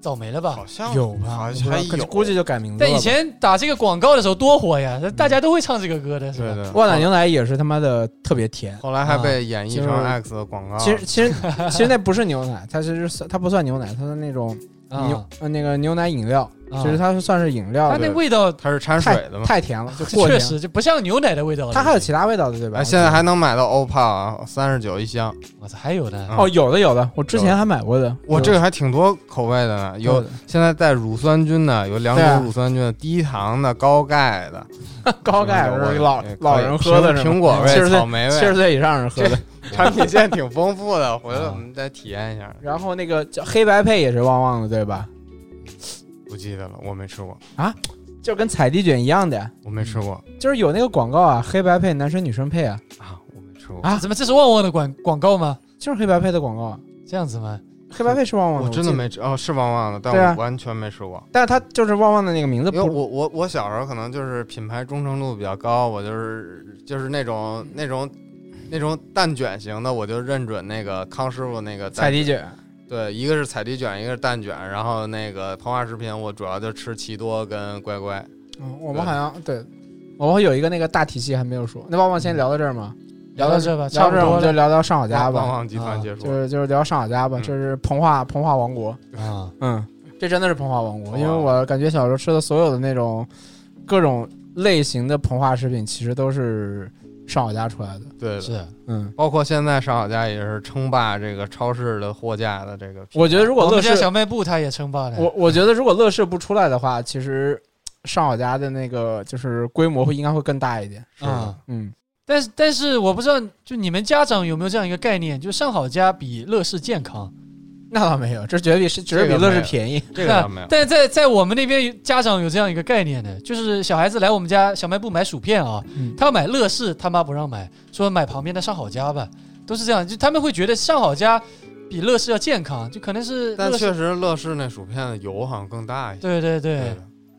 Speaker 4: 早没了吧
Speaker 2: 好？像
Speaker 3: 啊有
Speaker 2: 好
Speaker 3: 吧？
Speaker 2: 像啊还
Speaker 3: 我不知道可
Speaker 2: 有，
Speaker 3: 估计就改名字了
Speaker 4: 但
Speaker 3: 吧。
Speaker 4: 以前打这个广告的时候多火呀，
Speaker 3: 嗯
Speaker 4: 大家都会唱这个歌的，是
Speaker 2: 对
Speaker 4: 吧？
Speaker 2: 对，
Speaker 3: 旺仔牛奶也是他妈的特别甜。
Speaker 2: 后来还被演绎成
Speaker 3: 啊
Speaker 2: X 的广告。
Speaker 3: 其实其实其实那不是牛奶，它其实是它不算牛奶，它是那种牛、
Speaker 4: 啊，
Speaker 3: 呃那个牛奶饮料，
Speaker 4: 啊
Speaker 3: 其实它是算是饮料
Speaker 4: 它
Speaker 3: 的。
Speaker 4: 那味道
Speaker 2: 它是掺水
Speaker 3: 太
Speaker 2: 的嘛？
Speaker 3: 太甜了，就过
Speaker 4: 确
Speaker 3: 甜。
Speaker 4: 实就不像牛奶的味道了。
Speaker 3: 它还有其他味道的，对吧？
Speaker 2: 哎，现在还能买到欧泡啊，三十九一箱。
Speaker 4: 我操，还有呢
Speaker 2: 嗯
Speaker 3: 哦，有的有的，我之前还买过的。
Speaker 2: 我这个还挺多口味的呢，有
Speaker 3: 的
Speaker 2: 现在带乳酸菌的，有两
Speaker 3: 对啊
Speaker 2: 种乳酸菌的，低糖的、高钙的，
Speaker 3: 高钙是老
Speaker 2: 哎可以
Speaker 3: 老人喝的
Speaker 2: 苹
Speaker 3: 是吗
Speaker 2: 苹 果
Speaker 3: 七
Speaker 2: 味、
Speaker 3: 十岁
Speaker 2: 草莓
Speaker 3: 七十
Speaker 2: 味，
Speaker 3: 岁以上人喝 的。
Speaker 2: 产品线挺丰富的，回来
Speaker 4: 啊
Speaker 2: 我们再体验一下。
Speaker 3: 然后那个叫黑白配也是旺旺的，对吧？
Speaker 2: 不记得了，我没吃过，
Speaker 3: 就跟彩地卷一样的，
Speaker 2: 我没吃过
Speaker 3: 就是有那个广告啊，黑白配男生女生配啊，
Speaker 2: 啊，我没吃过
Speaker 3: 啊
Speaker 4: 怎么这是旺旺的广广告吗？
Speaker 3: 就是黑白配的广告啊。
Speaker 4: 这样子吗？
Speaker 3: 黑白配是旺旺的，
Speaker 2: 我真的
Speaker 3: 记得。
Speaker 2: 没吃哦，是旺旺的，但
Speaker 3: 对啊
Speaker 2: 我完全没吃过。
Speaker 3: 但是它就是旺旺的那个名字
Speaker 2: 因为
Speaker 3: 不
Speaker 2: 我我我小时候可能就是品牌忠诚度比较高，我就是就是那种那种那种蛋卷型的，我就认准那个康师傅那个蛋
Speaker 3: 彩地卷，
Speaker 2: 对，一个是彩地卷，一个是蛋卷，然后那个膨化食品我主要就吃奇多跟乖乖。
Speaker 3: 嗯，我们好像对，我们有一个那个大体系还没有说。那旺旺先聊到这儿吗？
Speaker 4: 嗯聊到这吧，
Speaker 3: 聊到
Speaker 4: 差不
Speaker 3: 这儿我
Speaker 4: 多
Speaker 3: 们就
Speaker 4: 了
Speaker 3: 聊聊上好
Speaker 2: 大
Speaker 3: 佳
Speaker 2: 旺
Speaker 3: 吧，啊
Speaker 2: 旺集团结束
Speaker 3: 就，是就是聊上好佳吧，
Speaker 2: 嗯
Speaker 3: 这是膨化膨化王国。
Speaker 4: 啊。
Speaker 3: 嗯，这真的是膨化王
Speaker 2: 膨
Speaker 3: 国，
Speaker 2: 化
Speaker 3: 因为我感觉小时候吃的所有的那种各种类型的膨化食品，其实都是上好佳出来的。
Speaker 2: 对的。
Speaker 4: 是，
Speaker 3: 嗯，
Speaker 2: 包括现在上好佳也是称霸这个超市的货架的这个品牌，
Speaker 3: 我觉得如
Speaker 4: 我
Speaker 3: 果乐
Speaker 4: 们家
Speaker 3: 事，
Speaker 4: 小卖部它也称
Speaker 2: 哎
Speaker 4: 霸了。
Speaker 3: 我我觉得如果乐事不出来的话，其实上好佳的那个就是规模会应该会更大一点。
Speaker 2: 是的
Speaker 4: 嗯，
Speaker 3: 嗯，
Speaker 4: 但是但是我不知道，就你们家长有没有这样一个概念，就上好佳比乐事健康。
Speaker 3: 那倒没有，这绝对是绝对比
Speaker 2: 这个
Speaker 3: 乐
Speaker 2: 没
Speaker 3: 事
Speaker 2: 有
Speaker 3: 便宜。
Speaker 2: 这个倒没有。
Speaker 4: 但在在我们那边，家长有这样一个概念的，就是小孩子来我们家小卖部买薯片啊，
Speaker 3: 嗯
Speaker 4: 他要买乐事，他妈不让买，说买旁边的上好佳吧，都是这样，就他们会觉得上好佳比乐事要健康，就可能是
Speaker 2: 但
Speaker 4: 乐事。
Speaker 2: 确实乐事那薯片的油好像更大一些。
Speaker 4: 对对
Speaker 2: 对
Speaker 4: 对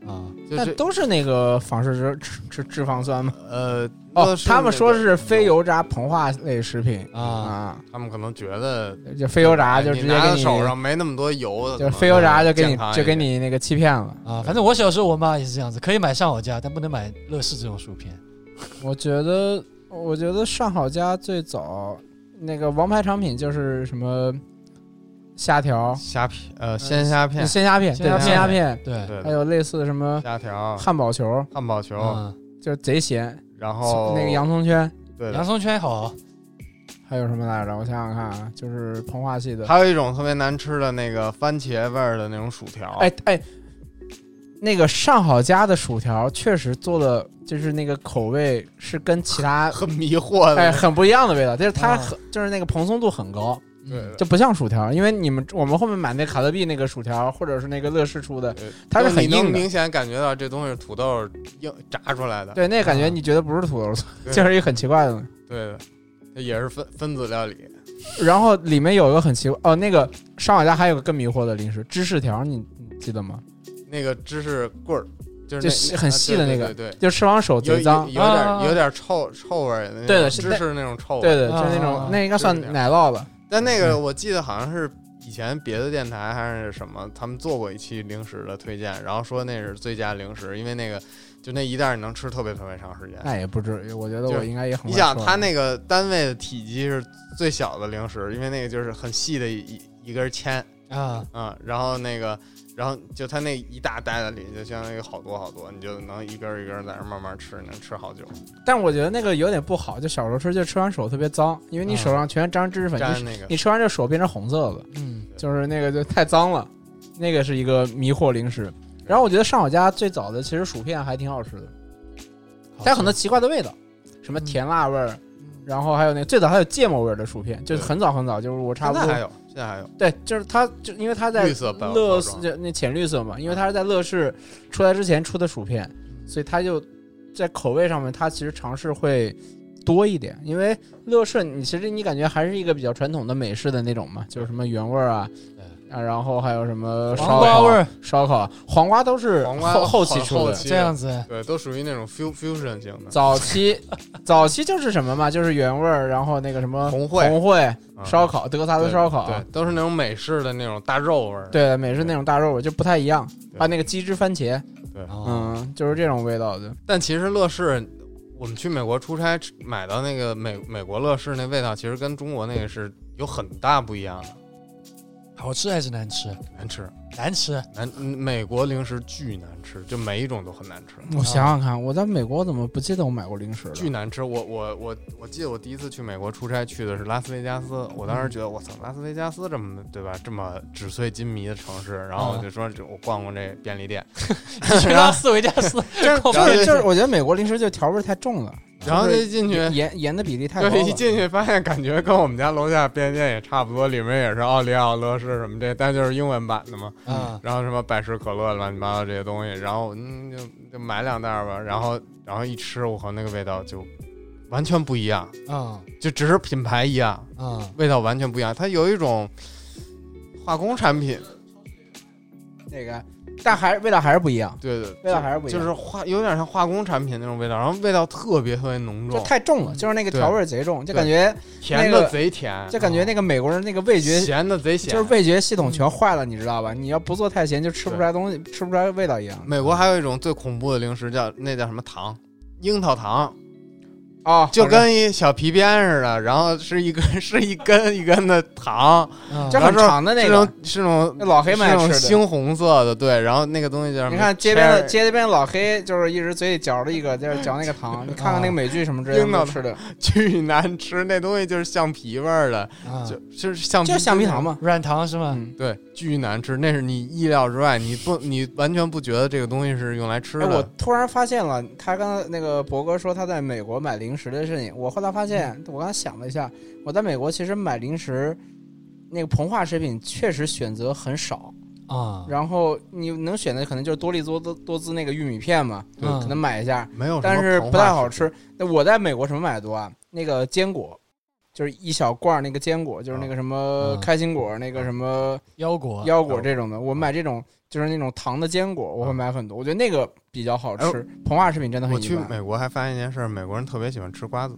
Speaker 2: 的，
Speaker 4: 啊，
Speaker 2: 就
Speaker 3: 但
Speaker 2: 这
Speaker 3: 都是那个仿式脂脂脂脂肪酸嘛。
Speaker 2: 呃，
Speaker 3: 哦
Speaker 2: 乐，事
Speaker 3: 他们
Speaker 2: 那
Speaker 3: 说
Speaker 2: 个
Speaker 3: 是非油炸膨化类食品
Speaker 4: 啊
Speaker 3: 啊，
Speaker 2: 他们可能觉得
Speaker 3: 就非油炸就
Speaker 2: 哎你
Speaker 3: 直接
Speaker 2: 拿
Speaker 3: 给
Speaker 2: 到
Speaker 3: 你，
Speaker 2: 手上没那么多油，
Speaker 3: 就是非油炸就给
Speaker 2: 可
Speaker 3: 你
Speaker 2: 能更健康一
Speaker 3: 就
Speaker 2: 点
Speaker 3: 给你那个欺骗了。
Speaker 4: 啊，反正我小时候我妈也是这样子，可以买上好佳，但不能买乐事这种薯片。
Speaker 3: 我觉得，我觉得上好佳最早那个王牌产品就是什么虾条、
Speaker 2: 虾片呃鲜虾片，
Speaker 3: 鲜虾片，
Speaker 4: 鲜
Speaker 3: 对
Speaker 4: 虾
Speaker 3: 鲜虾
Speaker 4: 片
Speaker 3: 片，
Speaker 4: 对，
Speaker 2: 对啊
Speaker 3: 还有类似的什么
Speaker 2: 虾条、
Speaker 3: 汉堡球，
Speaker 2: 汉堡球，
Speaker 4: 嗯，
Speaker 3: 就是贼咸，
Speaker 2: 然后
Speaker 3: 那个洋葱圈，
Speaker 2: 对的
Speaker 4: 洋葱圈好，
Speaker 3: 还有什么来着？我想想看啊，就是膨化系的。
Speaker 2: 还有一种特别难吃的那个番茄味儿的那种薯条，
Speaker 3: 哎哎，那个上好佳的薯条确实做的就是那个口味是跟其他
Speaker 2: 很迷惑的。
Speaker 3: 哎很不一样的味道，就是它
Speaker 4: 啊
Speaker 3: 很、就是那个蓬松度很高。
Speaker 2: 对
Speaker 4: 嗯
Speaker 2: 的，
Speaker 3: 就不像薯条，因为你们我们后面买那卡乐比那个薯条，或者是那个乐事出的，
Speaker 2: 对
Speaker 3: 它是很
Speaker 2: 就你
Speaker 3: 硬
Speaker 2: 能
Speaker 3: 的。
Speaker 2: 明显感觉到这东西是土豆硬炸出来的。
Speaker 3: 对，那感觉
Speaker 4: 啊
Speaker 3: 你觉得不是土豆，
Speaker 2: 对
Speaker 3: 就是一个很奇怪的东西。
Speaker 2: 对的，它也是分分子料理，
Speaker 3: 然后里面有一个很奇怪哦，那个上我家还有个更迷惑的零食芝士条，你你记得吗？
Speaker 2: 那个芝士棍儿，就是
Speaker 3: 就
Speaker 2: 那
Speaker 3: 细
Speaker 2: 那
Speaker 3: 很
Speaker 2: 啊
Speaker 3: 细的
Speaker 2: 对
Speaker 3: 那个
Speaker 2: 对对对，
Speaker 3: 就吃完手
Speaker 2: 有
Speaker 3: 贼
Speaker 2: 有
Speaker 3: 脏，
Speaker 2: 有点
Speaker 4: 啊
Speaker 2: 有点臭臭味儿的那种，
Speaker 3: 对的是嗯
Speaker 2: 芝
Speaker 3: 那
Speaker 2: 士那种臭味。
Speaker 3: 对对，就是那
Speaker 4: 啊
Speaker 3: 种那应该算
Speaker 2: 芝士条
Speaker 3: 奶酪吧。
Speaker 2: 但那个我记得好像是以前别的电台还是什么，他们做过一期零食的推荐，然后说那是最佳零食，因为那个就那一袋儿你能吃特别特别长时间。
Speaker 3: 那也不至于，我觉得
Speaker 2: 就
Speaker 3: 哎我应该也很快
Speaker 2: 你想，
Speaker 3: 瘦
Speaker 2: 它
Speaker 3: 了
Speaker 2: 那个单位的体积是最小的零食，因为那个就是很细的一一根签，
Speaker 4: 啊，
Speaker 2: 嗯，然后那个，然后就它那一大袋子里，就相当于好多好多，你就能一根儿一根儿在那儿慢慢吃，能吃好久。
Speaker 3: 但是我觉得那个有点不好，就小时候吃就吃完手特别脏，因为你手上全沾芝士粉，
Speaker 2: 嗯沾
Speaker 3: 你
Speaker 2: 那个
Speaker 3: 你吃完这手变成红色的，
Speaker 4: 嗯，
Speaker 3: 就是那个就太脏了，那个是一个迷惑零食。然后我觉得上我家最早的其实薯片还挺好吃的，
Speaker 4: 好
Speaker 3: 但有很多奇怪的味道，什么甜辣味儿，然后还有那个最早还有芥末味儿的薯片，就是
Speaker 2: 对
Speaker 3: 很早很早，就是我差
Speaker 2: 现
Speaker 3: 不
Speaker 2: 在
Speaker 3: 多
Speaker 2: 还有，现在还有，
Speaker 3: 对，就是它就因为它在
Speaker 2: 绿色包
Speaker 3: 乐
Speaker 2: 包装
Speaker 3: 就那浅绿色嘛，因为它是在乐视出来之前出的薯片，
Speaker 2: 嗯
Speaker 3: 所以它就在口味上面，它其实尝试会多一点。因为乐视，你其实你感觉还是一个比较传统的美式的那种嘛，就是什么原味儿啊，啊，然后还有什么烧
Speaker 4: 黄瓜
Speaker 3: 烤、
Speaker 4: 味儿
Speaker 3: 烧烤啊、黄瓜都是
Speaker 2: 黄瓜
Speaker 3: 后
Speaker 2: 后
Speaker 3: 期出
Speaker 2: 后
Speaker 3: 的。
Speaker 2: 期
Speaker 4: 这样子，
Speaker 2: 对，都属于那种 fu- fusion 型的，
Speaker 3: 早期，早期就是什么嘛，就是原味儿，然后那个什么
Speaker 2: 红烩
Speaker 3: 红烩
Speaker 2: 嗯
Speaker 3: 烧烤、德克萨斯
Speaker 2: 对
Speaker 3: 烧烤，
Speaker 2: 对，都是那种美式的那种大肉味儿。
Speaker 3: 对，美式那种大肉味就不太一样，
Speaker 2: 对
Speaker 3: 啊，那个鸡汁番茄，
Speaker 4: 哦，
Speaker 3: 嗯，就是这种味道的。
Speaker 2: 但其实乐事，我们去美国出差吃买到那个美美国乐事那味道，其实跟中国那个是有很大不一样的，
Speaker 4: 好吃还是难吃？
Speaker 2: 难吃，
Speaker 4: 难吃，
Speaker 2: 难美国零食巨难吃，就每一种都很难吃。
Speaker 3: 我想想看，我在美国怎么不记得我买过零食了？
Speaker 2: 啊巨难吃。我我我我记得我第一次去美国出差去的是拉斯维加斯，我当时觉得
Speaker 3: 嗯
Speaker 2: 我操，拉斯维加斯这么对吧，这么纸醉金迷的城市，然
Speaker 3: 嗯
Speaker 2: 后我就说这我逛逛这便利店，
Speaker 4: 你去拉斯维加斯，
Speaker 3: 就
Speaker 2: 然后
Speaker 3: 是 就是，我觉得美国零食就调味太重了，
Speaker 2: 然后就进去。
Speaker 3: 盐盐的比例太高
Speaker 2: 对，一
Speaker 3: 了。
Speaker 2: 进去发现感觉跟我们家楼下便利店也差不多，里面也是奥利奥、乐事什么这，但就是英文版的嘛。
Speaker 4: 啊，
Speaker 2: 然后什么百事可乐、乱七八糟这些东西，然后嗯就就买两袋儿吧。然后然后一吃，我靠，那个味道就完全不一样，
Speaker 4: 啊
Speaker 2: 就只是品牌一样，
Speaker 4: 啊，
Speaker 2: 味道完全不一样，它有一种化工产品，
Speaker 3: 那个，但还是味道还是不一样，
Speaker 2: 对对，
Speaker 3: 味道还是不一
Speaker 2: 就
Speaker 3: 样，
Speaker 2: 是化有点像化工产品那种味道，然后味道特别特别浓
Speaker 3: 就
Speaker 2: 重，
Speaker 3: 太重了，就是那个
Speaker 2: 对
Speaker 3: 调味贼重，就
Speaker 2: 对
Speaker 3: 感觉
Speaker 2: 甜
Speaker 3: 那
Speaker 2: 的
Speaker 3: 个
Speaker 2: 贼甜，
Speaker 3: 就感觉那个美国人那个味觉
Speaker 2: 咸的贼咸。
Speaker 3: 就是味觉系统全坏了，你知道吧？你要不做太咸，就吃不出来东西，吃不出来味道一样的。
Speaker 2: 美国还有一种最恐怖的零食叫那叫什么糖，樱桃糖，
Speaker 3: 啊，
Speaker 2: 就
Speaker 3: 好吃
Speaker 2: 跟一小皮鞭似的，然后是一根 是一根一根的糖，
Speaker 4: 啊
Speaker 3: 就很长的那
Speaker 2: 是
Speaker 3: 个
Speaker 2: 那，种是那种
Speaker 3: 那老黑们
Speaker 2: 是
Speaker 3: 爱
Speaker 2: 那种
Speaker 3: 吃的。
Speaker 2: 猩红色的，对，然后那个东西叫什么？
Speaker 3: 你看街边的
Speaker 2: cherry
Speaker 3: 街边老黑，就是一直嘴里嚼着一个，就是嚼那个
Speaker 2: 嗯
Speaker 3: 糖。你看看那个美剧什么之类
Speaker 2: 听到
Speaker 3: 的
Speaker 2: 的
Speaker 3: 吃的，
Speaker 2: 巨难吃，那东西就是橡皮味儿的，
Speaker 4: 啊
Speaker 2: 就就是橡皮
Speaker 3: 就是橡皮糖嘛。
Speaker 4: 软糖是吗？
Speaker 3: 嗯，
Speaker 2: 对，巨难吃，那是你意料之外，你不，你完全不觉得这个东西是用来吃
Speaker 3: 哎，我
Speaker 2: 的。
Speaker 3: 突然发现了，他刚才那个博哥说他在美国买零食的事情，我后来发
Speaker 2: 嗯
Speaker 3: 现，我刚才想了一下，我在美国其实买零食。那个膨化食品确实选择很少，
Speaker 4: 啊，
Speaker 2: 嗯
Speaker 3: 然后你能选的可能就是多利多多多滋那个玉米片嘛，
Speaker 2: 对
Speaker 4: 嗯
Speaker 3: 可能买一下，
Speaker 2: 没有什么膨化
Speaker 3: 但
Speaker 2: 食品，
Speaker 3: 是不太好吃。那我在美国什么买的多啊？那个坚果，就是一小罐儿那个坚果，就是那
Speaker 2: 啊
Speaker 3: 个什么
Speaker 4: 嗯
Speaker 3: 开心果，那个什么
Speaker 4: 腰果，
Speaker 3: 腰果这种的。
Speaker 2: 啊
Speaker 3: 我买这种就是那种糖的坚果，我会买很多。我觉得那个比较好
Speaker 2: 哎
Speaker 3: 吃。膨化食品真的
Speaker 2: 我
Speaker 3: 很一
Speaker 2: 去
Speaker 3: 般。
Speaker 2: 美国还发现一件事，美国人特别喜欢吃瓜子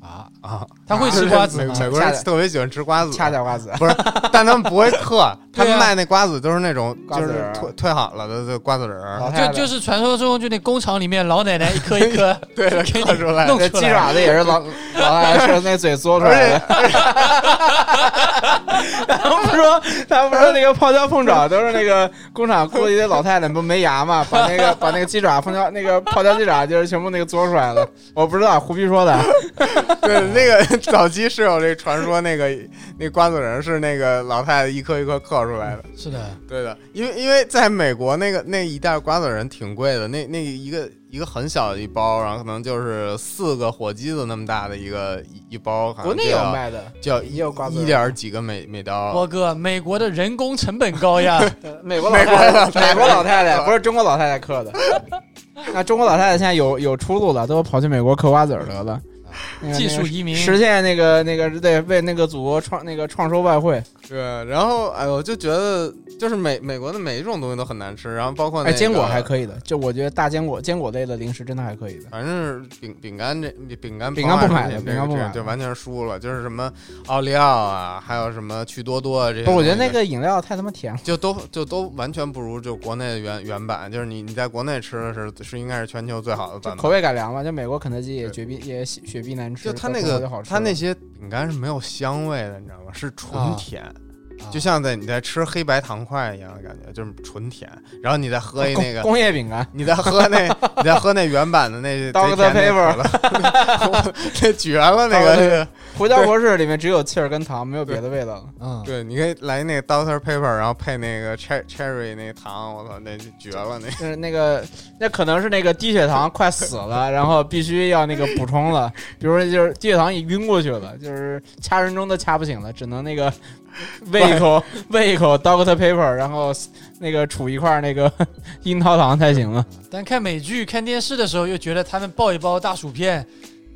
Speaker 4: 啊，
Speaker 2: 啊，
Speaker 4: 他会 吃瓜子
Speaker 2: 美
Speaker 4: 吗？
Speaker 2: 美国
Speaker 3: 恰
Speaker 2: 人
Speaker 3: 恰
Speaker 2: 特别喜欢吃瓜子，
Speaker 3: 恰恰瓜子，
Speaker 2: 啊但他们不会 嗑，
Speaker 4: 对
Speaker 2: 他们
Speaker 4: 啊
Speaker 2: 卖那瓜子都是那种
Speaker 3: 瓜
Speaker 2: 就
Speaker 3: 子
Speaker 2: 是
Speaker 3: 仁儿啊
Speaker 2: 退退好了的这瓜子仁儿，
Speaker 3: 老太太
Speaker 4: 就就是传说中就那工厂里面老奶奶一颗一颗
Speaker 2: 对了，
Speaker 4: 给你
Speaker 2: 嗑出来。
Speaker 4: 弄
Speaker 3: 那
Speaker 4: 出
Speaker 3: 鸡
Speaker 4: 来，
Speaker 3: 爪子也是老老太太吃的那嘴嘬出来 的。他们说，他们说那个泡椒凤爪都是那个工厂雇的一堆老太太，不没牙嘛，把那 个把那个鸡爪凤爪那个泡椒鸡爪就是全部那个嘬出来的。我不知道胡逼说的，啊
Speaker 2: 对，那个 早期是有这传说，那个那瓜子仁儿是那个老太太一颗一颗嗑出来的。
Speaker 3: 嗯
Speaker 4: 是的，
Speaker 2: 对的，因为因为在美国那个那一袋瓜子仁挺贵的，那那一个一个很小的一包，然后可能就是四个火鸡子那么大的一个一一包，好像
Speaker 3: 国内
Speaker 2: 就
Speaker 3: 有
Speaker 2: 要
Speaker 3: 卖的，
Speaker 2: 就要
Speaker 3: 也有瓜子
Speaker 2: 一点儿几个美美刀
Speaker 4: 波，哥，美国的人工成本高呀，
Speaker 3: 美国老太太，美国老太太不是中国老太太刻的。那中国老太太现在有有出路了，都跑去美国嗑瓜子儿得了。那个
Speaker 4: 技术
Speaker 3: 那个
Speaker 4: 移民
Speaker 3: 实现那个那个对为那个祖国创那个创收外汇。
Speaker 2: 对，然后哎，我就觉得就是美美国的每一种东西都很难吃，然后包括那
Speaker 3: 哎，
Speaker 2: 个
Speaker 3: 坚果还可以的，就我觉得大坚果坚果类的零食真的还可以的。
Speaker 2: 反正是饼饼干这饼干
Speaker 3: 饼干不买
Speaker 2: 包啊
Speaker 3: 了
Speaker 2: 这
Speaker 3: 饼干不
Speaker 2: 这
Speaker 3: 买了
Speaker 2: 就完全输了，就是什么奥利奥啊，还有什么趣多多啊这些
Speaker 3: 不
Speaker 2: 东
Speaker 3: 是，
Speaker 2: 西。
Speaker 3: 我觉得那个饮料太他妈甜了。
Speaker 2: 就都就都完全不如就国内的原原版，就是你你在国内吃的是是应该是全球最好的
Speaker 3: 就
Speaker 2: 版
Speaker 3: 口
Speaker 2: 本。
Speaker 3: 味改良吧，就美国肯德基也
Speaker 2: 对
Speaker 3: 绝壁也喜雪碧难吃，
Speaker 2: 就它
Speaker 3: 在
Speaker 2: 那
Speaker 3: 中国
Speaker 2: 个
Speaker 3: 就好吃了，
Speaker 2: 它那些饼干是没有香味的，你知道吗？是纯
Speaker 4: 啊
Speaker 2: 甜，就像在你在吃黑白糖块一样的感觉，就是纯甜。然后你再喝一
Speaker 3: 工
Speaker 2: 那个，
Speaker 3: 工业饼干，
Speaker 2: 你再喝那 你再喝那原版的那
Speaker 3: Dr.
Speaker 2: 贼甜那可乐，这绝了 那
Speaker 3: Dr.
Speaker 2: 个。
Speaker 3: 胡椒博士里面只有气儿跟糖，没有别的味道了。
Speaker 4: 嗯，
Speaker 2: 对，你可以来那个 Doctor Pepper，然后配那个 cher- Cherry 那糖，我操，那就绝了那。
Speaker 3: 就是那个，那可能是那个低血糖快死了，然后必须要那个补充了。比如说，就是低血糖已晕过去了，就是掐人中都掐不醒了，只能那 个喂一口喂一口 Doctor Paper，然后那个杵一块儿那个 樱桃糖才行了。
Speaker 4: 但看美剧、看电视的时候，又觉得他们抱一包大薯片，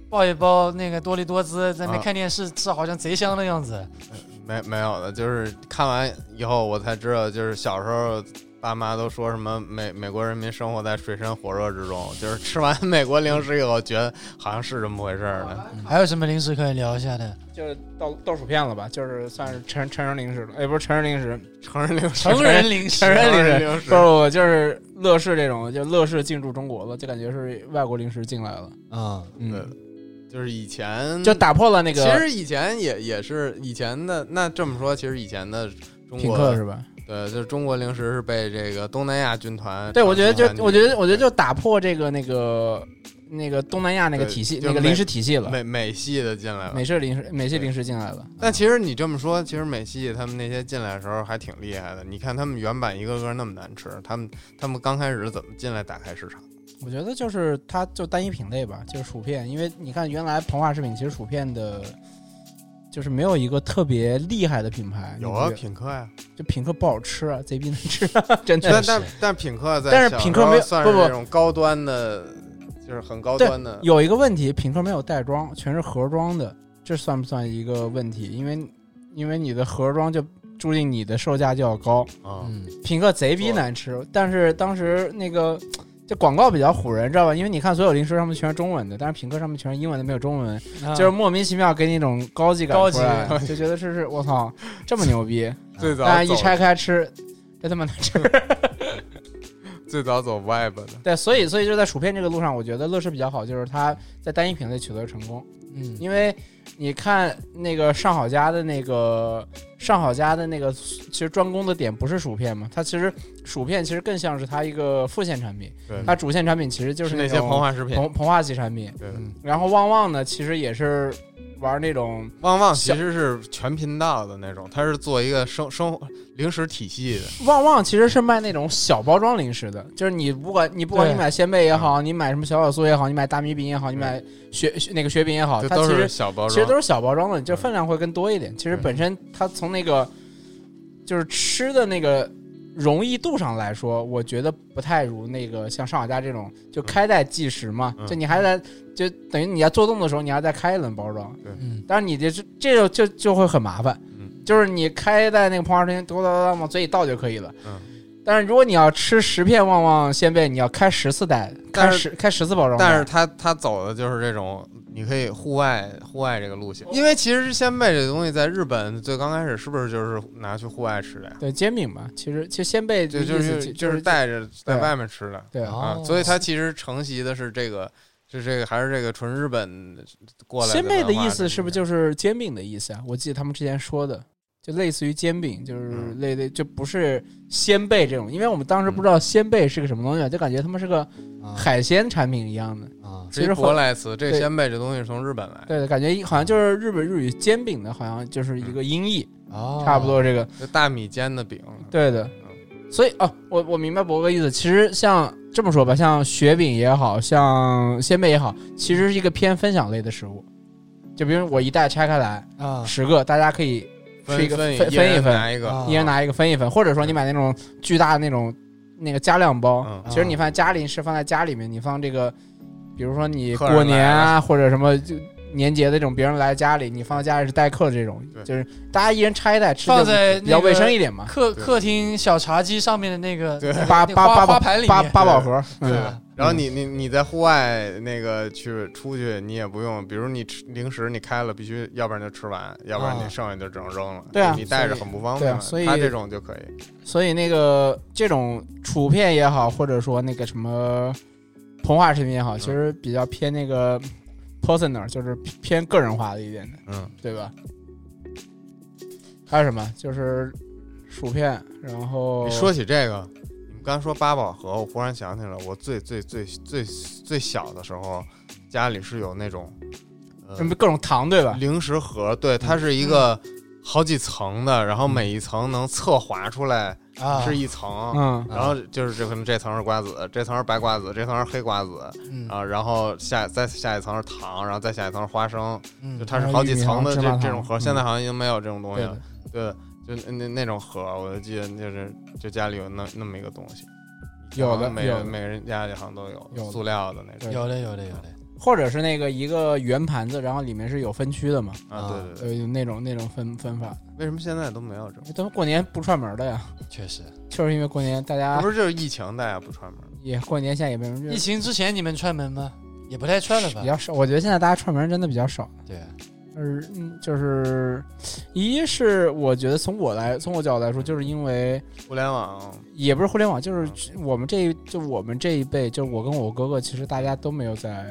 Speaker 4: 抱一包那个多利多滋，在那边
Speaker 2: 啊
Speaker 4: 看电视吃，好像贼香的样子。
Speaker 3: 嗯
Speaker 2: 没没有的，就是看完以后我才知道，就是小时候爸妈都说什么美美国人民生活在水深火热之中，就是吃完美国零食以后，觉得好像是这么回事儿的。
Speaker 4: 还有什么零食可以聊一下的？
Speaker 3: 就是倒倒薯片了吧，就是算是成成人零食了，哎，不是成人零食，
Speaker 2: 成人零食，
Speaker 4: 成人零食
Speaker 3: 成，人零食
Speaker 2: 零
Speaker 3: 不是我就是乐事这种，就乐事进驻中国了，就感觉是外国零食进来了，
Speaker 4: 嗯，
Speaker 2: 对
Speaker 3: 嗯，，
Speaker 2: 就是以前
Speaker 3: 就打破了那个
Speaker 2: 其实以前也也是以前的，那这么说，其实以前的中
Speaker 3: 品客
Speaker 2: 国
Speaker 3: 是吧？
Speaker 2: 对，就是中国零食是被这个东南亚军团
Speaker 3: 对，我觉得就我觉得我觉得
Speaker 2: 就
Speaker 3: 就打破这个那个那个东南亚那个体系
Speaker 2: 对就
Speaker 3: 那个
Speaker 2: 美
Speaker 3: 零食体系了，
Speaker 2: 美美系的进来了
Speaker 3: 美。式零食美式零食进来了，
Speaker 2: 但其实你这么说，其实美系他们那些进来的时候还挺厉害的。你看他们原版一个个那么难吃，他们他们刚开始怎么进来打开市场？
Speaker 3: 我觉得就是它就单一品类吧，就是薯片，因为你看原来膨化食品其实薯片的。就是没有一个特别厉害的品牌，
Speaker 2: 有
Speaker 3: 你
Speaker 2: 啊，
Speaker 3: 不觉
Speaker 2: 品客呀、
Speaker 3: 得就品客不好吃啊，贼逼难吃啊、 真的。
Speaker 2: 但
Speaker 4: 是
Speaker 2: 但但品客在
Speaker 3: 但是
Speaker 2: 小
Speaker 3: 品客
Speaker 2: 时候
Speaker 3: 没有
Speaker 2: 算
Speaker 3: 不
Speaker 2: 是
Speaker 3: 不
Speaker 2: 那种高端的，就是很高
Speaker 3: 对
Speaker 2: 端的。
Speaker 3: 有一个问题，品客没有袋装，全是盒装的，这算不算一个问题？因为因为你的盒装就注定你的售价就要高。
Speaker 2: 啊、
Speaker 4: 嗯
Speaker 3: 品客贼逼难吃，但是当时那个这广告比较唬人，知道吧？因为你看所有零食上面全是中文的，但是品客上面全是英文的，没有中文，
Speaker 4: 啊
Speaker 3: 就是莫名其妙给你一种高级感
Speaker 4: 高级
Speaker 3: 出来，就觉得这是我操这么牛逼，
Speaker 2: 最早
Speaker 3: 但是一
Speaker 2: 走
Speaker 3: 拆开吃。真他妈难吃！
Speaker 2: 最早走 Web 的，
Speaker 3: 对，所以所以就在薯片这个路上，我觉得乐事比较好，就是它在单一品类取得成功。
Speaker 4: 嗯，
Speaker 3: 因为你看那个上好佳的那个上好佳的那个，其实专攻的点不是薯片嘛，它其实薯片其实更像是它一个副线产品，
Speaker 2: 对，
Speaker 3: 它主线产品其实就是是
Speaker 2: 那些
Speaker 3: 种
Speaker 2: 膨化食品。
Speaker 3: 膨膨化级产品。
Speaker 2: 对，
Speaker 4: 嗯
Speaker 3: 然后旺旺呢，其实也是玩那种
Speaker 2: 旺旺其
Speaker 3: 小
Speaker 2: 实是全频道的那种，它是做一个生生活零食体系的。
Speaker 3: 旺旺其实是卖那种小包装零食的，就是你不管你不管
Speaker 4: 对
Speaker 3: 你买鲜贝也好，你买什么小小酥也好，你买大米饼也好，你
Speaker 2: 嗯对
Speaker 3: 买雪雪那个雪饼也好，
Speaker 2: 这
Speaker 3: 啊它
Speaker 2: 都
Speaker 3: 其实
Speaker 2: 是小包装，
Speaker 3: 其实都是小包装的，就分量会更多一点。其实
Speaker 2: 对
Speaker 3: 本身它从那个就是吃的那个容易度上来说，我觉得不太如那个像上好佳这种就开袋即食嘛，
Speaker 2: 嗯
Speaker 3: 就你还在就等于你要做动的时候，你还要再开一轮包装。
Speaker 4: 嗯，
Speaker 3: 但是你这这就就就会很麻烦，
Speaker 2: 嗯
Speaker 3: 就是你开在那个膨化食品哆哆哆哆往嘴里倒就可以了。
Speaker 2: 嗯
Speaker 3: 但是如果你要吃十片旺旺鲜贝，你要开十次袋，开
Speaker 2: 但是
Speaker 3: 十开十次包装袋。
Speaker 2: 但是他他走的就是这种，你可以户外户外这个路
Speaker 3: 哦
Speaker 2: 线，因为其实鲜贝这东西在日本最刚开始是不是就是拿去户外吃的呀？
Speaker 3: 对煎饼嘛，其实其实鲜贝的
Speaker 2: 就
Speaker 3: 意
Speaker 2: 就
Speaker 3: 思
Speaker 2: 是就是
Speaker 3: 带
Speaker 2: 带着在外面吃的
Speaker 3: 对。
Speaker 2: 啊，
Speaker 4: 哦
Speaker 2: 所以它其实承袭的是这个，是这个还是这个纯日本过来的
Speaker 3: 鲜
Speaker 2: 文化。
Speaker 3: 贝的意思是不是
Speaker 2: 这
Speaker 3: 就
Speaker 2: 个
Speaker 3: 是煎饼的意思啊？我记得他们之前说的，就类似于煎饼，就是
Speaker 2: 嗯
Speaker 3: 类类，就不是鲜贝这种，因为我们当时不知道鲜贝是个什么东西啊，就感觉他们是个
Speaker 2: 嗯
Speaker 4: 啊
Speaker 3: 海鲜产品一样的。
Speaker 4: 啊，
Speaker 2: 是一
Speaker 3: 其实后
Speaker 2: 舶来词？这个
Speaker 3: 对
Speaker 2: 鲜贝这东西是从日本来的，
Speaker 3: 对的，感觉好像就是日本日语煎饼的，好像就是一
Speaker 2: 嗯
Speaker 3: 个音译，
Speaker 4: 哦
Speaker 3: 差不多这个。
Speaker 2: 就大米煎的饼。
Speaker 3: 对的，
Speaker 2: 嗯
Speaker 3: 所以哦，我我明白博哥意思。其实像这么说吧，像雪饼也好像鲜贝也好，其实是一个偏分享类的食物。就比如我一袋拆开来
Speaker 4: 啊，
Speaker 3: 十个，大家可以吃
Speaker 2: 分
Speaker 3: 一个
Speaker 2: 分
Speaker 3: 分
Speaker 2: 一
Speaker 3: 分一
Speaker 2: 人
Speaker 3: 分，
Speaker 2: 拿一个
Speaker 4: 啊，
Speaker 3: 一人拿一个分一分，或者说你买那种巨大的那种那个加量包，
Speaker 2: 嗯
Speaker 3: 其实你放在家里是放在家里面，你放这个，比如说你
Speaker 2: 客人
Speaker 3: 过年啊或者什么就年节的这种别人来家里，你放在家里是待客的这种
Speaker 2: 对，
Speaker 3: 就是大家一人拆一袋吃，
Speaker 4: 放在
Speaker 3: 比较
Speaker 4: 那个
Speaker 3: 卫生一点嘛。
Speaker 4: 客
Speaker 2: 对
Speaker 4: 客厅小茶几上面的那个
Speaker 2: 对
Speaker 4: 那个
Speaker 3: 八
Speaker 4: 那个
Speaker 3: 八
Speaker 4: 花
Speaker 3: 八
Speaker 4: 花
Speaker 3: 宝
Speaker 4: 盘里
Speaker 3: 八
Speaker 4: 面，
Speaker 3: 八宝盒，
Speaker 2: 对
Speaker 3: 嗯，
Speaker 2: 啊
Speaker 4: 吧
Speaker 2: 然后你你你在户外那个去出去，你也不用，比如你吃零食你开了，必须要不然就吃完，要不然
Speaker 4: 啊
Speaker 2: 你剩下就只能扔了。
Speaker 3: 对啊
Speaker 2: 你带着很不方便嘛。
Speaker 3: 所以对啊所以
Speaker 2: 他这种就可以。
Speaker 3: 所以那个这种薯片也好，或者说那个什么膨化食品也好，
Speaker 2: 嗯
Speaker 3: 其实比较偏那个 personal，就是偏个人化的一点的，
Speaker 2: 嗯，
Speaker 3: 对吧？还有什么？就是薯片，然后
Speaker 2: 你说起这个，你们刚说八宝盒，我忽然想起来，我最最最最最小的时候，家里是有那种呃
Speaker 3: 什么各种糖对吧？
Speaker 2: 零食盒，对，它是一个
Speaker 3: 嗯
Speaker 2: 好几层的，然后每一层能侧滑出来
Speaker 4: 啊，
Speaker 2: 是一层。
Speaker 3: 嗯，
Speaker 2: 然后就是这可能这层是瓜子，这层是白瓜子，这层是黑瓜子，
Speaker 4: 嗯
Speaker 2: 啊，然后下再下一层是糖，然后再下一层是花生，
Speaker 4: 嗯
Speaker 2: 就它是
Speaker 3: 还有
Speaker 2: 好
Speaker 3: 玉
Speaker 2: 几
Speaker 3: 米
Speaker 2: 层
Speaker 3: 糖
Speaker 2: 的
Speaker 3: 芝
Speaker 2: 这
Speaker 3: 麻
Speaker 2: 这
Speaker 3: 糖
Speaker 2: 种盒，
Speaker 3: 嗯
Speaker 2: 现在好像已经没有这种东西
Speaker 3: 对
Speaker 2: 了
Speaker 3: 的。，
Speaker 2: 对，就那那那种盒，我就记得就是就家里有那那么一个东西，
Speaker 3: 有
Speaker 2: 好
Speaker 3: 的
Speaker 2: 像每
Speaker 3: 有
Speaker 2: 人
Speaker 3: 的
Speaker 2: 每个人家里好像都有
Speaker 3: 有的
Speaker 2: 塑料的那种
Speaker 3: 对
Speaker 4: 有的有的有的，
Speaker 3: 或者是那个一个圆盘子，然后里面是有分区的嘛，
Speaker 2: 啊，对对对，
Speaker 3: 有有那种那种分分法。
Speaker 2: 为什么现在都没有这种？
Speaker 3: 咱们过年不串门的呀，
Speaker 4: 确实。
Speaker 3: 就是因为过年大家
Speaker 2: 不是就是疫情大家不串门吗？
Speaker 3: 也过年现在也没人
Speaker 4: 疫情之前你们串门吗？也不太串了吧
Speaker 3: 比？较少，我觉得现在大家串门真的比较少。
Speaker 4: 对啊，
Speaker 3: 就是嗯，就是，一是我觉得从我来，从我角度来说，就是因为
Speaker 2: 互联网
Speaker 3: 也不是互联网，就是
Speaker 4: 嗯
Speaker 3: 我们这一就我们这一辈，就我跟我哥哥，其实大家都没有在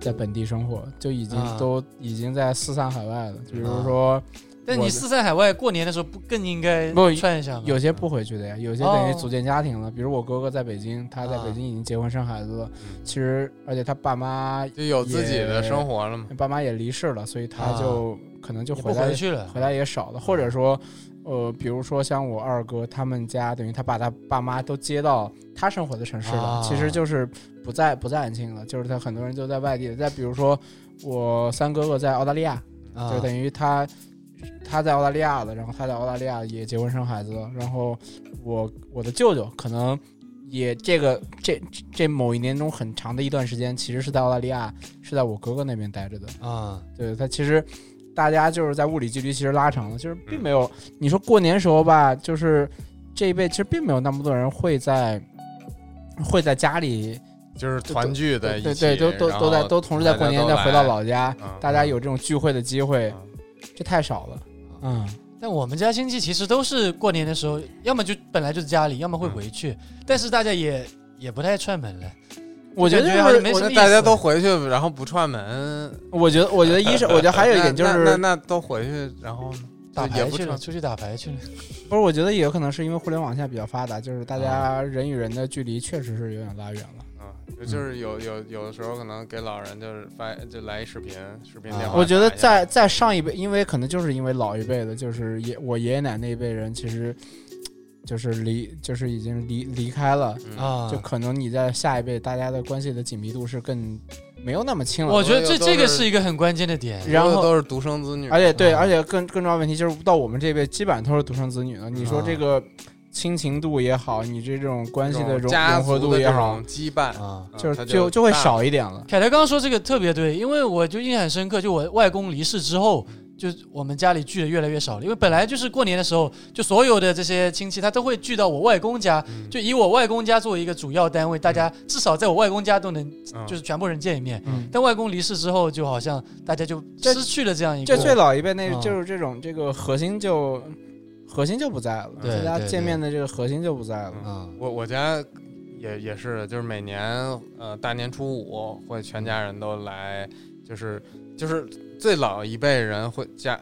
Speaker 3: 在本地生活，就已经、
Speaker 4: 啊
Speaker 3: 都已经在四散海外了。就比如
Speaker 4: 啊
Speaker 3: 说、
Speaker 4: 但
Speaker 3: 我
Speaker 4: 你
Speaker 3: 的
Speaker 4: 四散海外过年的时候，不更应该
Speaker 3: 不
Speaker 4: 串一下吗？
Speaker 3: 有些不回去的呀，有些等于
Speaker 4: 哦
Speaker 3: 组建家庭了。比如我哥哥在北京，他在北京已经结婚生孩子了，
Speaker 2: 嗯
Speaker 3: 其实而且他爸妈
Speaker 2: 就有自己的
Speaker 3: 也
Speaker 2: 生活了嘛？
Speaker 3: 爸妈也离世了，所以他
Speaker 4: 啊
Speaker 3: 就、可能就
Speaker 4: 也不
Speaker 3: 回来
Speaker 4: 回去了，
Speaker 3: 回来也少了，或
Speaker 4: 嗯
Speaker 3: 者说，呃，比如说像我二哥他们家，等于他把他爸妈都接到他生活的城市了，
Speaker 4: 啊
Speaker 3: 其实就是不在不在安庆了，就是他很多人都在外地了。再比如说我三哥哥在澳大利亚，
Speaker 4: 啊
Speaker 3: 就等于他他在澳大利亚了，然后他在澳大利亚也结婚生孩子了，然后我我的舅舅可能。也这个这这这某一年中很长的一段时间，其实是在澳大利亚，是在我哥哥那边待着的。
Speaker 4: 啊，
Speaker 3: 对，它其实大家就是在物理距离其实拉长了，就是并
Speaker 2: 嗯
Speaker 3: 没有、你说过年时候吧，就是这一辈其实并没有那么多人会在会在家里，
Speaker 2: 就是团聚在
Speaker 3: 对
Speaker 2: 一
Speaker 3: 对
Speaker 2: 起，
Speaker 3: 对，都都
Speaker 2: 然后
Speaker 3: 都在都同时在过年
Speaker 2: 大
Speaker 3: 再
Speaker 2: 家都来
Speaker 3: 回到老家，
Speaker 2: 嗯
Speaker 3: 大家有这种聚会的机会，
Speaker 2: 嗯
Speaker 3: 这太少了。嗯，
Speaker 4: 但我们家亲戚其实都是过年的时候，要么就本来就是家里，要么会
Speaker 3: 嗯
Speaker 4: 回去，但是大家也也不太串门了。
Speaker 3: 我觉得
Speaker 4: 感觉好
Speaker 3: 就
Speaker 4: 像
Speaker 3: 是
Speaker 4: 没什么
Speaker 2: 那
Speaker 4: 意思
Speaker 2: 大家都回去，然后不串门，
Speaker 3: 我觉得我觉得一是我觉得还有一点就
Speaker 2: 那那那
Speaker 3: 是
Speaker 2: 那都回去，然后呢
Speaker 4: 打
Speaker 2: 也
Speaker 4: 牌
Speaker 2: 不
Speaker 4: 去了，
Speaker 2: 串，
Speaker 4: 出去打牌去了。
Speaker 3: 不是，我觉得也有可能是因为互联网现在比较发达，就是大家人与人的距离确实是有点拉远了。
Speaker 2: 嗯，就就是有有有的时候可能给老人就是发就来一视频，视频电话打一下。
Speaker 3: 我觉得在在上一辈，因为可能就是因为老一辈的，就是爷我爷爷奶奶那一辈人，其实就是离就是已经离离开了，
Speaker 2: 嗯
Speaker 4: 啊，
Speaker 3: 就可能你在下一辈，大家的关系的紧密度是更没有那么亲了。
Speaker 4: 我觉得这
Speaker 2: 都是
Speaker 4: 这个是一个很关键的点。
Speaker 3: 然后
Speaker 2: 都都是独生子女，
Speaker 3: 而且对，
Speaker 4: 啊
Speaker 3: 而且更更重要的问题就是到我们这辈，基本上都是独生子女了。你说
Speaker 4: 啊
Speaker 3: 这个亲情度也好，你这种关
Speaker 2: 嗯这
Speaker 3: 系
Speaker 2: 种
Speaker 3: 的融
Speaker 2: 家
Speaker 3: 融合
Speaker 2: 族
Speaker 3: 度
Speaker 2: 的
Speaker 3: 也
Speaker 2: 这
Speaker 3: 好
Speaker 2: 种，羁绊，
Speaker 4: 啊，
Speaker 2: 嗯
Speaker 3: 就是
Speaker 2: 它
Speaker 3: 就
Speaker 2: 就
Speaker 3: 就会
Speaker 2: 大了
Speaker 3: 少一点了。
Speaker 4: 凯德刚刚说这个特别对，因为我就印象很深刻，就我外公离世之后，就我们家里聚的越来越少了，因为本来就是过年的时候，就所有的这些亲戚他都会聚到我外公家，
Speaker 2: 嗯
Speaker 4: 就以我外公家作为一个主要单位，大家至少在我外公家都能
Speaker 2: 嗯
Speaker 4: 就是全部人见一面。
Speaker 3: 嗯，
Speaker 4: 但外公离世之后，就好像大家就
Speaker 3: 这
Speaker 4: 失去了这样一个
Speaker 3: 这最老一辈那
Speaker 4: 嗯
Speaker 3: 就是这种这个核心就核心就不在了，大
Speaker 4: 对
Speaker 3: 家
Speaker 4: 对
Speaker 3: 见面的这个核心就不在了。
Speaker 4: 啊
Speaker 2: 我我家也也是的，就是每年呃大年初五会全家人都来，就是就是最老一辈人会家，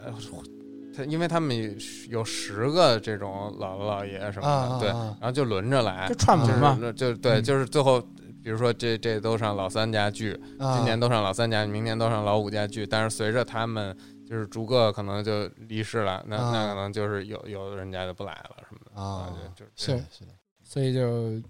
Speaker 2: 他因为他们有有十个这种姥姥姥爷什
Speaker 4: 啊
Speaker 2: 么的，
Speaker 4: 啊
Speaker 2: 对，
Speaker 4: 啊
Speaker 2: 然后就轮着来
Speaker 3: 就，串
Speaker 2: 就
Speaker 3: 门
Speaker 2: 是
Speaker 3: 嘛，
Speaker 2: 那就对，
Speaker 3: 嗯
Speaker 2: 就是最后。比如说这这都上老三家聚，
Speaker 4: 啊！
Speaker 2: 今年都上老三家，明年都上老五家聚。但是随着他们就是逐个可能就离世了，那、
Speaker 4: 啊
Speaker 2: 那可能就是有有的人家就不来了什么的
Speaker 4: 啊，
Speaker 2: 就就是
Speaker 3: 是
Speaker 4: 是的，
Speaker 3: 所以就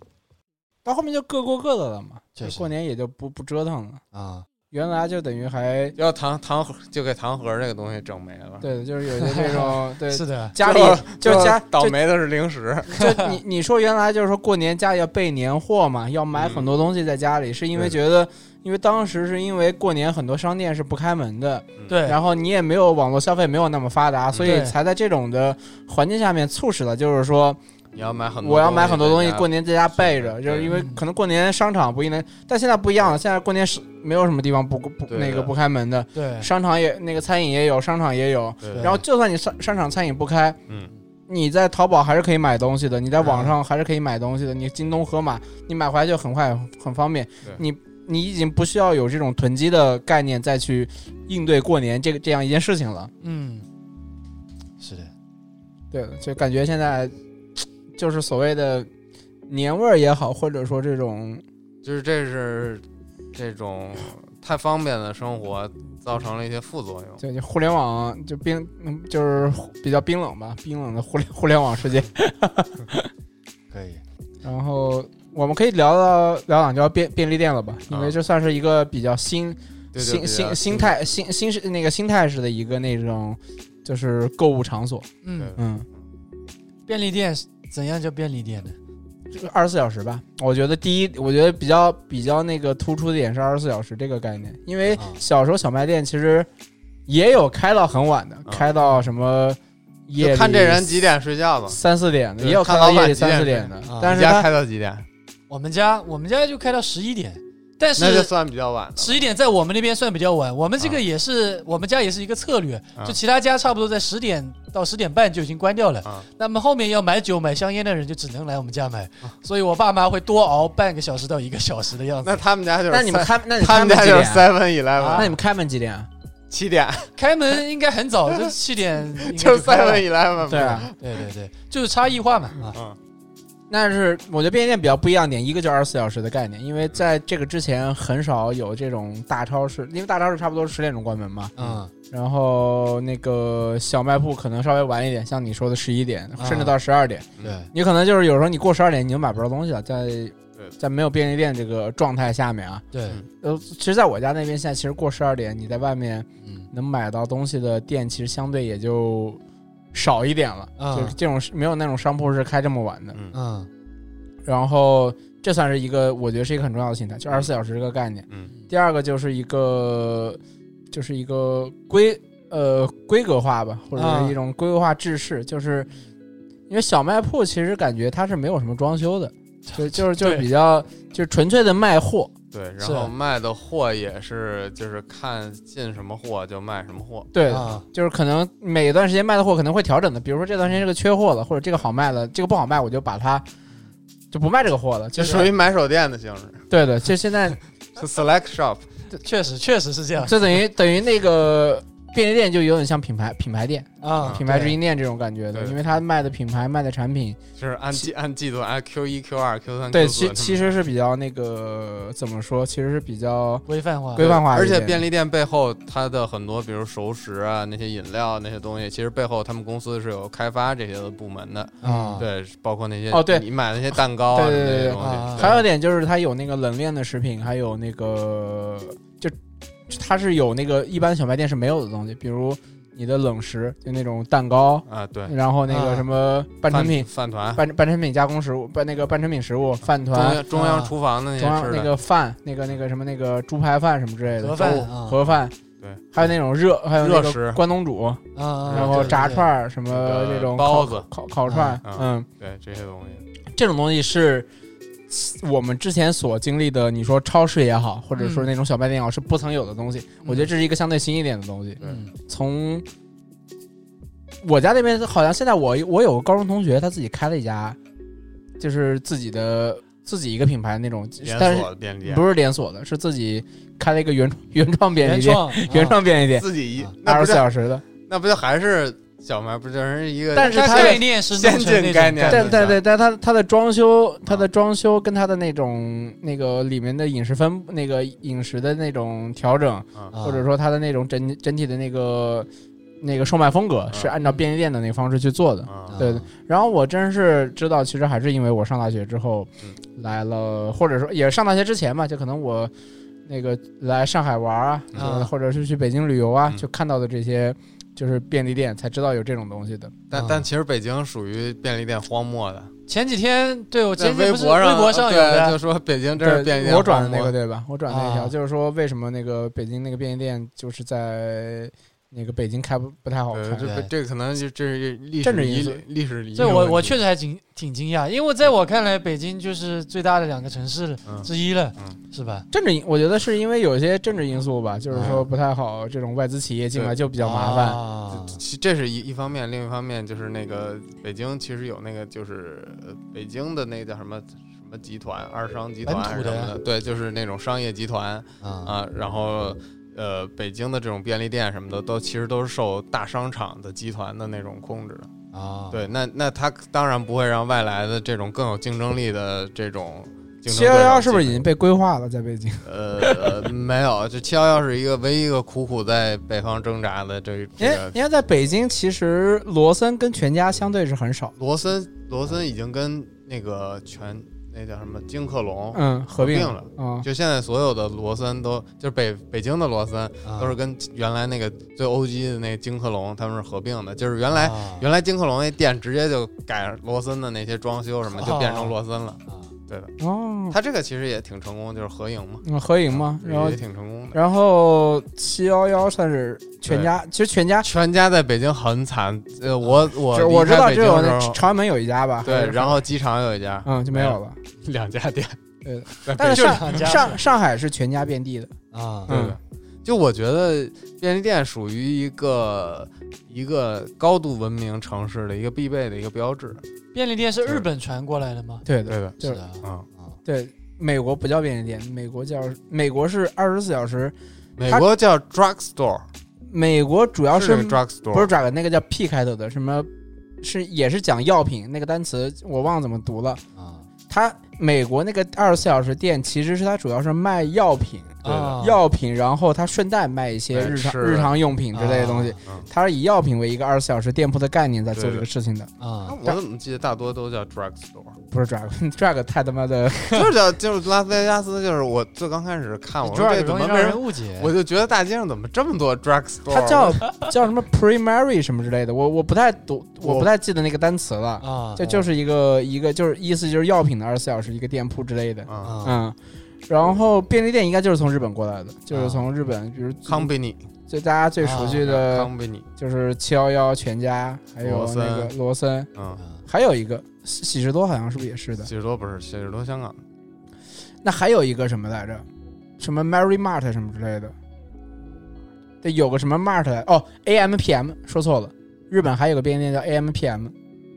Speaker 3: 到后面就各过各的了嘛，
Speaker 4: 确
Speaker 3: 就
Speaker 4: 实
Speaker 3: 过年也就不不折腾了。
Speaker 4: 啊，
Speaker 3: 原来就等于还
Speaker 2: 要糖糖盒就给糖盒这个东西整没了。，
Speaker 3: 对，就是有些这种对
Speaker 4: 是的，
Speaker 3: 家里就家
Speaker 2: 倒
Speaker 3: 就
Speaker 2: 霉的是零食，
Speaker 3: 就你你说原来就是说过年家里要备年货嘛，要买
Speaker 2: 嗯
Speaker 3: 很多东西在家里，是因为
Speaker 2: 对
Speaker 3: 觉得因为当时是因为过年很多商店是不开门的，
Speaker 4: 对，
Speaker 3: 然后你也没有网络消费没有那么发达，所以
Speaker 4: 对
Speaker 3: 才在这种的环境下面促使了，就是说
Speaker 2: 你要买很多，
Speaker 3: 我要买很多东西，过
Speaker 2: 年
Speaker 3: 年在家备着，
Speaker 2: 是
Speaker 3: 就是因为
Speaker 4: 嗯
Speaker 3: 可能过年商场不一定，但现在不一样了，现在过年是没有什么地方不不
Speaker 2: 对
Speaker 3: 那个
Speaker 2: 的
Speaker 3: 不开门的，
Speaker 4: 对，
Speaker 3: 商场也那个餐饮也有，商场也有，
Speaker 2: 对
Speaker 4: 对
Speaker 3: 然后就算你商商场餐饮不开，
Speaker 2: 嗯，
Speaker 3: 你在淘宝还是可以买东西的，你在
Speaker 4: 是啊
Speaker 3: 网上还是可以买东西的，你京东、盒马，你买回来就很快很方便
Speaker 2: 对，
Speaker 3: 你你已经不需要有这种囤积的概念再去应对过年这个这样一件事情了。
Speaker 4: 嗯，是的，
Speaker 3: 对，就感觉现在就是所谓的年味儿也好，或者说这种
Speaker 2: 就是这是这种太方便的生活造成了一些副作用。
Speaker 3: 就就互联网就冰嗯就是比较冰冷吧，冰冷的互联互联网世界。
Speaker 4: 可以，
Speaker 3: 然后我们可以聊到聊两聊便便利店了吧，因为
Speaker 2: 啊
Speaker 3: 这算是一个比较新
Speaker 2: 对对
Speaker 3: 新
Speaker 2: 对
Speaker 3: 新
Speaker 2: 啊
Speaker 3: 新态新新式那个新态式的一个那种就是购物场所，
Speaker 4: 嗯，
Speaker 3: 嗯，
Speaker 4: 便利店是怎样叫便利店呢？
Speaker 3: 二十四小时吧。我觉得第一，我觉得比较比较那个突出的点是二十四小时这个概念，因为
Speaker 4: 啊
Speaker 3: 小时候小卖店其实也有开到很晚的，开到什么夜
Speaker 2: 啊就
Speaker 3: 里
Speaker 2: 看这人几点睡觉吧。
Speaker 3: 三四点的，
Speaker 2: 对
Speaker 3: 也有
Speaker 2: 看
Speaker 3: 开到
Speaker 2: 老板
Speaker 3: 夜里
Speaker 2: 几
Speaker 3: 三四
Speaker 2: 点
Speaker 3: 点的
Speaker 4: 睡啊，
Speaker 3: 但
Speaker 2: 你
Speaker 3: 是
Speaker 2: 家
Speaker 3: 它
Speaker 2: 开到几点？
Speaker 4: 我们家我们家就开到十一点，但
Speaker 2: 那就是算比较晚的
Speaker 4: 十一点在我们那边算比较晚，我们这个
Speaker 2: 啊
Speaker 4: 也是、我们家也是一个策略，
Speaker 2: 啊
Speaker 4: 就其他家差不多在十点到十点半就已经关掉了，
Speaker 2: 啊。
Speaker 4: 那么后面要买酒买香烟的人就只能来我们家买，
Speaker 2: 啊
Speaker 4: 所以我爸妈会多熬半个小时到一个小时的样子。
Speaker 2: 那他们家就是
Speaker 3: 那你们
Speaker 2: seven-
Speaker 3: 开那你
Speaker 2: 他们
Speaker 3: 开门
Speaker 2: 家就是
Speaker 3: 几点啊
Speaker 2: Seven
Speaker 3: 那
Speaker 2: Eleven，
Speaker 3: 你们开门几点啊？
Speaker 2: 七点
Speaker 4: 开门应该很早，就七 点应该
Speaker 2: 就是
Speaker 4: 开了
Speaker 2: Seven Eleven。
Speaker 3: 对啊，
Speaker 4: 对对对，就是差异化嘛啊，
Speaker 2: 嗯，
Speaker 3: 但是我觉得便利店比较不一样点，一个就是二十四小时的概念，因为在这个之前很少有这种大超市，因为大超市差不多是十点钟关门嘛，
Speaker 4: 嗯
Speaker 3: 然后那个小卖部可能稍微晚一点，像你说的十一点，
Speaker 4: 啊
Speaker 3: 甚至到十二点，
Speaker 2: 嗯
Speaker 4: 对，
Speaker 3: 你可能就是有时候你过十二点你就买不着东西了，在
Speaker 2: 对
Speaker 3: 在没有便利店这个状态下面啊，
Speaker 4: 对，
Speaker 3: 呃，其实在我家那边现在其实过十二点你在外面
Speaker 4: 嗯
Speaker 3: 能买到东西的店其实相对也就少一点了，
Speaker 4: 啊
Speaker 3: 就这种没有那种商铺是开这么晚的。
Speaker 2: 嗯
Speaker 4: 嗯
Speaker 3: 然后这算是一个，我觉得是一个很重要的心态，就二十四小时这个概念。
Speaker 2: 嗯
Speaker 3: 第二个就是一个，就是一个规呃规格化吧，或者是一种规格化制式，就是因为小卖铺其实感觉它是没有什么装修 的，就就是就是
Speaker 4: 对
Speaker 3: 比较就是纯粹的卖货。
Speaker 2: 对，然
Speaker 4: 是
Speaker 2: 后卖的货也是，就是看进什么货就卖什么货。
Speaker 3: 对，
Speaker 4: 啊
Speaker 3: 就是可能每段时间卖的货可能会调整的，比如说这段时间这个缺货了，或者这个好卖了，这个不好卖，我就把它就不卖这个货了。
Speaker 2: 就
Speaker 3: 就是
Speaker 2: 属于买手店的性质，
Speaker 3: 对的，就现在
Speaker 2: 就 select shop。
Speaker 4: 确实确实是这样
Speaker 3: 就啊等于等于那个便利店就有点像品牌品牌店、
Speaker 4: 啊，
Speaker 3: 品牌直
Speaker 4: 对
Speaker 3: 营店这种感觉的，
Speaker 2: 对嗯
Speaker 3: 因为它卖的品牌卖的产品，
Speaker 2: 就是按
Speaker 3: 其
Speaker 2: 季按季度，按 Q 一、Q 二、Q 三、
Speaker 3: 对，
Speaker 2: Q 四
Speaker 3: 其其实是比较那个怎么说，其实是比较
Speaker 4: 规范化，
Speaker 3: 规范化一
Speaker 2: 啊而且
Speaker 3: 点
Speaker 2: 便利店背后，它的很多，比如熟食啊、那些饮料啊那些东西，其实背后他们公司是有开发这些的部门的。
Speaker 3: 嗯
Speaker 4: 啊，
Speaker 2: 对，包括那些
Speaker 3: 哦对
Speaker 2: 你买那些蛋糕啊
Speaker 3: 对
Speaker 2: 什
Speaker 3: 对
Speaker 2: 么
Speaker 3: 对对
Speaker 2: 那些东
Speaker 4: 啊
Speaker 2: 西，
Speaker 3: 还有一点就是它有那个冷链的食品，还有那个就就它是有那个一般小卖店是没有的东西，比如你的冷食，就那种蛋糕，
Speaker 2: 啊对，
Speaker 3: 然后那个
Speaker 4: 啊
Speaker 3: 什么半成嗯品、
Speaker 2: 饭团，
Speaker 3: 半半成品加工食物，半那个半成品食物、饭
Speaker 2: 中
Speaker 3: 团、啊
Speaker 2: 央中央厨房的那
Speaker 3: 中
Speaker 2: 些
Speaker 3: 央
Speaker 2: 吃
Speaker 3: 那
Speaker 2: 的，
Speaker 3: 个饭，那个那个什么那个猪排饭什么之类的，
Speaker 4: 盒饭
Speaker 3: 粥
Speaker 4: 啊
Speaker 3: 盒饭，
Speaker 2: 对，
Speaker 3: 还有那种热，还有那
Speaker 2: 热
Speaker 3: 个
Speaker 2: 食
Speaker 3: 关东煮，
Speaker 4: 啊，
Speaker 3: 然后
Speaker 4: 对
Speaker 3: 炸
Speaker 4: 对
Speaker 3: 串儿什么
Speaker 2: 那个
Speaker 3: 这种
Speaker 2: 包
Speaker 3: 烤
Speaker 2: 子
Speaker 3: 烤烤串
Speaker 2: 嗯，
Speaker 3: 嗯，
Speaker 2: 对这些东西，
Speaker 3: 这种东西是我们之前所经历的，你说超市也好，或者说
Speaker 4: 嗯
Speaker 3: 那种小卖店也好，是不曾有的东西。我觉得这是一个相对新一点的东西。
Speaker 2: 对
Speaker 4: 嗯
Speaker 3: 从我家那边，好像现在我我有个高中同学，他自己开了一家，就是自己的自己一个品牌那种，但
Speaker 2: 连
Speaker 3: 是
Speaker 2: 锁便利店
Speaker 3: 不是连锁的，是自己开了一个原原创 便利店，
Speaker 4: 原创
Speaker 3: 原
Speaker 4: 啊
Speaker 3: 创便利店，
Speaker 2: 自己一
Speaker 4: 啊
Speaker 2: 那
Speaker 3: 二
Speaker 2: 不
Speaker 3: 十四
Speaker 2: 就
Speaker 3: 小时的。
Speaker 2: 那不就还是小卖，不就是一个？
Speaker 3: 但是
Speaker 4: 它
Speaker 3: 它
Speaker 4: 概念是
Speaker 2: 先
Speaker 4: 弄成
Speaker 2: 进
Speaker 4: 那种
Speaker 2: 概念
Speaker 3: 但
Speaker 2: 对
Speaker 3: 但对，但它它的装修，它的装修跟它的那种那个里面的饮食分那个饮食的那种调整，
Speaker 2: 啊
Speaker 4: 啊
Speaker 3: 或者说它的那种整整体的那个那个售卖风格，是按照便利店的那个方式去做的。
Speaker 4: 嗯
Speaker 2: 啊
Speaker 3: 对对然后我真是知道，其实还是因为我上大学之后
Speaker 2: 嗯
Speaker 3: 来了，或者说也是上大学之前吧，就可能我那个来上海玩啊，
Speaker 4: 嗯
Speaker 3: 就是或者是去北京旅游啊，
Speaker 2: 嗯
Speaker 3: 就看到的这些就是便利店，才知道有这种东西的。
Speaker 2: 但
Speaker 4: 啊
Speaker 2: 但其实北京属于便利店荒漠的，
Speaker 4: 前几天对我
Speaker 2: 在
Speaker 4: 前几天不是
Speaker 2: 博上，
Speaker 4: 微博上有
Speaker 2: 对，
Speaker 4: 的
Speaker 2: 就说北京这是便利店，
Speaker 3: 我转的那个，对吧？我转的那条、
Speaker 4: 啊
Speaker 3: 就是说，为什么那个北京那个便利店就是在那个北京开不不太好
Speaker 2: 对，
Speaker 3: 开？
Speaker 2: 这这可能就这是历史
Speaker 3: 政治因
Speaker 2: 遗
Speaker 3: 素
Speaker 2: 历史遗留
Speaker 4: 这我
Speaker 2: 问
Speaker 4: 我
Speaker 2: 题
Speaker 4: 确实还挺挺惊讶，因为我在我看来，北京就是最大的两个城市
Speaker 2: 嗯
Speaker 4: 之一了，
Speaker 2: 嗯
Speaker 4: 是吧？
Speaker 3: 政治因，我觉得是因为有一些政治因素吧，就是
Speaker 2: 嗯
Speaker 3: 说不太好，这种外资企业进来就比
Speaker 4: 比
Speaker 3: 较麻烦。
Speaker 4: 啊、
Speaker 2: 其这是一一方面，另一方面就是那个北京其实有那个就是呃北京的那叫什么什么集团，二商集团
Speaker 4: 本土
Speaker 2: 什
Speaker 4: 的
Speaker 2: 么的，对，就是那种商业集团
Speaker 4: 啊
Speaker 2: 啊，然后。呃，北京的这种便利店什么的，都其实都是受大商场的集团的那种控制。
Speaker 4: 啊，
Speaker 3: 哦
Speaker 2: 对，那那它当然不会让外来的这种更有竞争力的这种竞
Speaker 3: 七
Speaker 2: 争
Speaker 3: 幺
Speaker 2: 对手
Speaker 3: 幺是不是已
Speaker 2: 进
Speaker 3: 经被规划了？在北京，
Speaker 2: 呃，呃没有，这七幺幺是一个唯一一个苦苦在北方挣扎的这
Speaker 3: 因
Speaker 2: 这
Speaker 3: 为
Speaker 2: 个。
Speaker 3: 因为在北京，其实罗森跟全家相对是很少的，
Speaker 2: 罗森罗森已经跟那个全那叫什么京客隆，
Speaker 3: 嗯，合并
Speaker 2: 并
Speaker 3: 了啊、
Speaker 2: 就现在所有的罗森都就是北北京的罗森
Speaker 4: 啊，
Speaker 2: 都是跟原来那个最 OG 的那京客隆他们是合并的，就是原来。
Speaker 4: 啊
Speaker 2: 原来京客隆那店直接就改罗森的那些装修什么，就变成罗森了。
Speaker 4: 啊
Speaker 3: 哦，
Speaker 2: 他这个其实也挺成功，就是合营嘛，啊
Speaker 3: 嗯，合营嘛，然后
Speaker 2: 也挺成功的。
Speaker 3: 然后七幺幺算是全家，其实全家
Speaker 2: 全家在北京很惨，呃，我我
Speaker 3: 就是我
Speaker 2: 离
Speaker 3: 知
Speaker 2: 开
Speaker 3: 道
Speaker 2: 北
Speaker 3: 只
Speaker 2: 京
Speaker 3: 有
Speaker 2: 的
Speaker 3: 那
Speaker 2: 时候
Speaker 3: 朝阳门有一家吧，还
Speaker 2: 对，
Speaker 3: 是
Speaker 2: 然后机场有一家，
Speaker 3: 嗯就没有了。
Speaker 2: 两家店，
Speaker 3: 对
Speaker 2: 在
Speaker 3: 但
Speaker 2: 北京，
Speaker 3: 是
Speaker 4: 就是
Speaker 3: 上
Speaker 4: 两家
Speaker 3: 上上海是全家遍地的，
Speaker 4: 啊
Speaker 2: 嗯对的。
Speaker 3: 嗯
Speaker 2: 就我觉得便利店属于一个一个高度文明城市的一个必备的一个标志。
Speaker 4: 便利店是
Speaker 2: 对
Speaker 4: 日本传过来的吗？
Speaker 3: 对的，
Speaker 2: 的，
Speaker 3: 就是
Speaker 4: 的
Speaker 2: 嗯，
Speaker 4: 啊
Speaker 3: 对。美国不叫便利店，美国叫美国是二十四小时，
Speaker 2: 美国叫 drugstore，
Speaker 3: 美国主要
Speaker 2: 是
Speaker 3: 是
Speaker 2: 那个 drugstore，
Speaker 3: 不是转个那个叫 P 开头的什么，是也是讲药品那个单词我忘了怎么读了。
Speaker 4: 啊
Speaker 3: 它美国那个二十四小时店其实是它主要是卖药品，
Speaker 2: 对的
Speaker 4: 啊
Speaker 3: 药品，然后它顺带卖一些
Speaker 2: 哎
Speaker 3: 日常
Speaker 2: 是
Speaker 3: 日常用品之类的东西
Speaker 4: 啊。
Speaker 2: 嗯。
Speaker 3: 它是以药品为一个二十四小时店铺的概念在做这个事情的，
Speaker 2: 那
Speaker 4: 啊
Speaker 2: 我怎么记得大多都叫 drugstore？
Speaker 3: 不是 drug drug 太他妈的
Speaker 2: 就是叫就是拉斯维加斯，就是我最刚开始看我
Speaker 4: 主
Speaker 2: 说
Speaker 4: 要
Speaker 2: 这
Speaker 4: 是容
Speaker 2: 怎么
Speaker 4: 易让
Speaker 2: 为什
Speaker 4: 人
Speaker 2: 么，
Speaker 4: 误解。
Speaker 2: 我就觉得大街上怎么这么多
Speaker 4: 哦
Speaker 2: drugstore？
Speaker 3: 它叫叫什么 primary 什么之类的，我我不太懂，我
Speaker 2: 我
Speaker 3: 不太记得那个单词了。
Speaker 4: 啊，
Speaker 3: 这就是一个一个就是意思就是药品的二十四小时一个店铺之类的，
Speaker 2: 啊
Speaker 4: 啊
Speaker 3: 嗯。然后便利店应该就是从日本过来的，就是从日本，比如
Speaker 2: ，company
Speaker 3: 最大家最
Speaker 4: 啊
Speaker 3: 熟悉的
Speaker 2: company，
Speaker 3: 就是七幺幺、全家，还有
Speaker 2: 罗森
Speaker 3: 那个罗森，
Speaker 2: 嗯，
Speaker 3: 还有一个喜喜事多好像是不是也是的？
Speaker 2: 喜事多不是喜事多香
Speaker 3: 嗯
Speaker 2: 港
Speaker 3: 那还有一个什么来着？什么 Mary Mart 什么之类的？对，有个什么 Mart 来哦，AM PM 说错了，日本还有个便利店叫 AM PM，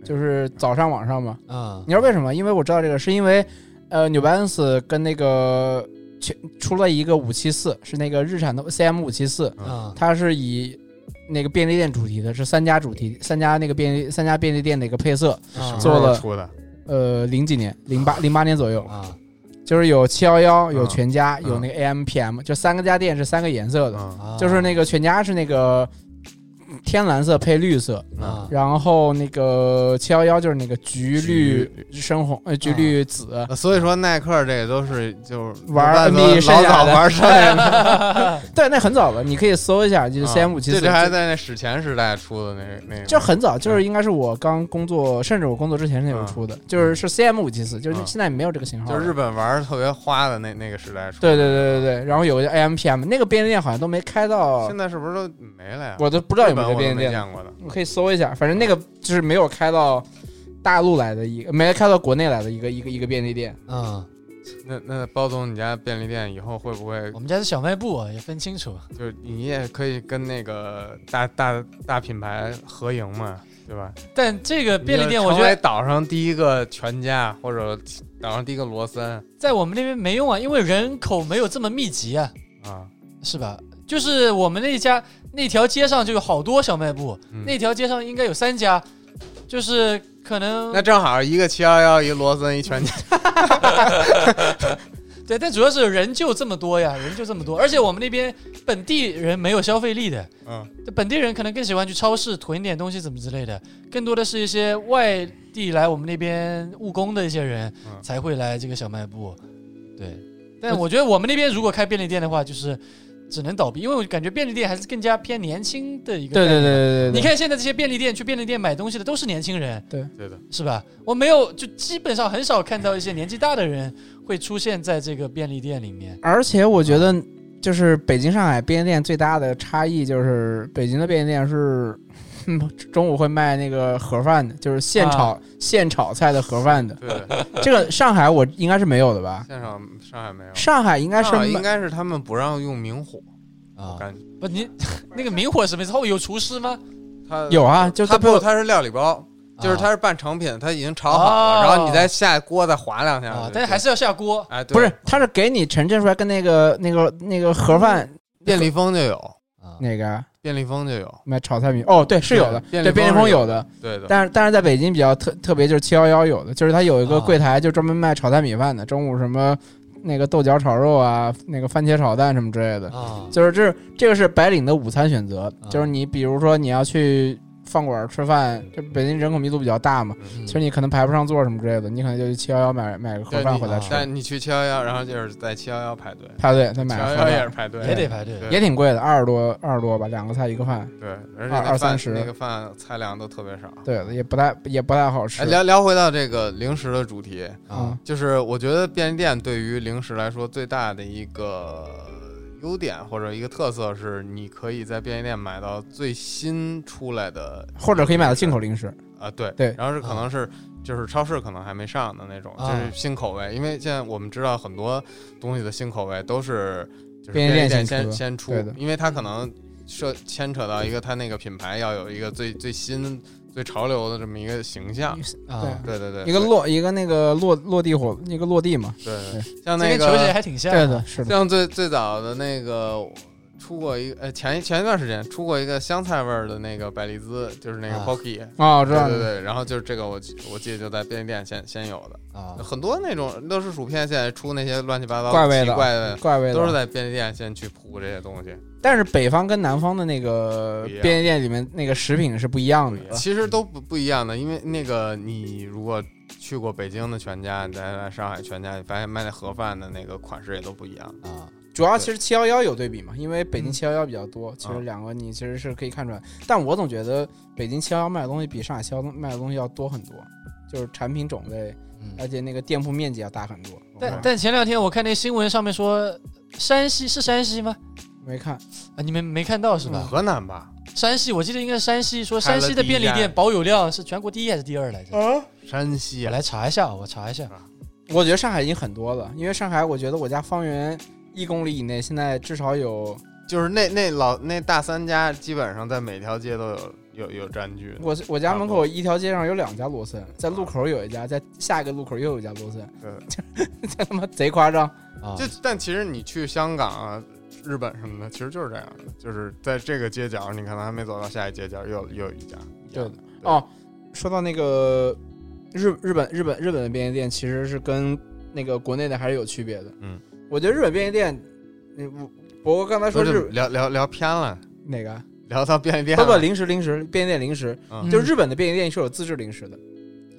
Speaker 3: 就是早上晚上嘛。
Speaker 4: 啊
Speaker 3: 你知道为什么？因为我知道这个，是因为呃，New Balance 跟那个全出了一个五七四，是那个日产的 CM 五七四，
Speaker 4: 啊
Speaker 3: 它是以那个便利店主题的，是三家主题，三家那个便利三家便利店的一个配色。
Speaker 4: 啊
Speaker 3: 做了
Speaker 2: 出的，
Speaker 3: 呃，零几年，零八零八年左右，
Speaker 4: 啊
Speaker 3: 就是有七幺幺，有
Speaker 2: 嗯
Speaker 3: 全家，有
Speaker 2: 嗯
Speaker 3: 那个 AM PM，就三个家电是三个颜色的，
Speaker 4: 啊
Speaker 2: 嗯
Speaker 3: 就是那个全家是那个天蓝色配绿色，
Speaker 2: 嗯
Speaker 4: 啊
Speaker 3: 然后那个七幺幺就是那个橘绿深红，呃，橘
Speaker 4: 嗯
Speaker 3: 绿紫。
Speaker 2: 呃所以说耐克这个都是就是
Speaker 3: 玩
Speaker 2: 老
Speaker 3: NBA 剩
Speaker 2: 早
Speaker 3: 下
Speaker 2: 老
Speaker 3: 的
Speaker 2: 早玩剩下的，
Speaker 3: 对，那很早了，你可以搜一下，就是
Speaker 2: 嗯
Speaker 3: CM 五七
Speaker 2: 这
Speaker 3: 四
Speaker 2: 这，还在那史前时代出的那那个，
Speaker 3: 就很早，就是应该是我刚工作，甚至我工作之前是有
Speaker 2: 嗯
Speaker 3: 出的，就是是 CM 五七四，就是
Speaker 2: 嗯
Speaker 3: 现在没有这个型号
Speaker 2: 就
Speaker 3: 了。
Speaker 2: 是日本玩儿特别花的那那个时代出。
Speaker 3: 对对，对对对，然后有个叫 AM PM，那个便利店好像都没开到
Speaker 2: 现，在是不是都没了呀？
Speaker 3: 我都不
Speaker 2: 不
Speaker 3: 知道有没有这便利店。
Speaker 2: 见过的。嗯
Speaker 3: 我可以搜一下，反正那个就是没有开到大陆来的一个，没开到国内来的一个一个一个便利店。
Speaker 4: 啊，
Speaker 2: 那那包总，你家便利店以后会不会
Speaker 4: 我们家是小卖部，啊也分清楚。
Speaker 2: 就是你也可以跟那个大大大品牌合营嘛，对吧？
Speaker 4: 但这个便利店，
Speaker 2: 你
Speaker 4: 我
Speaker 2: 就
Speaker 4: 觉
Speaker 2: 成为
Speaker 4: 得
Speaker 2: 岛上第一个全家或者岛上第一个罗森
Speaker 4: 在我们那边没用啊，因为人口没有这么密集啊，
Speaker 2: 啊，
Speaker 4: 是吧？就是我们那家那条街上就有好多小卖部，
Speaker 2: 嗯
Speaker 4: 那条街上应该有三家，就是可能
Speaker 2: 那正好一个七幺幺，一罗森，一 全家。
Speaker 4: 对，但主要是人就这么多呀，人就这么多，而且我们那边本地人没有消费力的，
Speaker 2: 嗯，
Speaker 4: 就本地人可能更喜欢去超市囤点东西怎么之类的，更多的是一些外地来我们那边务工的一些人
Speaker 2: 嗯
Speaker 4: 才会来这个小卖部，对。但我觉得我们那边如果开便利店的话，就是只能倒闭，因为我感觉便利店还是更加偏年轻的一个。
Speaker 3: 对对对。对对，
Speaker 4: 你看现在这些便利店，去便利店买东西的都是年轻人，
Speaker 2: 对的，
Speaker 4: 是吧？我没有，就基本上很少看到一些年纪大的人会出现在这个便利店里面。
Speaker 3: 而且我觉得，就是北京、上海便利店最大的差异就是，北京的便利店是、 嗯、中午会卖那个盒饭的，就是现炒、
Speaker 2: 啊
Speaker 3: 现炒菜的盒饭的。
Speaker 2: 对的。
Speaker 3: 这个上海我应该是没有的吧？
Speaker 2: 现场上海没有，
Speaker 3: 上海应该是
Speaker 2: 上海
Speaker 3: 卖
Speaker 2: 应该是他们不让用明火，
Speaker 4: 啊
Speaker 2: 我感觉
Speaker 4: 不，你 那个明火什么意思？后面有厨师吗？
Speaker 2: 他
Speaker 3: 有啊，就
Speaker 2: 他
Speaker 3: 在
Speaker 2: 不，它是料理包，就是
Speaker 4: 啊
Speaker 2: 它是半成品，它已经炒好了，
Speaker 4: 哦
Speaker 2: 然后你再下锅再划两下
Speaker 4: 啊
Speaker 2: 就，
Speaker 4: 但是还是要下锅。
Speaker 2: 哎，对
Speaker 3: 不是，他是给你陈列出来跟那个那个那个盒饭
Speaker 2: 便利蜂就有，
Speaker 4: 啊
Speaker 3: 哪个
Speaker 2: 便利蜂就有，
Speaker 3: 卖炒菜米哦，对，是有的，
Speaker 2: 便利
Speaker 3: 对，便利
Speaker 2: 蜂
Speaker 3: 蜂
Speaker 2: 是
Speaker 3: 有
Speaker 2: 有
Speaker 3: 的，
Speaker 2: 对的，
Speaker 3: 但是但是在北京比较特特别就是七幺幺有的，就是它有一个
Speaker 4: 啊
Speaker 3: 柜台就专门卖炒菜米饭的，中午什么那个豆角炒肉啊，那个番茄炒蛋什么之类的，
Speaker 4: 啊
Speaker 3: 就是这这个是白领的午餐选择
Speaker 4: 啊，
Speaker 3: 就是你比如说你要去饭馆吃饭，这北京人口密度比较大嘛，
Speaker 2: 嗯
Speaker 3: 其实你可能排不上座什么之类的，你可能就去七幺幺买买个盒
Speaker 2: 对
Speaker 3: 饭
Speaker 2: 你
Speaker 3: 回来吃，
Speaker 2: 但你啊去七幺幺，然后就是在七幺幺排队，
Speaker 3: 排队再
Speaker 2: 七
Speaker 3: 买个
Speaker 2: 幺
Speaker 3: 盒
Speaker 2: 幺也
Speaker 3: 饭
Speaker 2: 是，排队，
Speaker 4: 也得排队。
Speaker 2: 对
Speaker 3: 也挺贵的，二十多二十多吧，两个菜一个饭，
Speaker 2: 对，而且
Speaker 3: 二
Speaker 2: 那
Speaker 3: 二
Speaker 2: 饭
Speaker 3: 三十
Speaker 2: 那个饭菜量都特别少。
Speaker 3: 对，也不太也不太好吃
Speaker 2: 哎，聊聊回到这个零食的主题，
Speaker 3: 啊
Speaker 4: 啊，
Speaker 2: 就是我觉得便利店对于零食来说最大的一个优点或者一个特色是，你可以在便利店买到最新出来的，
Speaker 3: 或者可以买到进口零食，
Speaker 2: 啊，对
Speaker 3: 对嗯
Speaker 2: 然后是可能是就是超市可能还没上的那种，就
Speaker 4: 啊
Speaker 2: 是新口味，因为现在我们知道很多东西的新口味都是就是
Speaker 3: 便利
Speaker 2: 利
Speaker 3: 店先
Speaker 2: 店先
Speaker 3: 出
Speaker 2: 先出
Speaker 3: 对的，
Speaker 2: 因为它可能涉牵扯到一个它那个品牌要有一个最最新最潮流的这么一个形象，
Speaker 4: 啊，
Speaker 2: 对对对，
Speaker 3: 一个
Speaker 2: 对
Speaker 3: 落一个那个落落地火一个落地嘛，
Speaker 2: 对
Speaker 3: 对
Speaker 2: 对，像
Speaker 4: 这
Speaker 2: 那
Speaker 4: 跟球鞋
Speaker 2: 个
Speaker 4: 还挺像。
Speaker 3: 对的，是的，
Speaker 2: 像最最早的那个。出过一个，呃，前前一段时间出过一个香菜味儿的那个百利滋，就是那个
Speaker 4: 啊
Speaker 2: Pocky，、
Speaker 3: 哦，我知
Speaker 2: 对
Speaker 3: 道
Speaker 2: 对
Speaker 3: 了，
Speaker 2: 对，然后就是这个我记我记得就在便利店先先有的，
Speaker 4: 啊
Speaker 2: 很多那种乐事薯片，现在出那些乱七八糟
Speaker 3: 怪味的嗯
Speaker 2: 奇怪的，
Speaker 3: 怪味
Speaker 2: 都是
Speaker 3: 的。
Speaker 2: 在便利店先去铺这些东西，
Speaker 3: 但是北方跟南方的那个
Speaker 2: 不一样
Speaker 3: 便利店里面那个食品是不一样的。
Speaker 2: 其实都不不一样的。因为那个你如果去过北京的全家，你再来上海全家，你发现卖那盒饭的那个款式也都不一样。
Speaker 4: 啊，
Speaker 3: 主要其实七幺幺有对比嘛，因为北京
Speaker 4: 嗯啊
Speaker 3: 七幺幺比较多，其实两个你其实是可以看出来。但我总觉得北京七幺幺卖的东西比上海七幺卖的东西要多很多，就是产品种类，
Speaker 4: 嗯
Speaker 3: 而且那个店铺面积要大很多。
Speaker 4: 但
Speaker 3: 我
Speaker 4: 但前两天我看那新闻上面说，山西是山西吗？
Speaker 3: 没看，
Speaker 4: 啊，你们没看到是吧？
Speaker 2: 河南吧，
Speaker 4: 山西，我记得应该是山西，说
Speaker 2: 嗯开了
Speaker 4: 山西的便利
Speaker 2: 第一啊
Speaker 4: 店
Speaker 2: 家
Speaker 4: 保有量是全国第一还是第二来着？
Speaker 2: 山西
Speaker 3: 嗯
Speaker 4: 我
Speaker 2: 啊，
Speaker 4: 来查一下，我查一下。
Speaker 3: 我觉得上海已经很多了，因为上海我觉得我家方圆一公里以内现在至少有
Speaker 2: 就是那那老那大三家，基本上在每条街都有有有占据的。
Speaker 3: 我我家门口一条街上有两家罗森，在
Speaker 4: 啊
Speaker 3: 路口有一家，在下一个路口又有一家罗 森，
Speaker 2: 对，
Speaker 3: 这他妈贼夸张。
Speaker 4: 啊，
Speaker 2: 就但其实你去香港啊。日本什么的，其实就是这样的，就是在这个街角，你可能还没走到下一街角，又又有一家。一样
Speaker 3: 对的哦，说到那个日日本日本日本的便利店，其实是跟那个国内的还是有区别的。
Speaker 2: 嗯，
Speaker 3: 我觉得日本便利店，嗯，我我刚才说
Speaker 2: 不是
Speaker 3: 日
Speaker 2: 聊聊聊偏了，
Speaker 3: 哪个？啊
Speaker 2: 聊到便利店
Speaker 3: 不
Speaker 2: 了。
Speaker 3: 不，零食零食便利店零食，
Speaker 2: 嗯
Speaker 3: 就是日本的便利店是有自制零食的，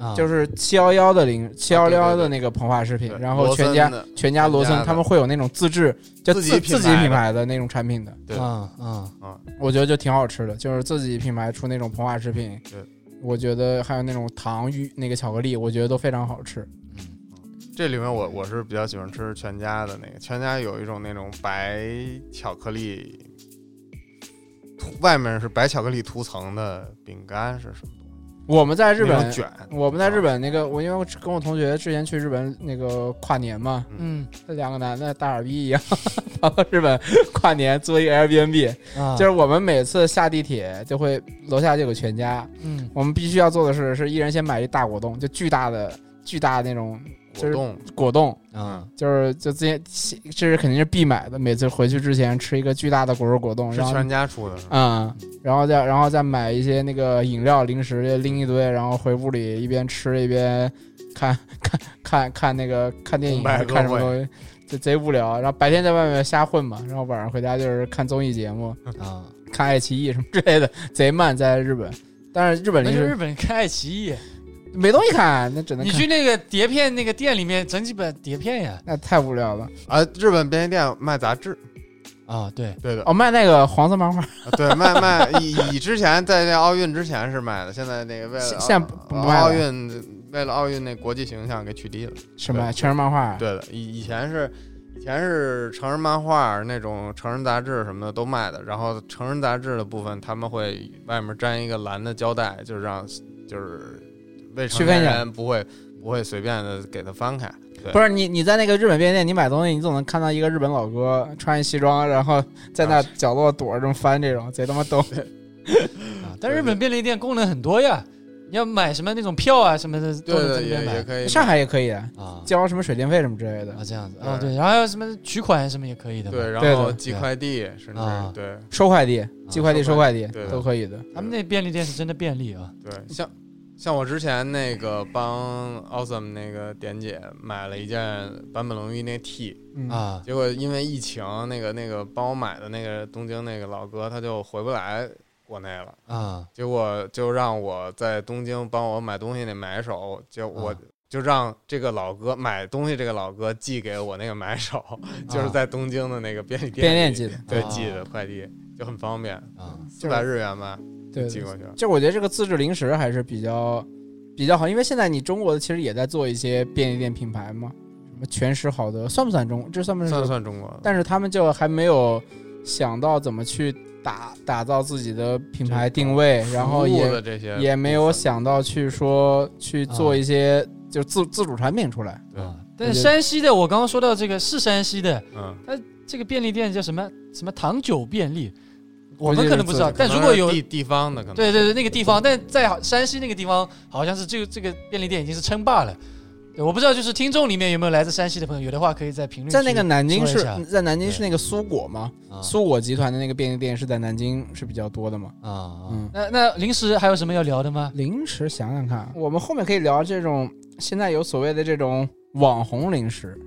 Speaker 4: 啊
Speaker 3: 就是七幺幺的零七幺
Speaker 2: 啊
Speaker 3: 幺
Speaker 2: 对对对
Speaker 3: 的那个膨化食品，
Speaker 2: 对
Speaker 3: 然后
Speaker 2: 罗
Speaker 3: 全
Speaker 2: 森
Speaker 3: 家
Speaker 2: 的
Speaker 3: 全家罗
Speaker 2: 全
Speaker 3: 森
Speaker 2: 家的
Speaker 3: 他们会有那种自制就
Speaker 2: 自己
Speaker 3: 自
Speaker 2: 品
Speaker 3: 自己
Speaker 2: 牌
Speaker 3: 品
Speaker 2: 的
Speaker 3: 牌的那种产品的。
Speaker 2: 对
Speaker 4: 嗯嗯
Speaker 3: 我觉得就挺好吃的，就是自己品牌出那种膨化食品，
Speaker 2: 对，
Speaker 3: 我觉得还有那种糖与那个巧克力，我觉得都非常好吃。
Speaker 4: 嗯
Speaker 2: 这里面我我是比较喜欢吃全家的那个，全家有一种那种白巧克力涂，外面是白巧克力涂层的饼干是什么？
Speaker 3: 我们在日
Speaker 2: 那
Speaker 3: 本
Speaker 2: 种，卷，啊
Speaker 3: 我们在日本那个，我因为我跟我同学之前去日本那个跨年嘛，
Speaker 4: 嗯
Speaker 3: 那两个男的大耳逼一样， 跑到日本跨年租一个 Airbnb，
Speaker 4: 啊，
Speaker 3: 就是我们每次下地铁就会楼下就有个全家，
Speaker 4: 嗯
Speaker 3: 我们必须要做的是是一人先买一大果冻，就巨大的巨大的那种就
Speaker 2: 果
Speaker 3: 是
Speaker 2: 冻，
Speaker 3: 果冻，
Speaker 4: 啊
Speaker 3: 就是就之前这是肯定是必买的，每次回去之前吃一个巨大的果肉果冻，
Speaker 2: 是
Speaker 3: 然后
Speaker 2: 全家出的，
Speaker 3: 嗯，然后再然后再买一些那个饮料零食拎一堆，然后回屋里一边吃一边看 看看看那个看电影
Speaker 2: 红白
Speaker 3: 还是看什
Speaker 2: 歌
Speaker 3: 么
Speaker 2: 会
Speaker 3: 东西，就贼无聊。然后白天在外面瞎混嘛，然后晚上回家就是看综艺节目、
Speaker 4: 啊，
Speaker 3: 看爱奇艺什么之类的，贼慢。在日本，但是日本
Speaker 4: 那
Speaker 3: 零
Speaker 4: 就日
Speaker 3: 食
Speaker 4: 本看爱奇艺，
Speaker 3: 没东西看，那只能
Speaker 4: 你
Speaker 3: 看
Speaker 4: 去那个碟片那个店里面整几本碟片呀。
Speaker 3: 那太无聊了。
Speaker 2: 啊，日本便利店卖杂志，
Speaker 4: 啊，对，
Speaker 2: 对的，
Speaker 3: 哦，卖那个黄色漫画，
Speaker 2: 对，卖卖以以之前在那奥运之前是卖的，现在那个为了呃
Speaker 3: 现现在不不卖了
Speaker 2: 奥运为了奥运那国际形象给取缔了。
Speaker 3: 什么全是漫画，啊
Speaker 2: 对的，以以前是以前是成人漫画那种成人杂志什么的都卖的，然后成人杂志的部分他们会外面粘一个蓝的胶带，就是让就是未成
Speaker 3: 区分
Speaker 2: 年
Speaker 3: 人
Speaker 2: 人不会不会随便的给它翻开。对
Speaker 3: 不是你你在那个日本便利店，你买东西，你总能看到一个日本老哥穿一西装，然后在
Speaker 2: 啊
Speaker 3: 那角落躲着这么翻这种，贼他妈逗。
Speaker 4: 啊，但日本便利店功能很多呀，你要买什么那种票啊什么的都
Speaker 2: 对
Speaker 4: 能在
Speaker 2: 的，
Speaker 4: 那
Speaker 2: 也
Speaker 4: 边
Speaker 2: 也
Speaker 4: 买
Speaker 2: 可以
Speaker 3: 上海也可以啊，
Speaker 4: 啊
Speaker 3: 交什么水电费什么之类的
Speaker 4: 啊，这样子啊，
Speaker 2: 对
Speaker 4: 对，然后还有什么取款什么也可以的嘛，
Speaker 2: 对，
Speaker 3: 对
Speaker 2: 然后
Speaker 3: 的
Speaker 2: 寄
Speaker 4: 对
Speaker 2: 快递，甚至
Speaker 4: 啊
Speaker 2: 对
Speaker 3: 收快递、寄快递、
Speaker 2: 收
Speaker 3: 收
Speaker 2: 快
Speaker 3: 快递
Speaker 2: 对
Speaker 3: 都可以的。
Speaker 4: 他们那便利店是真的便利啊，
Speaker 2: 对，像像我之前那个帮 Awesome 那个点姐买了一件坂本龙一那 T，
Speaker 3: 嗯，
Speaker 4: 啊，
Speaker 2: 结果因为疫情，那个那个帮我买的那个东京那个老哥他就回不来国内了，
Speaker 4: 啊
Speaker 2: 结果就让我在东京帮我买东西那买手，就我。
Speaker 4: 啊
Speaker 2: 就让这个老哥买东西，这个老哥寄给我那个买 手，就是在东京的那个便利店
Speaker 3: 啊便利
Speaker 2: 里
Speaker 3: 店寄的，
Speaker 2: 对
Speaker 4: 啊
Speaker 2: 寄的快递就很方便，
Speaker 4: 啊，
Speaker 2: 四百日元吧
Speaker 3: 对，
Speaker 2: 寄
Speaker 3: 对
Speaker 2: 过去。
Speaker 3: 就我觉得这个自制零食还是比较比较好，因为现在你中国的其实也在做一些便利店品牌嘛，什么全食好德，算不算中？这算不
Speaker 2: 算
Speaker 3: 算？
Speaker 2: 算中国的，
Speaker 3: 但是他们就还没有想到怎么去打打造自己的品牌定位，然后
Speaker 2: 服务
Speaker 3: 也
Speaker 2: 的这些
Speaker 3: 也没有
Speaker 2: 部分
Speaker 3: 想到去说去做一些就自自主产品出来。
Speaker 2: 对
Speaker 4: 啊但是山西的，我刚刚说到这个是山西的，
Speaker 2: 嗯，
Speaker 4: 这个便利店叫什么什么糖酒便利，
Speaker 3: 估计
Speaker 4: 我们可能
Speaker 3: 是
Speaker 4: 不知道，
Speaker 3: 自
Speaker 4: 但
Speaker 2: 可
Speaker 4: 如
Speaker 2: 能
Speaker 4: 果
Speaker 2: 是
Speaker 4: 有
Speaker 2: 地地方的可能
Speaker 4: 对对对，那个地方，但在好山西那个地方，好像是这个这个便利店已经是称霸了。对我不知道，就是听众里面有没有来自山西的朋友，有的话可以在评论区
Speaker 3: 在那个南京
Speaker 4: 说一
Speaker 3: 是
Speaker 4: 下，
Speaker 3: 在南京是那个苏果嘛，
Speaker 4: 啊
Speaker 3: 苏果集团的那个便利店是在南京是比较多的嘛。
Speaker 4: 啊啊
Speaker 3: 嗯
Speaker 4: 那那临时还有什么要聊的吗？
Speaker 3: 零食想想看，我们后面可以聊这种现在有所谓的这种网红零食，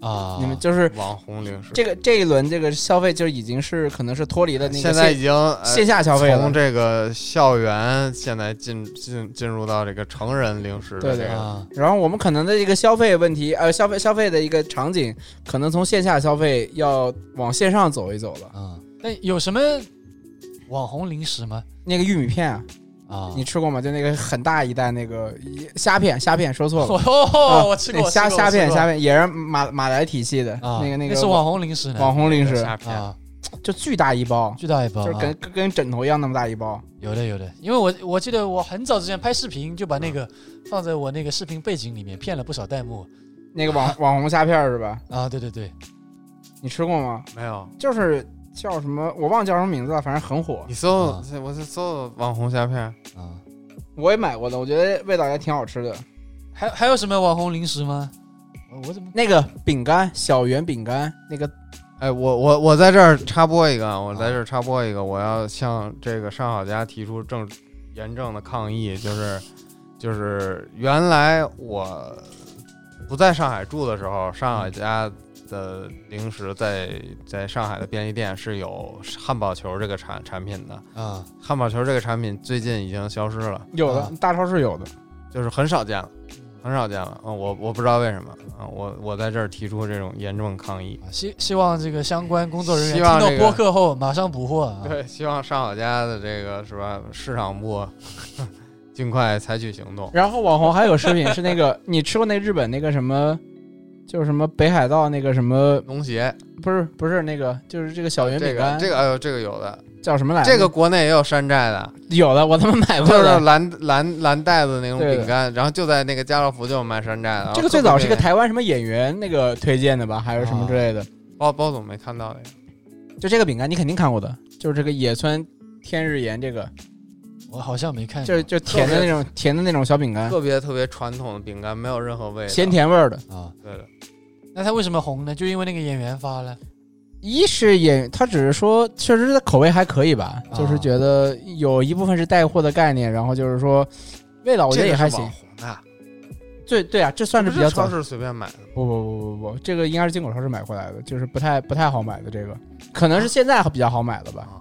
Speaker 4: 啊，
Speaker 3: 你们就是
Speaker 2: 网红零食，
Speaker 3: 这个这一轮这个消费就已经是可能是脱离了那个
Speaker 2: 现在已
Speaker 3: 线
Speaker 2: 经呃
Speaker 3: 线下消费了
Speaker 2: 从。这个校园现在进进进入到这个成人零食的
Speaker 3: 对
Speaker 2: 这
Speaker 3: 对
Speaker 2: 个，
Speaker 4: 啊
Speaker 3: 然后我们可能的一个消费问题，呃，消费消费的一个场景，可能从线下消费要往线上走一走了。
Speaker 4: 啊，那有什么网红零食吗？
Speaker 3: 那个玉米片啊，
Speaker 4: 啊，
Speaker 3: 你吃过吗？就那个很大一袋那个一虾片，虾片说错 了，啊
Speaker 4: 哦，我吃
Speaker 3: 那
Speaker 4: 过
Speaker 3: 虾虾片虾
Speaker 4: 片
Speaker 3: 片也是马马来体系的
Speaker 4: 啊，
Speaker 3: 那个那
Speaker 4: 那
Speaker 3: 个
Speaker 4: 是网红零食呢，
Speaker 3: 网红零食，
Speaker 2: 虾片，
Speaker 4: 啊，
Speaker 3: 就巨大一包，
Speaker 4: 巨大一包
Speaker 3: 就是
Speaker 4: 啊，
Speaker 3: 跟跟跟枕头一样那么大一包。
Speaker 4: 有的有的，因为我我记得我很早之前拍视频就把那个放在我那个视频背景里面，骗了不少弹幕
Speaker 3: 那个 网网红虾片儿是吧？
Speaker 4: 啊，对对对，
Speaker 3: 你吃过吗？
Speaker 2: 没有。
Speaker 3: 就是叫什么，我忘叫什么名字了，反正很火。
Speaker 2: 你搜
Speaker 4: 啊，
Speaker 2: 我是搜网红虾片，
Speaker 4: 啊，
Speaker 3: 我也买过的，我觉得味道也挺好吃的。
Speaker 4: 还还有什么网红零食吗？我我怎么
Speaker 3: 那个饼干，小圆饼干，那个
Speaker 2: 哎，我我我在这儿插播一个啊，我在这儿插播一个，我要向这个上好佳提出正严正的抗议，就是就是原来我不在上海住的时候，上海家的零食在在上海的便利店是有汉堡球这个产产品的，
Speaker 4: 啊
Speaker 2: 汉堡球这个产品最近已经消失了，
Speaker 3: 有的、
Speaker 4: 啊
Speaker 3: 大超市有的，
Speaker 2: 就是很少见了，很少见了。嗯，我我不知道为什么啊，我我在这儿提出这种严重抗议。
Speaker 4: 啊希希望这个相关工作人员
Speaker 2: 希
Speaker 4: 听
Speaker 2: 望
Speaker 4: 到
Speaker 2: 这个
Speaker 4: 播客后马上补货啊！
Speaker 2: 对，希望上好佳的这个是吧，市场部 尽快采取行动。
Speaker 3: 然后网红还有食品是那 个，你吃过那日本那个什么，就是什么北海道那个什么，
Speaker 2: 农协
Speaker 3: 不是不是那个，就是这个小圆
Speaker 2: 这
Speaker 3: 饼
Speaker 2: 个
Speaker 3: 干，
Speaker 2: 这个哎呦这个有的，
Speaker 3: 叫什么来着？
Speaker 2: 这个国内也有山寨的，
Speaker 3: 有的，我他妈买
Speaker 2: 就
Speaker 3: 过
Speaker 2: 是
Speaker 3: 的。
Speaker 2: 蓝蓝蓝袋子那种
Speaker 3: 对的
Speaker 2: 饼干，然后就在那个家乐福就啊有卖山寨的。
Speaker 3: 这个最早是个
Speaker 2: 台
Speaker 3: 台湾什么演员那个推荐的吧，还是什
Speaker 2: 啊
Speaker 3: 么之类的。
Speaker 2: 包包总没看到的，
Speaker 3: 就这个饼干，你肯定看过的，就是这个野村天日盐，这个
Speaker 4: 我好像没
Speaker 2: 哎
Speaker 4: 看
Speaker 3: 就是就甜的那种甜的那种小饼干，
Speaker 2: 特别特别传统的饼干，没有任何味道。
Speaker 3: 咸。哎甜味儿的。
Speaker 4: 啊，
Speaker 2: 对的，
Speaker 4: 那他为什么红呢？就因为那个演员发了
Speaker 3: 一是演，他只是说，确实的口味还可以吧，
Speaker 4: 啊
Speaker 3: 就是觉得有一部分是带货的概念，然后就是说味道我觉得也还
Speaker 2: 这
Speaker 3: 行
Speaker 2: 个。是网红的，
Speaker 3: 对对啊，这算是比较
Speaker 2: 不超
Speaker 3: 早。
Speaker 2: 市随便买的。
Speaker 3: 不不不不不，这个应该是进口超市买回来的，就是不太不太好买的这个，可能是现在比较好买的吧。
Speaker 2: 啊。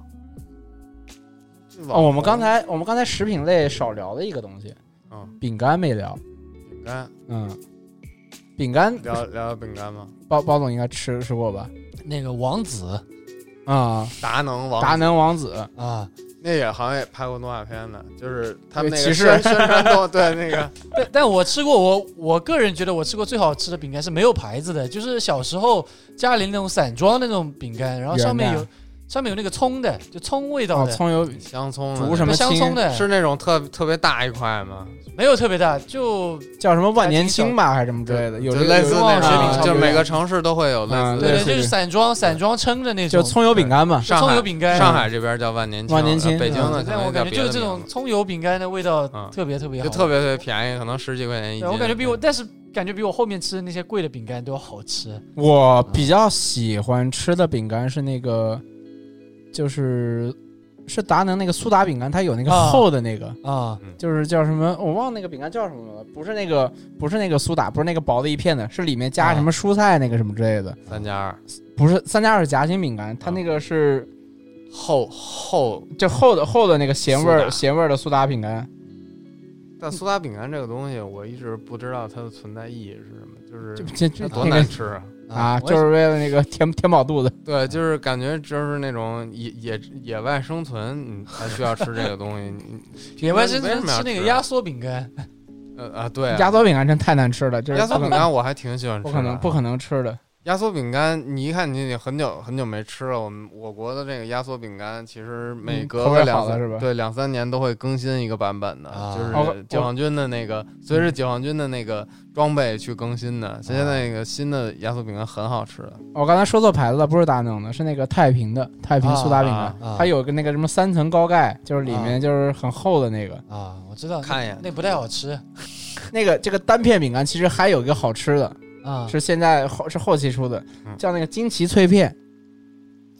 Speaker 3: 哦，我们刚才我们刚才食品类少聊了一个东西，
Speaker 2: 嗯
Speaker 3: 饼干没聊，
Speaker 2: 饼干
Speaker 3: 嗯，饼干
Speaker 2: 聊聊饼干吗？
Speaker 3: 包包总应该吃吃过吧？
Speaker 4: 那个王子
Speaker 3: 啊，
Speaker 2: 达能王
Speaker 3: 达能王子，
Speaker 4: 啊，
Speaker 2: 那也好像也拍过动画片的，就是他们那
Speaker 3: 对
Speaker 2: 个
Speaker 3: 骑士
Speaker 2: 宣宣传动对 那个
Speaker 4: 但但我吃过我我个人觉得我吃过最好吃的饼干是没有牌子的，就是小时候家里那种散装那种饼干，然后上面
Speaker 3: 圆的
Speaker 4: 有上面有那个葱的，就葱味道
Speaker 3: 哦，
Speaker 4: 的，
Speaker 3: 葱油
Speaker 2: 香葱的
Speaker 3: 竹什么
Speaker 4: 香
Speaker 3: 青
Speaker 4: 葱的，
Speaker 2: 是那种特特别大一块吗？
Speaker 4: 没有特别大，就
Speaker 3: 叫什么万年青吧，还是什么之类的，有
Speaker 2: 就
Speaker 3: 这个啊
Speaker 2: 类似
Speaker 3: 有
Speaker 2: 那
Speaker 4: 有有有
Speaker 2: 种，就
Speaker 4: 有
Speaker 2: 每个城市都会有类
Speaker 3: 啊
Speaker 2: 似
Speaker 4: 对
Speaker 2: 的
Speaker 3: 类似
Speaker 4: 对，
Speaker 2: 东西。
Speaker 4: 就是散装散装撑的那
Speaker 3: 就
Speaker 4: 种，
Speaker 3: 葱油饼干嘛，
Speaker 2: 上
Speaker 4: 葱
Speaker 2: 海
Speaker 4: 油饼干。
Speaker 2: 上海这边叫万年青，
Speaker 3: 万年青
Speaker 2: 呃北京的
Speaker 3: 嗯
Speaker 2: 可
Speaker 4: 但
Speaker 2: 能
Speaker 4: 我感
Speaker 2: 叫
Speaker 4: 觉
Speaker 2: 别
Speaker 4: 就
Speaker 2: 的
Speaker 4: 是这
Speaker 2: 名
Speaker 4: 种
Speaker 2: 字
Speaker 4: 葱油饼干的味道
Speaker 2: 嗯
Speaker 4: 特别特别好，
Speaker 2: 就特别特别便宜，可能十几块钱
Speaker 4: 对
Speaker 2: 一斤。
Speaker 4: 我感觉比我，但是感觉比我后面吃的那些贵的饼干都要好吃。
Speaker 3: 我比较喜欢吃的饼干是那个，就是是达能那个苏打饼干，它有那个
Speaker 4: 啊
Speaker 3: 厚的那个，
Speaker 4: 啊
Speaker 3: 就是叫什么我忘了那个饼干叫什么了，不是那个不是那个苏打，不是那个薄的一片的，是里面加
Speaker 4: 啊
Speaker 3: 什么蔬菜那个什么之类的，
Speaker 2: 三加二
Speaker 3: 不是三加二是夹心饼干，
Speaker 2: 啊
Speaker 3: 它那个是
Speaker 2: 厚厚，
Speaker 3: 就厚的厚的那个咸味
Speaker 2: 苏
Speaker 3: 儿
Speaker 2: 打
Speaker 3: 咸味儿的苏打饼干，
Speaker 2: 但苏打饼干这个东西，我一直不知道它的存在意义是什么，就是
Speaker 3: 就就就
Speaker 2: 它多
Speaker 3: 那个
Speaker 2: 难吃啊！
Speaker 3: 啊，
Speaker 4: 我
Speaker 3: 就
Speaker 4: 也
Speaker 3: 是为了那个填填饱肚子。
Speaker 2: 对，就是感觉就是那种野野野外生存，你才需要吃这个东西。你
Speaker 4: 野外生
Speaker 2: 为什
Speaker 4: 存
Speaker 2: 么要
Speaker 4: 吃那个
Speaker 2: 吃啊
Speaker 4: 压缩饼干，
Speaker 2: 呃啊，对啊
Speaker 3: 压缩饼干真太难吃了，这是
Speaker 2: 压缩
Speaker 3: 不可
Speaker 2: 饼干我还挺喜欢吃
Speaker 3: 不
Speaker 2: 的，
Speaker 3: 可能不可能吃的。
Speaker 2: 压缩饼干，你一看你已经很久很久没吃了。我们我国的这个压缩饼干，其实每
Speaker 3: 嗯
Speaker 2: 隔
Speaker 3: 口味
Speaker 2: 个
Speaker 3: 好
Speaker 2: 两
Speaker 3: 了
Speaker 2: 三、
Speaker 3: 是吧
Speaker 2: 对两三年都会更新一个版本的，
Speaker 4: 啊
Speaker 2: 就
Speaker 3: 哦
Speaker 2: 是解放军的那个，随着解放军的那个装备去更新的。现在那个新的压缩饼干很好吃的，
Speaker 3: 我刚才说错牌子了，不是达能的，是那个太平的太平苏打饼干，
Speaker 4: 啊啊啊
Speaker 3: 它有个那个什么三层高盖，就是里面
Speaker 4: 啊
Speaker 3: 就是很厚的那个。
Speaker 4: 啊，我知道，
Speaker 2: 看一眼
Speaker 4: 那不太好吃
Speaker 3: 那个这个单片饼干其实还有一个好吃的，
Speaker 4: 啊。
Speaker 3: 是现在后是后期出的，
Speaker 2: 嗯
Speaker 3: 叫那个金奇脆片，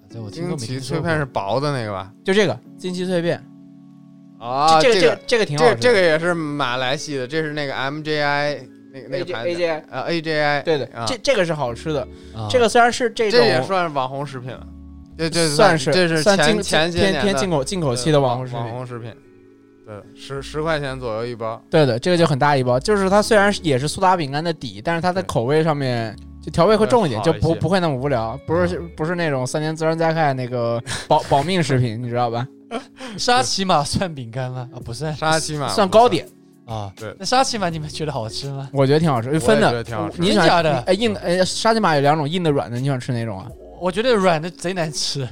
Speaker 4: 这我听
Speaker 2: 惊
Speaker 4: 都没
Speaker 2: 奇
Speaker 4: 听
Speaker 2: 脆
Speaker 4: 说
Speaker 2: 片
Speaker 4: 过。
Speaker 2: 是薄的那个吧？
Speaker 3: 就这个金奇脆片。
Speaker 2: 啊，
Speaker 3: 这
Speaker 2: 这
Speaker 3: 这个这个挺好
Speaker 2: 这
Speaker 3: 吃的。
Speaker 2: 这个也是马来西的，这是那个 MJI 那个那
Speaker 3: A
Speaker 2: 个
Speaker 3: J
Speaker 2: 牌
Speaker 3: A
Speaker 2: 子
Speaker 3: J，
Speaker 2: 啊 AJI
Speaker 3: 对的
Speaker 2: 啊，
Speaker 3: 这这个是好吃的。
Speaker 4: 啊
Speaker 3: 这个虽然是这
Speaker 2: 这也
Speaker 3: 种。
Speaker 2: 算是网红食品了。这这
Speaker 3: 算是
Speaker 2: 这是
Speaker 3: 算
Speaker 2: 前
Speaker 3: 进
Speaker 2: 前些
Speaker 3: 偏
Speaker 2: 年
Speaker 3: 偏
Speaker 2: 的
Speaker 3: 进口进口
Speaker 2: 对
Speaker 3: 期的网红
Speaker 2: 网
Speaker 3: 食品，
Speaker 2: 红食品，对，十十块钱左右一包，
Speaker 3: 对的，这个就很大一包。就是它虽然是也是苏打饼干的底，但是它的
Speaker 2: 对
Speaker 3: 口味上面就调味会重一点，
Speaker 2: 会
Speaker 3: 就
Speaker 2: 好
Speaker 3: 不
Speaker 2: 一些啊
Speaker 3: 不会那么无聊，不是不是那种三年自然灾害那个保保命食品，你知道吧？
Speaker 4: 沙琪玛算饼干吗？啊，不算
Speaker 2: 沙琪玛
Speaker 3: 算糕，点，
Speaker 4: 啊。
Speaker 2: 对
Speaker 4: 那沙琪玛你们觉得好吃吗？
Speaker 3: 我觉得挺好吃，
Speaker 2: 我
Speaker 3: 分
Speaker 2: 也
Speaker 3: 的。
Speaker 2: 觉得挺好吃。
Speaker 3: 你
Speaker 4: 真
Speaker 3: 喜欢
Speaker 4: 假的
Speaker 3: 哎硬的哎沙琪玛有两种硬的软的，你喜欢吃哪种啊？
Speaker 4: 我我觉得软的贼难吃。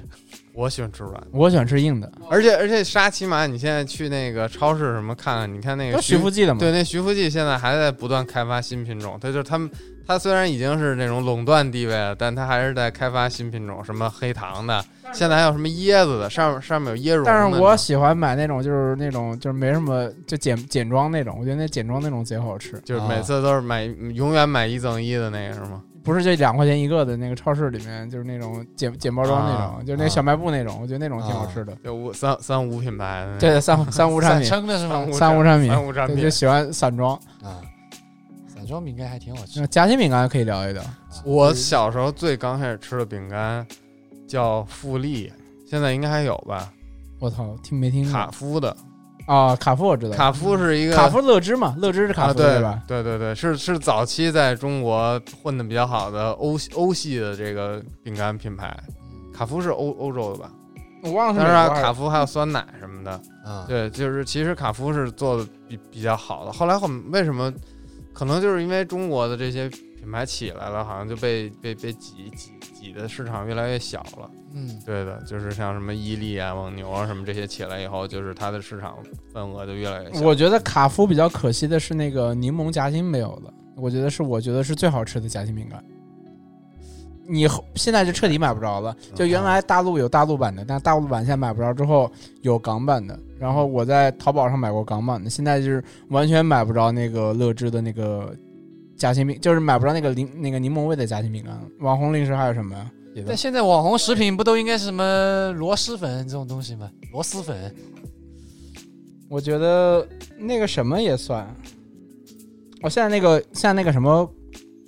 Speaker 2: 我喜欢吃软的，
Speaker 3: 我喜欢吃硬的，
Speaker 2: 而且而且沙琪玛，你现在去那个超市什么看看，你看那
Speaker 3: 都
Speaker 2: 个
Speaker 3: 徐福记的嘛。
Speaker 2: 对，那徐福记现在还在不断开发新品种，它就是他们，它虽然已经是那种垄断地位了，但它还是在开发新品种，什么黑糖的，现在还有什么椰子的，上面上面有椰蓉的
Speaker 3: 但
Speaker 2: 呢。
Speaker 3: 是我喜欢买那种就是那种就是没什么就简简装那种，我觉得那简装那种贼好吃，
Speaker 2: 就是每次都是买，永远买一赠一的那个是吗？
Speaker 3: 不是就两块钱一个的那个超市里面就是那种简简包装那种，
Speaker 4: 啊
Speaker 3: 就是那个小卖部那种，我觉得那种挺好吃的。
Speaker 2: 就五三三无品牌的那个。
Speaker 3: 对， 三三无产
Speaker 4: 散
Speaker 3: 品，
Speaker 4: 称的是吗？
Speaker 3: 三无产品
Speaker 2: 三无产
Speaker 3: 对，
Speaker 2: 品
Speaker 3: 就，喜欢散装。
Speaker 4: 啊，散装饼干还挺好吃
Speaker 3: 那夹心饼干可以聊一聊，
Speaker 2: 我小时候最刚开始吃的饼干叫富力，现在应该还有吧？
Speaker 3: 我操，听没听过
Speaker 2: 卡夫的，
Speaker 3: 啊？卡夫我知道，
Speaker 2: 卡夫是一个
Speaker 3: 嗯卡夫乐芝嘛，乐芝是卡
Speaker 2: 啊，
Speaker 3: 夫
Speaker 2: 对
Speaker 3: 对吧？
Speaker 2: 对对对，是是早期在中国混的比较好的欧系欧系的这个饼干品牌。卡夫是欧欧洲的吧？
Speaker 3: 我忘了
Speaker 2: 当
Speaker 3: 是
Speaker 2: 然，啊
Speaker 3: 哪个
Speaker 2: 卡夫还有酸奶什么的。
Speaker 4: 啊。
Speaker 2: 对，就是其实卡夫是做的比比较好的。后来我们为什么？可能就是因为中国的这些品牌起来了，好像就被被被挤挤挤的市场越来越小了。
Speaker 4: 嗯，
Speaker 2: 对的，就是像什么伊利啊、蒙牛啊什么这些起来以后，就是它的市场份额就越来越小。
Speaker 3: 我觉得卡夫比较可惜的是那个柠檬夹心没有了，我觉得是我觉得是最好吃的夹心饼干。你后现在就彻底买不着了。就原来大陆有大陆版的，但大陆版现在买不着，之后有港版的。然后我在淘宝上买过港版的，现在就是完全买不着那个乐之的那个夹心饼，就是买不着那个柠那个柠檬味的夹心饼干了。网红零食还有什么呀？别的
Speaker 4: 但现在网红食品不都应该是什么螺蛳粉这种东西吗？螺蛳粉
Speaker 3: 我觉得那个什么也算。我、现在那个现在那个什么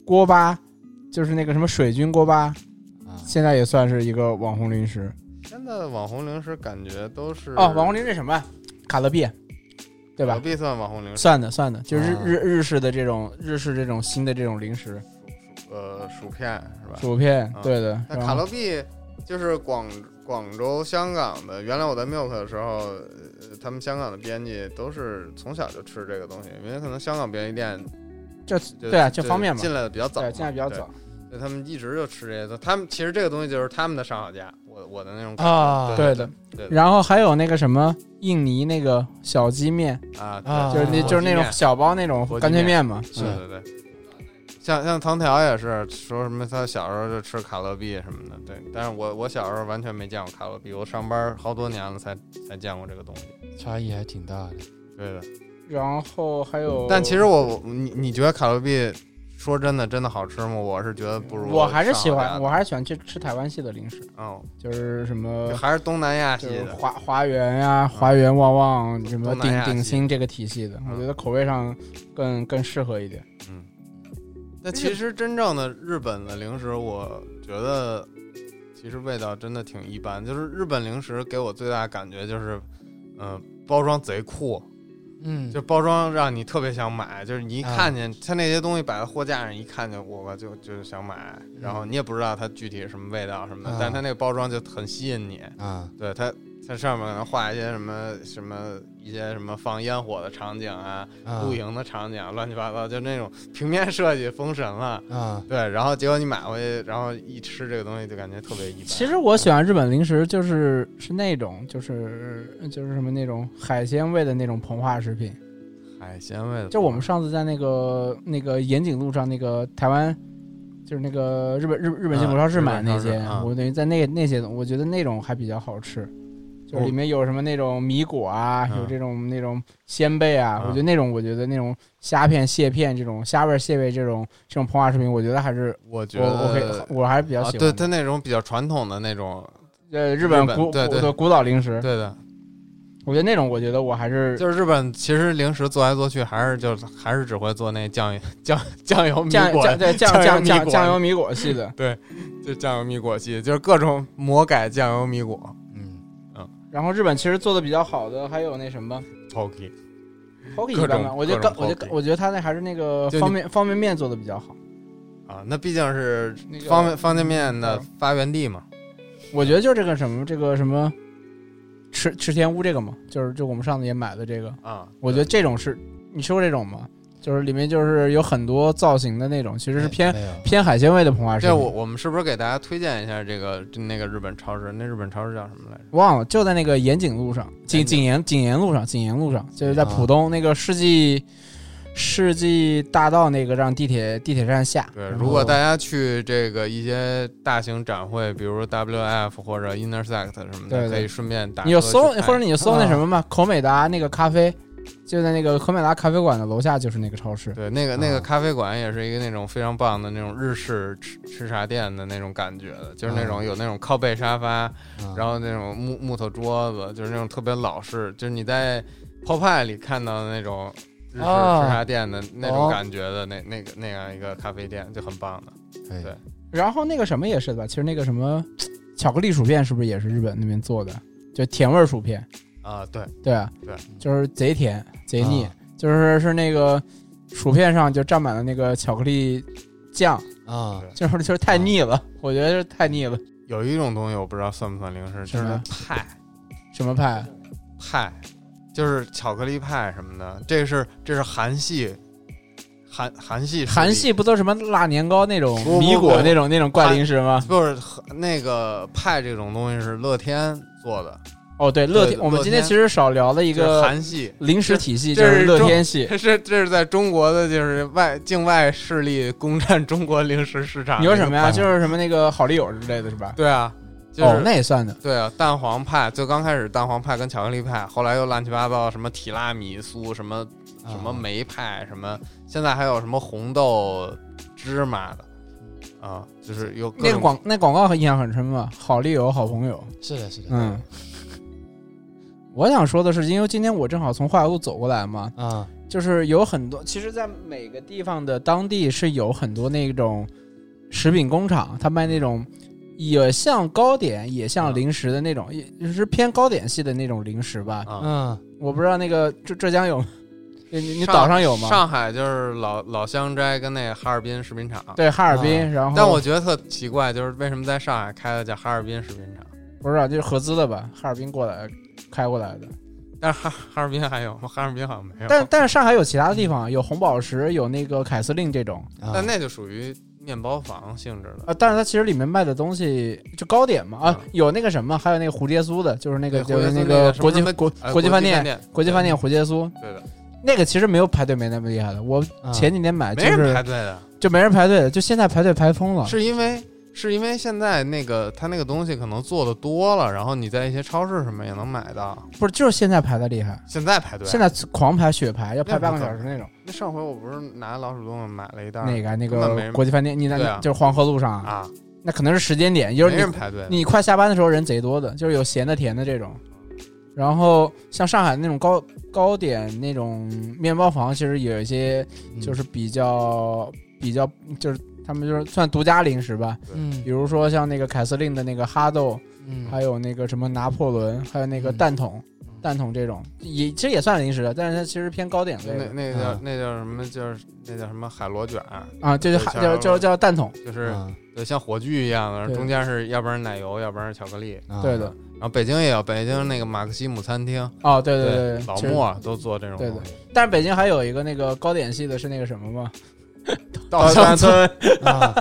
Speaker 3: 锅巴，就是那个什么水军锅巴，
Speaker 4: 啊，
Speaker 3: 现在也算是一个网红零食
Speaker 2: 现在的网红零食感觉都是
Speaker 3: 哦。网红零食什么呀？卡乐币，对吧
Speaker 2: 隔？壁算网红零食，
Speaker 3: 算的算的，就是日
Speaker 4: 啊
Speaker 3: 日日式的这种日式这种新的这种零食，
Speaker 2: 呃，薯片是吧？
Speaker 3: 薯片
Speaker 2: 啊，
Speaker 3: 对的。
Speaker 2: 那
Speaker 3: 然
Speaker 2: 卡
Speaker 3: 后
Speaker 2: 乐 B 就是广广州、香港的，原来我在 Milk 的时候，呃他们香港的编辑都是从小就吃这个东西，因为可能香港便利店
Speaker 3: 就
Speaker 2: 就
Speaker 3: 对啊，这方面嘛，
Speaker 2: 进来的比较早嘛，
Speaker 3: 对，进来比较早。
Speaker 2: 对，对他们一直就吃这些东西。他们其实这个东西就是他们的上好佳，我我的那种感觉
Speaker 4: 啊
Speaker 2: 对
Speaker 3: 的。
Speaker 2: 对对
Speaker 3: 然后还有那个什么印尼那个小鸡面，
Speaker 2: 啊，
Speaker 4: 啊
Speaker 3: 就是那
Speaker 2: 火鸡
Speaker 3: 就是那种
Speaker 2: 面
Speaker 3: 小包那种
Speaker 2: 火鸡
Speaker 3: 干脆
Speaker 2: 面
Speaker 3: 面嘛。
Speaker 2: 是
Speaker 3: 嗯
Speaker 2: 对对，像像藤条也是说什么他小时候就吃卡乐 B 什么的，对，但是我我小时候完全没见过卡乐 B，我上班好多年了才才见过这个东西，
Speaker 4: 差异还挺大的。
Speaker 2: 对的。
Speaker 3: 哦然后还有，
Speaker 2: 但其实我你你觉得卡乐 B 说真的真的好吃吗？我是觉得不如
Speaker 3: 我还是喜
Speaker 2: 上
Speaker 3: 欢，
Speaker 2: 海啊
Speaker 3: 我还是喜欢去吃台湾系的零食，
Speaker 2: 的嗯，
Speaker 3: 就是什么
Speaker 2: 还是东南亚系
Speaker 3: 呃就是
Speaker 2: 的，
Speaker 3: 华华园呀、华园旺旺什么
Speaker 2: 东南
Speaker 3: 鼎
Speaker 2: 亚
Speaker 3: 鼎
Speaker 2: 系
Speaker 3: 新这个体系的，我觉得口味上更更适合一点。
Speaker 2: 嗯。那其实真正的日本的零食，我觉得其实味道真的挺一般。就是日本零食给我最大的感觉就是，嗯、包装贼酷，
Speaker 4: 嗯，
Speaker 2: 就包装让你特别想买，就是你一
Speaker 4: 啊
Speaker 2: 看见它那些东西摆在货架上，一看见我就就是想买，然后你也不知道它具体是什么味道什么
Speaker 4: 嗯啊
Speaker 2: 的，但它那个包装就很吸引你。
Speaker 4: 啊，
Speaker 2: 对它，它上面可能画一些什么什么一些什么放烟火的场景啊，
Speaker 4: 啊
Speaker 2: 露营的场景啊，乱七八糟，就那种平面设计封神了。
Speaker 4: 啊，
Speaker 2: 对，然后结果你买回去，然后一吃这个东西就感觉特别一般。
Speaker 3: 其实我喜欢日本零食，就是是那种就是就是什么那种海鲜味的那种膨化食品，
Speaker 2: 海鲜味的，
Speaker 3: 就我们上次在那个那个盐井路上那个台湾。就是那个日本日日本进口超市
Speaker 2: 嗯
Speaker 3: 买那
Speaker 2: 日
Speaker 3: 些
Speaker 2: 本超市，嗯
Speaker 3: 我等于在那那些，我觉得那种还比较好吃，就是
Speaker 2: 我
Speaker 3: 里面有什么那种米果啊，
Speaker 2: 嗯
Speaker 3: 有这种那种鲜贝啊，我
Speaker 2: 嗯
Speaker 3: 觉得那种我觉得那种虾片、蟹片这种虾味儿蟹味这种这种膨化食品，我觉得还是
Speaker 2: 我觉
Speaker 3: 我
Speaker 2: 得
Speaker 3: OK，我还是比较
Speaker 2: 啊，
Speaker 3: 喜
Speaker 2: 对
Speaker 3: 欢
Speaker 2: 它
Speaker 3: 的。
Speaker 2: 那种比较传统的那种，
Speaker 3: 呃，日本
Speaker 2: 日本
Speaker 3: 古
Speaker 2: 对对
Speaker 3: 古古老零食，
Speaker 2: 对的，
Speaker 3: 我觉得那种我觉得我还是
Speaker 2: 就是日本其实零食做来做去还是就是还是只会做那酱油酱酱油米
Speaker 3: 酱
Speaker 2: 果，
Speaker 3: 酱对酱
Speaker 2: 酱
Speaker 3: 酱
Speaker 2: 油米
Speaker 3: 酱
Speaker 2: 果
Speaker 3: 酱油米果系的。
Speaker 2: 就酱油米果系，就是各种魔改酱油米果
Speaker 4: 嗯，
Speaker 3: 然后日本其实做的比较好的还有那什么
Speaker 2: Pocky。
Speaker 3: Pocky
Speaker 2: 各
Speaker 3: 一般
Speaker 2: 种
Speaker 3: 吧，我觉得
Speaker 2: 各
Speaker 3: 刚
Speaker 2: 种
Speaker 3: 我觉得
Speaker 2: Pocky
Speaker 3: 我觉得他那还是那个
Speaker 2: 就你
Speaker 3: 方便方便面做的比较好。
Speaker 2: 啊，那毕竟是
Speaker 3: 那个嗯
Speaker 2: 方便方便面的发源地嘛。啊
Speaker 3: 我觉得就这个什么这个什么池池田屋这个嘛，就是就我们上次也买的这个，
Speaker 2: 啊，
Speaker 3: 我觉得这种是你吃过这种吗？就是里面就是有很多造型的那种，其实是偏
Speaker 4: 没有
Speaker 3: 偏海鲜味的膨化食
Speaker 2: 这
Speaker 3: 品。
Speaker 2: 我我们是不是给大家推荐一下这个这那个日本超市？那日本超市叫什么来着？
Speaker 3: 忘了，就在那个盐井路上，井
Speaker 2: 井
Speaker 3: 井盐井啊盐路上，井盐路上，就是在浦东那个世纪世纪大道那个让地铁地铁站下。
Speaker 2: 对，
Speaker 3: 然
Speaker 2: 如果
Speaker 3: 后
Speaker 2: 大家去这个一些大型展会，比如 WF 或者 Intersect 什么的，
Speaker 3: 对对
Speaker 2: 可以顺便打
Speaker 3: 你就
Speaker 2: 车去嗯
Speaker 3: 搜，
Speaker 2: 看
Speaker 3: 或者你就搜那
Speaker 4: 啊
Speaker 3: 什么嘛，口美达那个咖啡，就在那个口美达咖啡馆的楼下就是那个超市。
Speaker 2: 对，那个那
Speaker 4: 啊
Speaker 2: 个咖啡馆也是一个那种非常棒的那种日式吃吃茶店的那种感觉的，就是那种有那种靠背沙发，
Speaker 4: 啊
Speaker 2: 然后那种木木头桌子，就是那种特别老式，就是你在泡派里看到的那种日式
Speaker 4: 啊
Speaker 2: 吃茶店的那
Speaker 4: 哦
Speaker 2: 种感觉的那那个那样一个咖啡店就很棒的。
Speaker 4: 哎
Speaker 2: 对
Speaker 3: 然后那个什么也是的吧，其实那个什么巧克力薯片是不是也是日本那边做的？就甜味儿薯片，
Speaker 2: 啊，对，
Speaker 3: 对吧？
Speaker 2: 对，嗯
Speaker 3: 就是贼甜贼腻，
Speaker 4: 啊
Speaker 3: 就是是那个薯片上就沾满了那个巧克力酱。
Speaker 4: 啊
Speaker 2: 对
Speaker 3: 就是就是太腻了，
Speaker 2: 嗯
Speaker 3: 我觉得是太腻了。
Speaker 2: 有一种东西我不知道算不算零食，
Speaker 3: 什
Speaker 2: 就
Speaker 3: 么
Speaker 2: 是
Speaker 3: 呀
Speaker 2: 派
Speaker 3: 什么派？
Speaker 2: 派，就是巧克力派什么的，这是这是韩系，韩韩系势
Speaker 3: 韩
Speaker 2: 力
Speaker 3: 系不都什么辣年糕那种
Speaker 2: 不不
Speaker 3: 米果
Speaker 2: 不
Speaker 3: 那种那种怪零食吗？
Speaker 2: 就是和那个派这种东西是乐天做的，
Speaker 3: 哦，对，乐天。
Speaker 2: 对
Speaker 3: 我们
Speaker 2: 乐
Speaker 3: 今天
Speaker 2: 天
Speaker 3: 其实少聊了一
Speaker 2: 一是
Speaker 3: 个
Speaker 2: 韩系，
Speaker 3: 零食体系，就
Speaker 2: 这这
Speaker 3: 是
Speaker 2: 是
Speaker 3: 乐
Speaker 2: 中
Speaker 3: 天系。
Speaker 2: 这 是这是在中国的就是外境外势力攻占中国零食市场。
Speaker 3: 你说什么呀？
Speaker 2: 就
Speaker 3: 就是什么啊那个好丽友之类的是吧？
Speaker 2: 对啊，就是、
Speaker 3: 哦，那也算的。
Speaker 2: 对啊，蛋黄派最刚开始蛋黄派跟巧克力派，后来又乱七八糟什么提拉米苏，什么什么梅派，什么现在还有什么红豆芝麻的。啊，就是有各
Speaker 3: 那个
Speaker 2: 种
Speaker 3: 广那广告印象很深嘛，好丽友，好朋友。
Speaker 4: 是的，是的，
Speaker 3: 嗯，我想说的是，因为今天我正好从化路走过来嘛，
Speaker 4: 啊
Speaker 3: 就是有很多，其实，在每个地方的当地是有很多那种食品工厂，他卖那种也像糕点也像零食的那种，也就是偏糕点系的那种零食吧。
Speaker 2: 啊，
Speaker 4: 嗯，
Speaker 3: 我不知道那个浙浙江有 你你
Speaker 2: 上
Speaker 3: 岛上有吗？
Speaker 2: 上海就是老老香斋跟那个哈尔滨食品厂，
Speaker 3: 对，哈尔滨，然后
Speaker 2: 但我觉得特奇怪，就是为什么在上海开的叫哈尔滨食品厂？
Speaker 3: 不知道，就是合资的吧？哈尔滨过来开过来的，
Speaker 2: 但是哈哈尔滨还有吗？哈尔滨好像没有。
Speaker 3: 但但是上海有其他的地方，有红宝石，有那个凯司令这种，
Speaker 4: 啊
Speaker 2: 但那就属于面包房性质的。
Speaker 3: 啊，但是它其实里面卖的东西就糕点嘛，啊，有那个什么，还有那个蝴蝶酥的，就是那个
Speaker 2: 嗯对
Speaker 3: 就是
Speaker 2: 蝴蝶酥
Speaker 3: 个
Speaker 2: 那个什么
Speaker 3: 国际
Speaker 2: 什么
Speaker 3: 国
Speaker 2: 呃
Speaker 3: 际饭店
Speaker 2: 店，
Speaker 3: 国际饭店蝴蝶酥，
Speaker 2: 对的，
Speaker 3: 那个其实没有排队没那么厉害的。我
Speaker 4: 啊
Speaker 3: 前几年买就
Speaker 2: 嗯没人排
Speaker 3: 是啊
Speaker 2: 队的，
Speaker 3: 就没人排队的，就现在排队排疯了。
Speaker 2: 是因为是因为现在那个他那个东西可能做的多了，然后你在一些超市什么也能买到。
Speaker 3: 不是就是现在排的厉害？
Speaker 2: 现在排队，
Speaker 3: 现在狂排血排，要排
Speaker 2: 那不
Speaker 3: 半个
Speaker 2: 可
Speaker 3: 小时那种。
Speaker 2: 那上回我不是拿老鼠洞买了一袋儿
Speaker 3: 那个那
Speaker 2: 根本没
Speaker 3: 个
Speaker 2: 人
Speaker 3: 国际饭店，你
Speaker 2: 对
Speaker 3: 那
Speaker 2: 啊
Speaker 3: 就是黄河路上啊，
Speaker 2: 啊，
Speaker 3: 那可能是时间点，就
Speaker 2: 没
Speaker 3: 是你
Speaker 2: 人排队的。
Speaker 3: 你快下班的时候人贼多的，就是有咸的
Speaker 2: 嗯
Speaker 3: 甜的这种。然后像上海那种糕糕点那种面包房，其实有一些
Speaker 4: 嗯
Speaker 2: 嗯
Speaker 3: 就是比较、比较就是他们就是算独家零食吧，
Speaker 4: 嗯
Speaker 3: 比如说像那个凯司令的那个哈豆，
Speaker 4: 嗯
Speaker 3: 还有那个什么拿破仑，还有那
Speaker 2: 嗯
Speaker 3: 个蛋筒。蛋筒这种也其实也算零食的，啊但是它其实偏糕点类
Speaker 2: 那
Speaker 3: 的
Speaker 2: 那个叫、
Speaker 4: 啊
Speaker 3: 嗯
Speaker 2: 那叫什么？就是那叫什么海螺卷儿，
Speaker 3: 啊，就是
Speaker 2: 对
Speaker 3: 哈
Speaker 2: 像
Speaker 3: 叫叫叫蛋筒，
Speaker 2: 就是、
Speaker 4: 啊
Speaker 2: 对像火炬一样的，
Speaker 3: 对
Speaker 2: 中间是要不然是奶油，要不然是巧克力。
Speaker 4: 啊
Speaker 3: 对的，
Speaker 2: 然后北京也有，北京那个马克西姆餐厅，
Speaker 3: 哦，对对对，
Speaker 2: 老
Speaker 3: 其实
Speaker 2: 莫啊都做这种
Speaker 3: 对
Speaker 2: 东
Speaker 3: 的
Speaker 2: 西。。
Speaker 3: 但是北京还有一个那个糕点系的是那个什么嘛，
Speaker 2: 稻香哦村，
Speaker 4: 啊，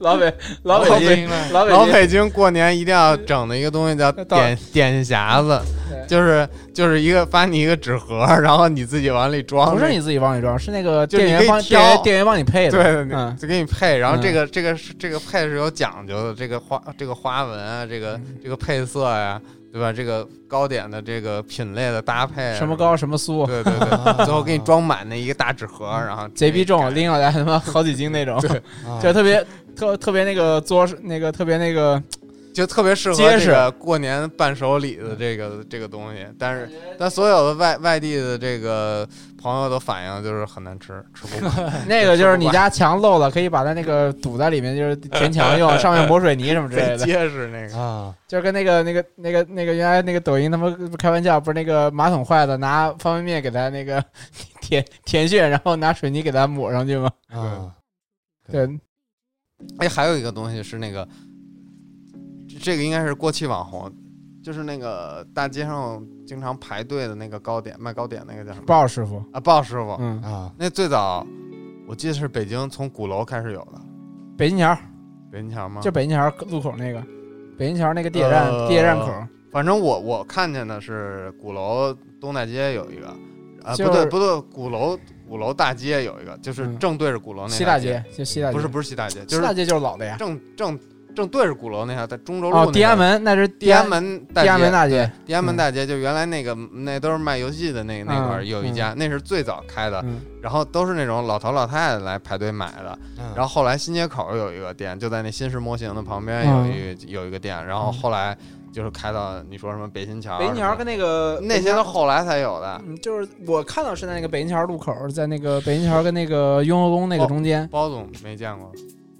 Speaker 3: 老 北老
Speaker 2: 老
Speaker 3: 北京
Speaker 2: 北
Speaker 4: 京 了，
Speaker 3: 老
Speaker 2: 老
Speaker 3: 北京
Speaker 2: 北京过年一定要整的一个东西叫
Speaker 3: 稻
Speaker 2: 点点心匣子
Speaker 3: 对，
Speaker 2: 就是就是一个发你一个纸盒，然后你自己往里装。
Speaker 3: 不是
Speaker 2: 你
Speaker 3: 你自己往里装，是那个
Speaker 2: 就
Speaker 3: 店员
Speaker 2: 你可以
Speaker 3: 帮店
Speaker 2: 挑
Speaker 3: 员店员帮你配的。
Speaker 2: 对对对，
Speaker 3: 嗯
Speaker 2: 就给你配。然
Speaker 3: 嗯
Speaker 2: 后这个这个是这个配是有讲究的，这个花这个花纹啊，这个
Speaker 3: 嗯
Speaker 2: 这个配色呀，对吧？这个糕点的这个品类的搭配啊，
Speaker 3: 什么糕什么酥，
Speaker 2: 对对对，
Speaker 4: 啊
Speaker 2: 最后给你装满那一个大纸盒，然后
Speaker 3: 啊贼逼
Speaker 2: 给
Speaker 3: 重，
Speaker 2: 你
Speaker 3: 拎过来他妈好几斤那种，
Speaker 4: 啊
Speaker 3: 就特别特特别那个作那个特别那个，
Speaker 2: 改，就特别适合
Speaker 3: 结
Speaker 2: 这
Speaker 3: 实
Speaker 2: 个过年伴手礼的这个这个东西。但是，但所有的外外地的这个朋友的反应就是很难吃，吃哎不 惯。
Speaker 3: 那个就是你家墙漏了，可以把它那个堵在里面，就是填墙用，上面抹水泥什么之类
Speaker 2: 贼
Speaker 3: 的，
Speaker 2: 结实那 个，
Speaker 4: 啊
Speaker 3: 就是跟那个那个那个那个原来那个抖音他们开玩笑，不是那个马桶坏了，拿方便面给它那个填填屑，然后拿水泥给它抹上去吗？
Speaker 4: 啊
Speaker 3: 对，
Speaker 2: 哎，还有一个东西是那个，这个应该是过气网红，就是那个大街上经常排队的那个糕点卖糕点那个叫什么
Speaker 3: 鲍师傅，
Speaker 2: 啊？鲍师傅，
Speaker 3: 嗯，
Speaker 4: 啊
Speaker 2: 那最早我记得是北京从鼓楼开始有的，
Speaker 3: 北京桥。
Speaker 2: 北京桥吗？
Speaker 3: 就北京桥路口那个，北京桥那个地铁站、
Speaker 2: 啊呃
Speaker 3: 地铁站口，
Speaker 2: 反正我我看见的是鼓楼东大街有一个，啊、
Speaker 3: 就是
Speaker 2: 不对不对，鼓楼鼓楼大街有一个，就是
Speaker 3: 嗯
Speaker 2: 正对着鼓楼那
Speaker 3: 西
Speaker 2: 大
Speaker 3: 大街，就西大街，
Speaker 2: 不是不是西大街，就
Speaker 3: 西大
Speaker 2: 是
Speaker 3: 街就是老的呀。
Speaker 2: 正正正对着鼓楼那条，在中州路那
Speaker 3: 哦，
Speaker 2: 条、
Speaker 3: 地安门那是
Speaker 2: 地安，门大
Speaker 3: 地安门大街
Speaker 2: 对地安门大街就原来那个那都是卖游戏的那那块儿
Speaker 3: 嗯
Speaker 2: 有一家，那是最早开的，
Speaker 3: 嗯，
Speaker 2: 然后都是那种老头老太太来排队买的，
Speaker 3: 嗯
Speaker 2: 然
Speaker 4: 然
Speaker 2: 后后来新街口有一个店，就在那新式模型的旁边
Speaker 3: 嗯
Speaker 2: 有一、有一个店，然后后来就是开到你说什么北新桥，
Speaker 3: 北京桥跟那个
Speaker 2: 啊那些都后来才有的。
Speaker 3: 嗯，就是我看到是在那个北京桥路口，在那个北京桥跟那个雍和宫那
Speaker 2: 哦
Speaker 3: 个中间，
Speaker 2: 包总没见过，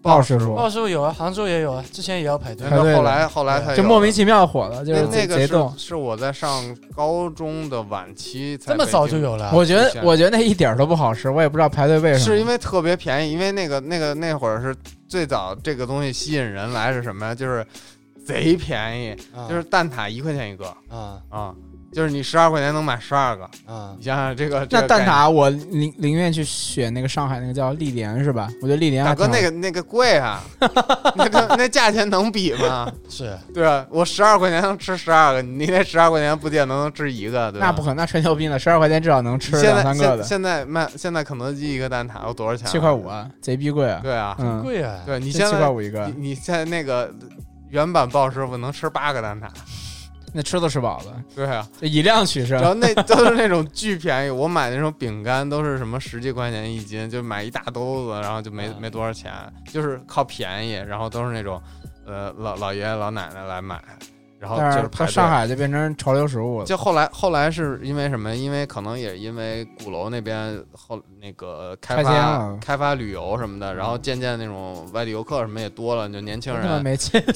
Speaker 3: 鲍师傅
Speaker 2: 哦
Speaker 4: 鲍师傅有啊，杭州也有啊，之前也要排队
Speaker 2: 那
Speaker 3: 排队
Speaker 2: 个
Speaker 3: 的
Speaker 2: 后来后来才有的
Speaker 3: 就莫名其妙火了，就是
Speaker 2: 哦那
Speaker 3: 贼
Speaker 2: 那
Speaker 3: 贼
Speaker 2: 个
Speaker 3: 逗
Speaker 2: 是。啊是我在上高中的晚期才
Speaker 4: 这么早就
Speaker 2: 有，
Speaker 4: 有了啊，
Speaker 3: 我觉
Speaker 2: 是
Speaker 3: 得我觉得那一点都不好吃，我也不知道排队为什么。
Speaker 2: 是因为特别便宜，因为那个那个那会儿是最早这个东西吸引人来是什么呀？就是贼便宜，
Speaker 3: 嗯
Speaker 4: 啊
Speaker 2: 就是蛋挞一块钱一个
Speaker 4: 啊
Speaker 2: 啊、就是你十二块钱能买十二个，
Speaker 4: 啊
Speaker 2: 你想想这个这
Speaker 3: 那
Speaker 2: 个
Speaker 3: 蛋
Speaker 2: 概念。
Speaker 3: 挞，我宁宁愿去选那个上海那个叫丽莲是吧？我觉得丽莲还
Speaker 2: 大哥，
Speaker 3: 挺好
Speaker 2: 那个那个贵啊， 那个那价钱能比吗？
Speaker 4: 是
Speaker 2: 对啊，我十二块钱能吃十二个，你那十二块钱不见得能吃一个，对吧？
Speaker 3: 那不可能，那吹牛逼呢，十二块钱至少能吃
Speaker 2: 现
Speaker 3: 两
Speaker 2: 在
Speaker 3: 三个
Speaker 2: 现
Speaker 3: 的，
Speaker 2: 现在卖现在肯德基一个蛋挞要多少钱啊？
Speaker 3: 七块五啊，贼逼贵啊！
Speaker 2: 对啊，
Speaker 3: 嗯，
Speaker 4: 贵啊，
Speaker 2: 对你
Speaker 3: 这
Speaker 2: 现
Speaker 3: 七块
Speaker 2: 在
Speaker 3: 五一个
Speaker 2: 你，你现在那个原版鲍师傅能吃八个蛋挞，
Speaker 3: 那吃都吃饱了，
Speaker 2: 对啊，
Speaker 3: 这以量取胜
Speaker 2: 然。后那都是那种巨便宜，我买那种饼干都是什么十几块钱一斤，就买一大兜子，然后就没
Speaker 4: 嗯
Speaker 2: 没多少钱，就是靠便宜，然后都是那种呃老老爷爷老奶奶来买，然后
Speaker 3: 但
Speaker 2: 就是是
Speaker 3: 到
Speaker 2: 排
Speaker 3: 上
Speaker 2: 队。
Speaker 3: 海就变成潮流食物了。
Speaker 2: 就后来，后来是因为什么？因为可能也因为鼓楼那边后那个开
Speaker 3: 拆迁
Speaker 2: 发
Speaker 3: 了嗯
Speaker 2: 开发旅游什么的，然后渐渐那种外地游客什么也多了，就年轻
Speaker 3: 真
Speaker 2: 人
Speaker 3: 他妈没劲，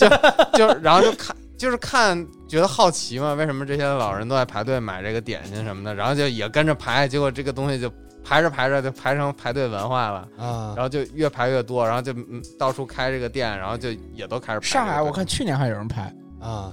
Speaker 2: 就是然后就看就是看觉得好奇嘛，为什么这些老人都在排队买这个点心什么的，然后就也跟着排，结果这个东西就排着排着就排成排队文化了，
Speaker 5: 啊
Speaker 2: 然后就越排越多，然后就嗯到处开这个店，然后就也都开始排这个
Speaker 3: 上海我
Speaker 2: 队
Speaker 3: 看去年还有人拍，
Speaker 5: 啊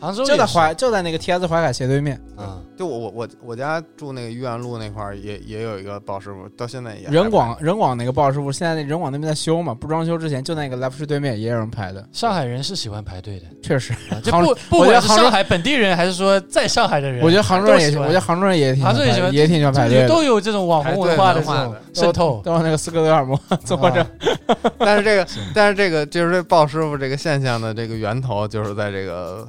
Speaker 4: 杭州
Speaker 3: 就在
Speaker 4: 也是
Speaker 3: 淮就在那个 T S 淮海斜对面，
Speaker 5: 啊！
Speaker 2: 就我我我我家住那个医院路那块儿也也有一个鲍师傅，到现在也还
Speaker 3: 人
Speaker 2: 排
Speaker 3: 广人广那个鲍师傅，现在那人广那边在修嘛，不装修之前就在那个 left 对面也有人拍的，
Speaker 4: 上海人是喜欢排队的，
Speaker 3: 确实，
Speaker 4: 啊、就
Speaker 3: 杭
Speaker 4: 不不
Speaker 3: 我觉得
Speaker 4: 管是
Speaker 3: 杭州
Speaker 4: 上海本地人还是说在上海的人，
Speaker 3: 我觉得杭州人也，
Speaker 4: 都喜
Speaker 3: 我
Speaker 4: 欢
Speaker 3: 觉得杭州人也挺
Speaker 4: 杭州也喜欢
Speaker 3: 也挺喜欢
Speaker 4: 就
Speaker 3: 排队
Speaker 4: 是
Speaker 3: 的，
Speaker 4: 都有这种网
Speaker 2: 排
Speaker 4: 红
Speaker 2: 队
Speaker 4: 文化的这
Speaker 2: 化
Speaker 4: 种
Speaker 2: 的。
Speaker 4: 渗透。
Speaker 3: 都让那个斯科德尔摩
Speaker 2: 啊
Speaker 3: 坐着，
Speaker 2: 但是这 个，但是这个就是这鲍师傅这个现象的这个源头，就是在这个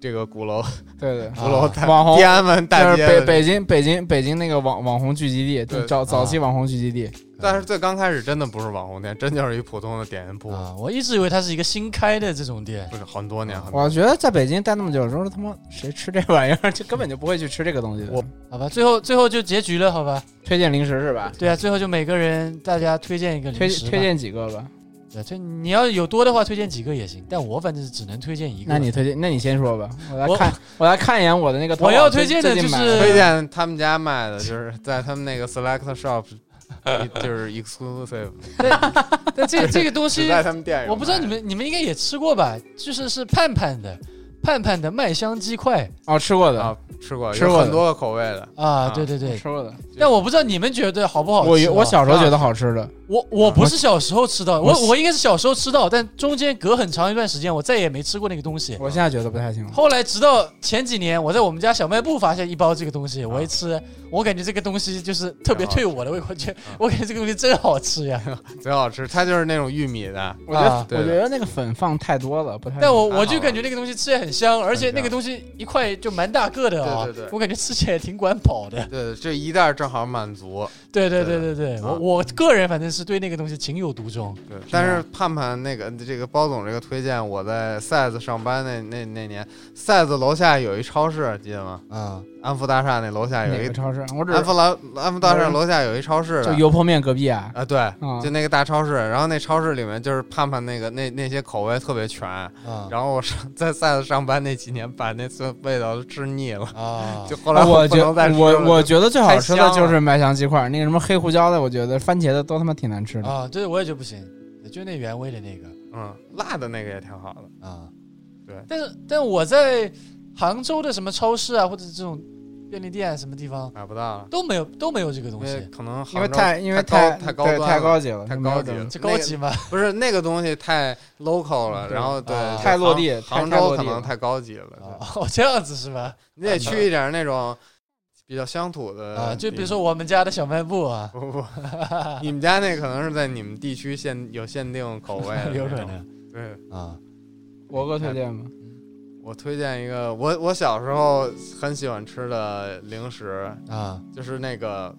Speaker 2: 这个鼓楼
Speaker 3: 对对。
Speaker 2: 鼓楼大、
Speaker 3: 啊网红
Speaker 2: 天安门大
Speaker 3: 就是
Speaker 2: 街
Speaker 3: 北
Speaker 2: 的。
Speaker 3: 北京北京北京那个网网红聚集地，就
Speaker 2: 对
Speaker 3: 早早
Speaker 5: 啊
Speaker 3: 期网红聚集地，
Speaker 2: 但是最刚开始真的不是网红店，真就是一普通的点心铺，
Speaker 4: 啊，我一直以为它是一个新开的这种店，
Speaker 2: 不是很多年很多
Speaker 3: 我觉得在北京待那么久之后，他妈谁吃这玩意儿， 就根本就不会去吃这个东西的。
Speaker 2: 我
Speaker 4: 好吧，最后最后就结局了，好吧？
Speaker 3: 推荐零食是吧？
Speaker 4: 对啊，最后就每个人大家推荐一个
Speaker 3: 推
Speaker 4: 零食吧，
Speaker 3: 推荐几个吧？
Speaker 4: 对，推你要有多的话推荐几个也行，但我反正只能推荐一个。
Speaker 3: 那你推荐，那你先说吧。我来
Speaker 4: 我
Speaker 3: 看，我来看一眼我的那个淘宝
Speaker 4: 我要
Speaker 3: 最。
Speaker 4: 推荐的
Speaker 3: 最近
Speaker 4: 就
Speaker 3: 买
Speaker 4: 是
Speaker 2: 推荐他们家卖的，就是在他们那个 Select Shop，就是 exclusive，
Speaker 4: 但这这个东
Speaker 2: 只
Speaker 4: 西
Speaker 2: 在他们店里。
Speaker 4: 我不知道你们你们应该也吃过吧？就是是盼盼的，盼盼的麦香鸡块
Speaker 3: 哦，吃过的，
Speaker 2: 啊吃过，
Speaker 3: 吃过
Speaker 2: 有
Speaker 3: 的
Speaker 2: 很多个口味的。
Speaker 4: 啊，
Speaker 2: 啊
Speaker 4: 对对对。
Speaker 3: 吃过的。
Speaker 4: 但我不知道你们觉得好不好吃啊、
Speaker 3: 我有我小时候觉得好吃的，
Speaker 4: 我我不是小时候吃到，
Speaker 3: 我
Speaker 4: 我我应该是小时候吃到，但中间隔很长一段时间，我再也没吃过那个东西。
Speaker 3: 我现在觉得不太行了。
Speaker 4: 后来直到前几年，我在我们家小卖部发现一包这个东西，
Speaker 2: 啊
Speaker 4: 我一吃，我感觉这个东西就是特别对我的胃口，觉
Speaker 2: 嗯
Speaker 4: 我感觉这个东西真好吃 呀。
Speaker 2: 贼好吃，它就是那种玉米的，
Speaker 3: 我觉得、
Speaker 4: 啊
Speaker 2: 对
Speaker 3: 我
Speaker 2: 的
Speaker 3: 觉得那个粉放太多了，不太行。
Speaker 4: 但我
Speaker 2: 还好啊
Speaker 4: 我就感觉那个东西吃起来很香，而且那个东西一块就蛮大个的啊，
Speaker 2: 对对对
Speaker 4: 我感觉吃起来挺管饱的。
Speaker 2: 对，这一袋正好满足。
Speaker 4: 对对对
Speaker 2: 对
Speaker 4: 对对，
Speaker 2: 啊
Speaker 4: 我我个人反正是对那个东西情有独钟。
Speaker 2: 对，但是盼盼那个这个包总这个推荐，我在 size 上班那那那年，size 楼下有一超市，记得吗？
Speaker 5: 啊
Speaker 2: 安福大厦那楼下有
Speaker 3: 哪
Speaker 2: 一
Speaker 3: 个超市？我只
Speaker 2: 安
Speaker 3: 是
Speaker 2: 福楼安福大厦楼下有一超市
Speaker 3: 就
Speaker 2: 的
Speaker 3: 油泼面隔壁啊。
Speaker 2: 啊，对，
Speaker 3: 啊
Speaker 2: 就那个大超市，然后那超市里面就是盼盼那个那那些口味特别全，
Speaker 3: 嗯
Speaker 5: 啊
Speaker 2: 然后我上在 size 上班那几年，把那次味道都吃腻了，
Speaker 5: 啊！
Speaker 2: 就后来
Speaker 3: 嗯我
Speaker 2: 不
Speaker 3: 觉
Speaker 2: 能再吃
Speaker 3: 我
Speaker 2: 了
Speaker 3: 我觉得最好吃
Speaker 2: 太
Speaker 3: 的
Speaker 2: 香了
Speaker 3: 就是麦香鸡块，那个什么黑胡椒的，我觉得番茄的都他妈挺难吃的。
Speaker 4: 啊，对，我也觉得不行，就那原味的那个。
Speaker 2: 嗯，辣的那个也挺好的，
Speaker 5: 啊
Speaker 4: 但是，但我在杭州的什么超市啊，或者这种便利店啊什么地方
Speaker 2: 买不到了，
Speaker 4: 都没有都没有这个东
Speaker 2: 因为
Speaker 4: 西，
Speaker 2: 可能
Speaker 3: 因为
Speaker 2: 杭州
Speaker 3: 太因为
Speaker 2: 太
Speaker 3: 太
Speaker 2: 高太高
Speaker 3: 对
Speaker 2: 端
Speaker 3: 太
Speaker 2: 了
Speaker 3: 高级了，
Speaker 2: 太
Speaker 3: 就没有
Speaker 2: 高级
Speaker 3: 这种
Speaker 2: 了
Speaker 4: 这高级吗？
Speaker 2: 不是那个东西太 local 了，
Speaker 3: 对
Speaker 2: 然后对
Speaker 5: 啊
Speaker 2: 就
Speaker 3: 太落
Speaker 2: 杭
Speaker 3: 地太
Speaker 2: 杭
Speaker 3: 太落
Speaker 2: 州
Speaker 3: 地
Speaker 2: 可能
Speaker 3: 了啊嗯
Speaker 2: 太高级了，对
Speaker 4: 哦，这样子是吧？
Speaker 2: 你得去一点那种比较乡土的
Speaker 4: 啊，就比如
Speaker 2: 地方
Speaker 4: 说我们家的小卖部啊，，
Speaker 2: 不不，你们家那可能是在你们地区限有限定口味
Speaker 4: 有可
Speaker 2: 那种。
Speaker 4: 能。
Speaker 2: 对，
Speaker 5: 啊
Speaker 3: 我哥推荐吗？
Speaker 2: 我推荐一个，我我小时候很喜欢吃的零食，
Speaker 5: 啊
Speaker 2: 就是那个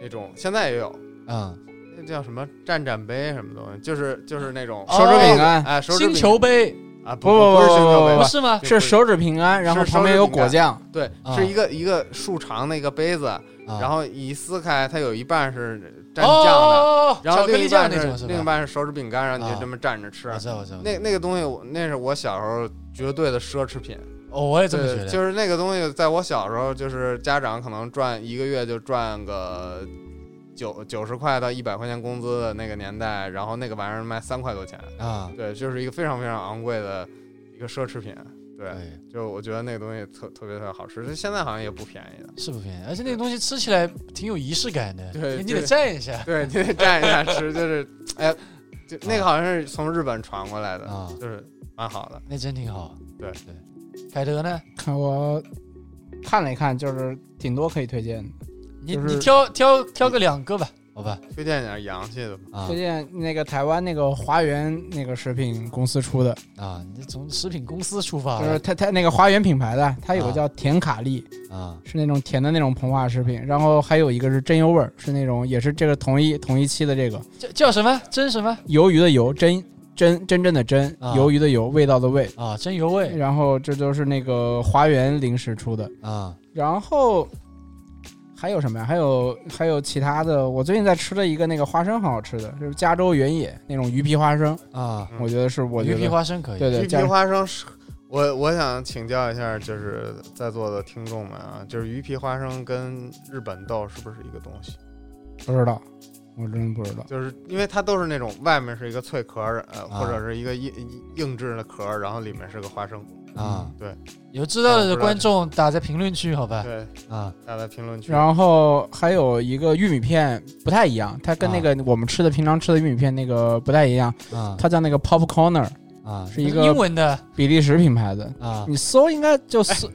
Speaker 2: 那种现在也有，
Speaker 5: 啊！
Speaker 2: 那叫什么蘸蘸杯什么东西，就是就是那种
Speaker 4: 哦
Speaker 3: 手指饼干
Speaker 2: 哎，手指
Speaker 4: 星
Speaker 2: 饼
Speaker 4: 球杯
Speaker 2: 啊，不
Speaker 3: 不不
Speaker 2: 不是
Speaker 3: 不
Speaker 2: 星球
Speaker 3: 不
Speaker 2: 杯
Speaker 4: 不
Speaker 2: 吧，
Speaker 4: 是吗？
Speaker 3: 是手指平安，然后
Speaker 2: 是
Speaker 3: 旁边有果酱，
Speaker 2: 对，
Speaker 5: 啊
Speaker 2: 是一个一个竖长的一个杯子，
Speaker 4: 啊
Speaker 2: 然
Speaker 5: 然
Speaker 2: 后一撕开，它有一半是蘸
Speaker 4: 哦
Speaker 2: 酱
Speaker 4: 哦，
Speaker 2: 的，
Speaker 4: 哦哦
Speaker 2: 然后
Speaker 4: 巧克
Speaker 2: 另
Speaker 4: 力
Speaker 2: 一
Speaker 4: 酱
Speaker 2: 半
Speaker 4: 那种
Speaker 2: 是
Speaker 4: 是
Speaker 2: 另一
Speaker 4: 吧？
Speaker 2: 半是手指饼干，然后你
Speaker 5: 啊
Speaker 2: 就这么蘸着吃
Speaker 5: 我。知道我知道
Speaker 2: 那那个东西我，那是我小时候绝对的奢侈品。
Speaker 4: 哦，我也这么觉
Speaker 2: 对，
Speaker 4: 得。
Speaker 2: 就是那个东西，在我小时候，就是家长可能赚一个月就赚个九九十块到一百块钱工资的那个年代，然后那个玩意儿卖三块多钱，
Speaker 5: 啊
Speaker 2: 对，就是一个非常非常昂贵的一个奢侈品。对，
Speaker 4: 哎
Speaker 5: 对
Speaker 2: 就我觉得那个东西特特别特别好吃，这现在好像也不便宜的。
Speaker 4: 是不便宜，而且那个东西吃起来挺有仪式感的，
Speaker 2: 对
Speaker 4: 你
Speaker 2: 对
Speaker 4: 得蘸一下。
Speaker 2: 对，你得蘸一下吃，就是哎，就那个好像是从日本传过来的，
Speaker 5: 啊
Speaker 2: 就是蛮好的。
Speaker 4: 那真挺好。
Speaker 2: 对
Speaker 4: 对，凯德呢？
Speaker 3: 看我看了一看，就是挺多可以推荐的。
Speaker 4: 你
Speaker 3: 就是
Speaker 4: 你挑挑挑个两个吧，好吧？
Speaker 2: 推荐点洋气的吧，
Speaker 5: 啊
Speaker 3: 推荐那个台湾那个华源那个食品公司出的，
Speaker 5: 啊
Speaker 4: 你从食品公司出
Speaker 2: 啊
Speaker 4: 发
Speaker 3: 就是它它那个华源品牌的，它有个
Speaker 5: 啊
Speaker 3: 叫甜卡利，
Speaker 5: 啊
Speaker 3: 是那种甜的那种膨化食品，然后还有一个是真油味儿，是那种也是这个同一同一期的这个
Speaker 4: 叫叫什么？真什么？
Speaker 3: 鱿鱼的油真。真真正的真，
Speaker 5: 啊
Speaker 3: 鱿鱼的油，味道的味。
Speaker 4: 啊，真油味
Speaker 3: 然后这都是那个华源零食出的，
Speaker 5: 啊
Speaker 3: 然后还有什么呀？还有还有其他的，我最近在吃的一个那个花生，很好吃的，就是加州原野那种鱼皮花生，
Speaker 5: 啊
Speaker 2: 嗯
Speaker 3: 我觉得是我觉
Speaker 4: 鱼皮
Speaker 3: 得
Speaker 4: 花生可以。
Speaker 3: 对
Speaker 2: 鱼
Speaker 3: 对
Speaker 2: 皮
Speaker 3: 加
Speaker 2: 花生是。我我想请教一下，就是在座的听众们啊，就是鱼皮花生跟日本豆是不是一个东西？
Speaker 3: 不知道，我真不知道。
Speaker 2: 就是因为它都是那种外面是一个脆壳儿，呃，或
Speaker 3: 啊
Speaker 2: 者是一个硬硬硬质的壳儿，然后里面是个花生。
Speaker 5: 啊
Speaker 3: 嗯
Speaker 4: 有知
Speaker 2: 啊
Speaker 4: 道的观众打在评论区，好
Speaker 3: 哎
Speaker 4: 吧？
Speaker 2: 对，
Speaker 5: 啊
Speaker 2: 大家在评论区。
Speaker 3: 然后还有一个玉米片不太一样，它跟那个我们吃的平常吃的玉米片那个不太一样，
Speaker 5: 啊
Speaker 3: 它叫那个 Popcorner，
Speaker 5: 啊
Speaker 3: 是一
Speaker 4: 英
Speaker 3: 个嗯
Speaker 4: 文的
Speaker 3: 比利时品牌的。
Speaker 5: 啊！
Speaker 3: 你搜应该就搜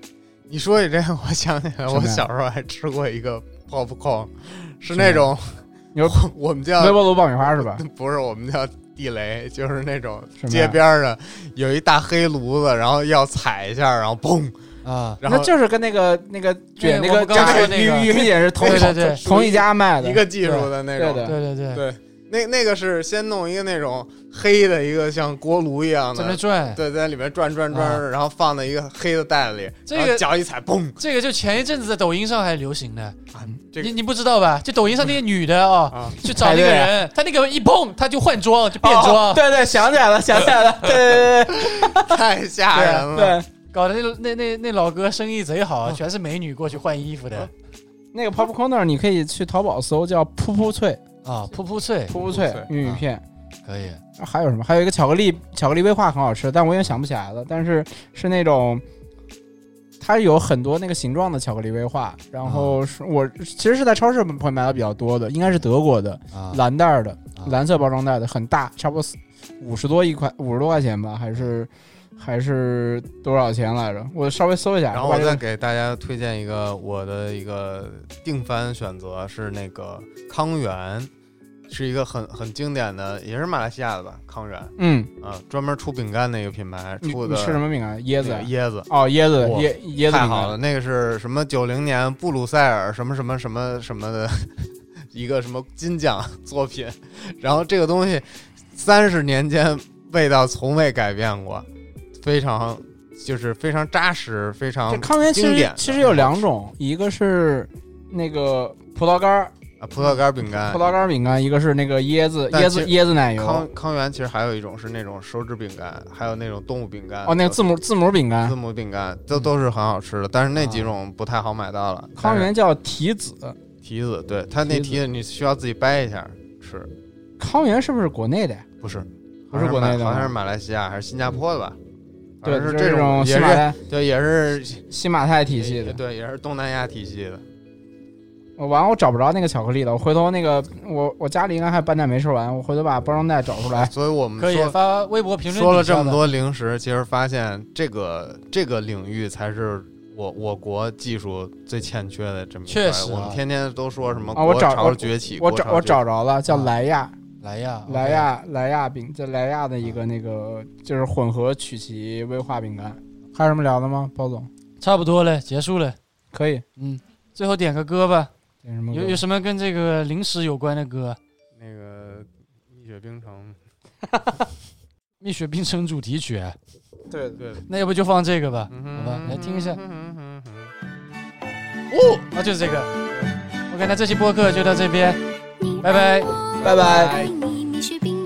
Speaker 2: 你说起这个，我想起来，
Speaker 3: 什么呀
Speaker 2: 我小时候还吃过一个 popcorn，是那种
Speaker 3: 你说
Speaker 2: 我们
Speaker 3: 微
Speaker 2: 叫
Speaker 3: 波炉爆米花是吧？
Speaker 2: 不是我们叫地雷，就是那种
Speaker 3: 什么呀
Speaker 2: 街边儿的有一大黑炉子，然后要踩一下，然后嘣，
Speaker 5: 啊
Speaker 2: 然后
Speaker 3: 那就是跟那个那个卷
Speaker 4: 那
Speaker 3: 那
Speaker 4: 个
Speaker 3: 个
Speaker 4: 我们刚才说
Speaker 3: 炸
Speaker 4: 那个
Speaker 3: 玉玉米也是同一
Speaker 4: 对对对
Speaker 3: 同一家卖的，
Speaker 2: 一个技术的那
Speaker 3: 对
Speaker 2: 种。
Speaker 3: 的，
Speaker 4: 对对对，
Speaker 2: 对，那那个是先弄一个那种黑的一个像锅炉一样
Speaker 4: 怎么
Speaker 2: 的，
Speaker 4: 转？
Speaker 2: 对，在里面转转转，
Speaker 4: 啊
Speaker 2: 然后放在一个黑的袋子里，
Speaker 4: 这
Speaker 2: 然后
Speaker 4: 个
Speaker 2: 脚一踩，嘣，
Speaker 4: 这个就前一阵子在抖音上还流行呢，
Speaker 2: 啊这个
Speaker 4: 你你不知道吧？就抖音上那些女的啊，
Speaker 2: 啊，
Speaker 4: 去找那个
Speaker 3: 排
Speaker 4: 人，他那个一碰他就换装，就变
Speaker 3: 哦
Speaker 4: 装，
Speaker 3: 对对，想起来 了，想起来了，对对对 对
Speaker 2: 太吓人
Speaker 3: 对
Speaker 2: 了。
Speaker 3: 对，
Speaker 4: 搞得那那那那老哥生意贼
Speaker 2: 哦
Speaker 4: 好，啊全是美女过去换衣服的
Speaker 3: 那个 Popcorner 你可以去淘宝搜叫噗噗脆
Speaker 2: 哦
Speaker 4: 啊，噗噗脆，
Speaker 3: 噗噗
Speaker 2: 脆
Speaker 3: 脆玉米片。
Speaker 4: 可以
Speaker 3: 啊还有什么？还有一个巧克力，巧克力威化很好吃，但我也想不起来了。但是是那种，它有很多那个形状的巧克力威化，然
Speaker 2: 啊
Speaker 3: 后是我其实是在超市会买的比较多的，应该是德国的
Speaker 5: 啊
Speaker 3: 蓝袋儿的
Speaker 5: 啊，
Speaker 3: 蓝色包装袋的，很大，差不多五十多一块，五十多块钱吧，还是还是多少钱来着？我稍微搜一下。
Speaker 2: 然后我
Speaker 3: 把这
Speaker 2: 再
Speaker 3: 个
Speaker 2: 给大家推荐一个我的一个定番选择是那个康源，是一个很很经典的，也是马来西亚的吧，康源
Speaker 3: 嗯，
Speaker 2: 啊，专门出饼干的一个品牌
Speaker 3: 你
Speaker 2: 出
Speaker 3: 你
Speaker 2: 的
Speaker 3: 吃什么饼干？椰子
Speaker 2: 那
Speaker 3: 啊
Speaker 2: 个？椰子，
Speaker 3: 哦，椰子
Speaker 2: 哇
Speaker 3: 椰椰子
Speaker 2: 太
Speaker 3: 饼
Speaker 2: 好了，
Speaker 3: 干。
Speaker 2: 那个是什么？九零年布鲁塞尔什么什么什么什么的一个什么金奖作品，然后这个东西三十年间味道从未改变过，非常就是非常扎实，非
Speaker 3: 这
Speaker 2: 常
Speaker 3: 康源其
Speaker 2: 啊经典
Speaker 3: 实
Speaker 2: 的
Speaker 3: 其实有两种，一个是那个葡萄干儿，
Speaker 2: 啊葡萄干饼干
Speaker 3: 葡。萄干儿饼干，一个是那个椰子
Speaker 2: 但
Speaker 3: 椰
Speaker 2: 其
Speaker 3: 子
Speaker 2: 实
Speaker 3: 椰子奶油，
Speaker 2: 康康源其实还有一种是那种手指饼干，还有那种动物饼干
Speaker 3: 哦，那个字母字母饼
Speaker 2: 哎字
Speaker 3: 干，
Speaker 2: 母饼干都都是很好吃的，但是那几种不太好买到了。
Speaker 3: 啊康源叫提子，
Speaker 2: 但是提子，对它
Speaker 3: 提
Speaker 2: 那
Speaker 3: 子
Speaker 2: 提子你需要自己掰一下吃，
Speaker 3: 康源是不是国内的呀？
Speaker 2: 不是，
Speaker 3: 不是国内的
Speaker 2: 好像
Speaker 3: 吗
Speaker 2: 是马来西亚还是新加坡的吧？
Speaker 3: 对，
Speaker 2: 反正
Speaker 3: 就是
Speaker 2: 这
Speaker 3: 种
Speaker 2: 也
Speaker 3: 新马
Speaker 2: 是
Speaker 3: 泰
Speaker 2: 对，也是
Speaker 3: 新马泰体系的。
Speaker 2: 对，也是东南亚体系的。
Speaker 3: 我完了，我找不着那个巧克力了，我回头那个我我家里应该还有半袋没吃完，我回头把包装袋找出来。
Speaker 2: 所以我们
Speaker 4: 可以
Speaker 2: 嗯
Speaker 4: 啊
Speaker 2: 说
Speaker 4: 发微博评论。
Speaker 2: 说了这么，多零食，其实发现这个这个领域才是我我国技术最欠缺的这么一块。
Speaker 4: 确实啊
Speaker 2: 我们天天都说什么
Speaker 3: 啊我
Speaker 2: 国
Speaker 3: 找
Speaker 2: 潮
Speaker 3: 我
Speaker 2: 崛起，
Speaker 3: 我
Speaker 2: 国
Speaker 3: 找
Speaker 2: 潮
Speaker 3: 我
Speaker 2: 崛起
Speaker 3: 找着了，叫
Speaker 4: 啊
Speaker 3: 莱亚，
Speaker 4: 来呀
Speaker 3: 莱，亚莱亚饼，这莱亚的一
Speaker 2: 啊
Speaker 3: 个那个就是混合曲奇威化饼干。还有什么聊的吗，包总？
Speaker 4: OK 差不多了，结束了。
Speaker 3: 可以
Speaker 4: 嗯，最后点个歌吧，
Speaker 3: 点
Speaker 2: 嗯
Speaker 3: 什么歌？
Speaker 4: 有有什么跟这个零食有关的歌？
Speaker 2: 那个蜜雪冰城，
Speaker 4: 蜜雪冰城主题曲，啊
Speaker 3: 对嗯
Speaker 2: 对，
Speaker 4: 那要不就放这个吧，
Speaker 2: 好
Speaker 4: 好吧，来听一下。
Speaker 2: 嗯哼
Speaker 4: 哦，那就是这个。OK，那这期播客就到这边，拜拜。
Speaker 3: 拜拜。
Speaker 6: 爱你，蜜雪冰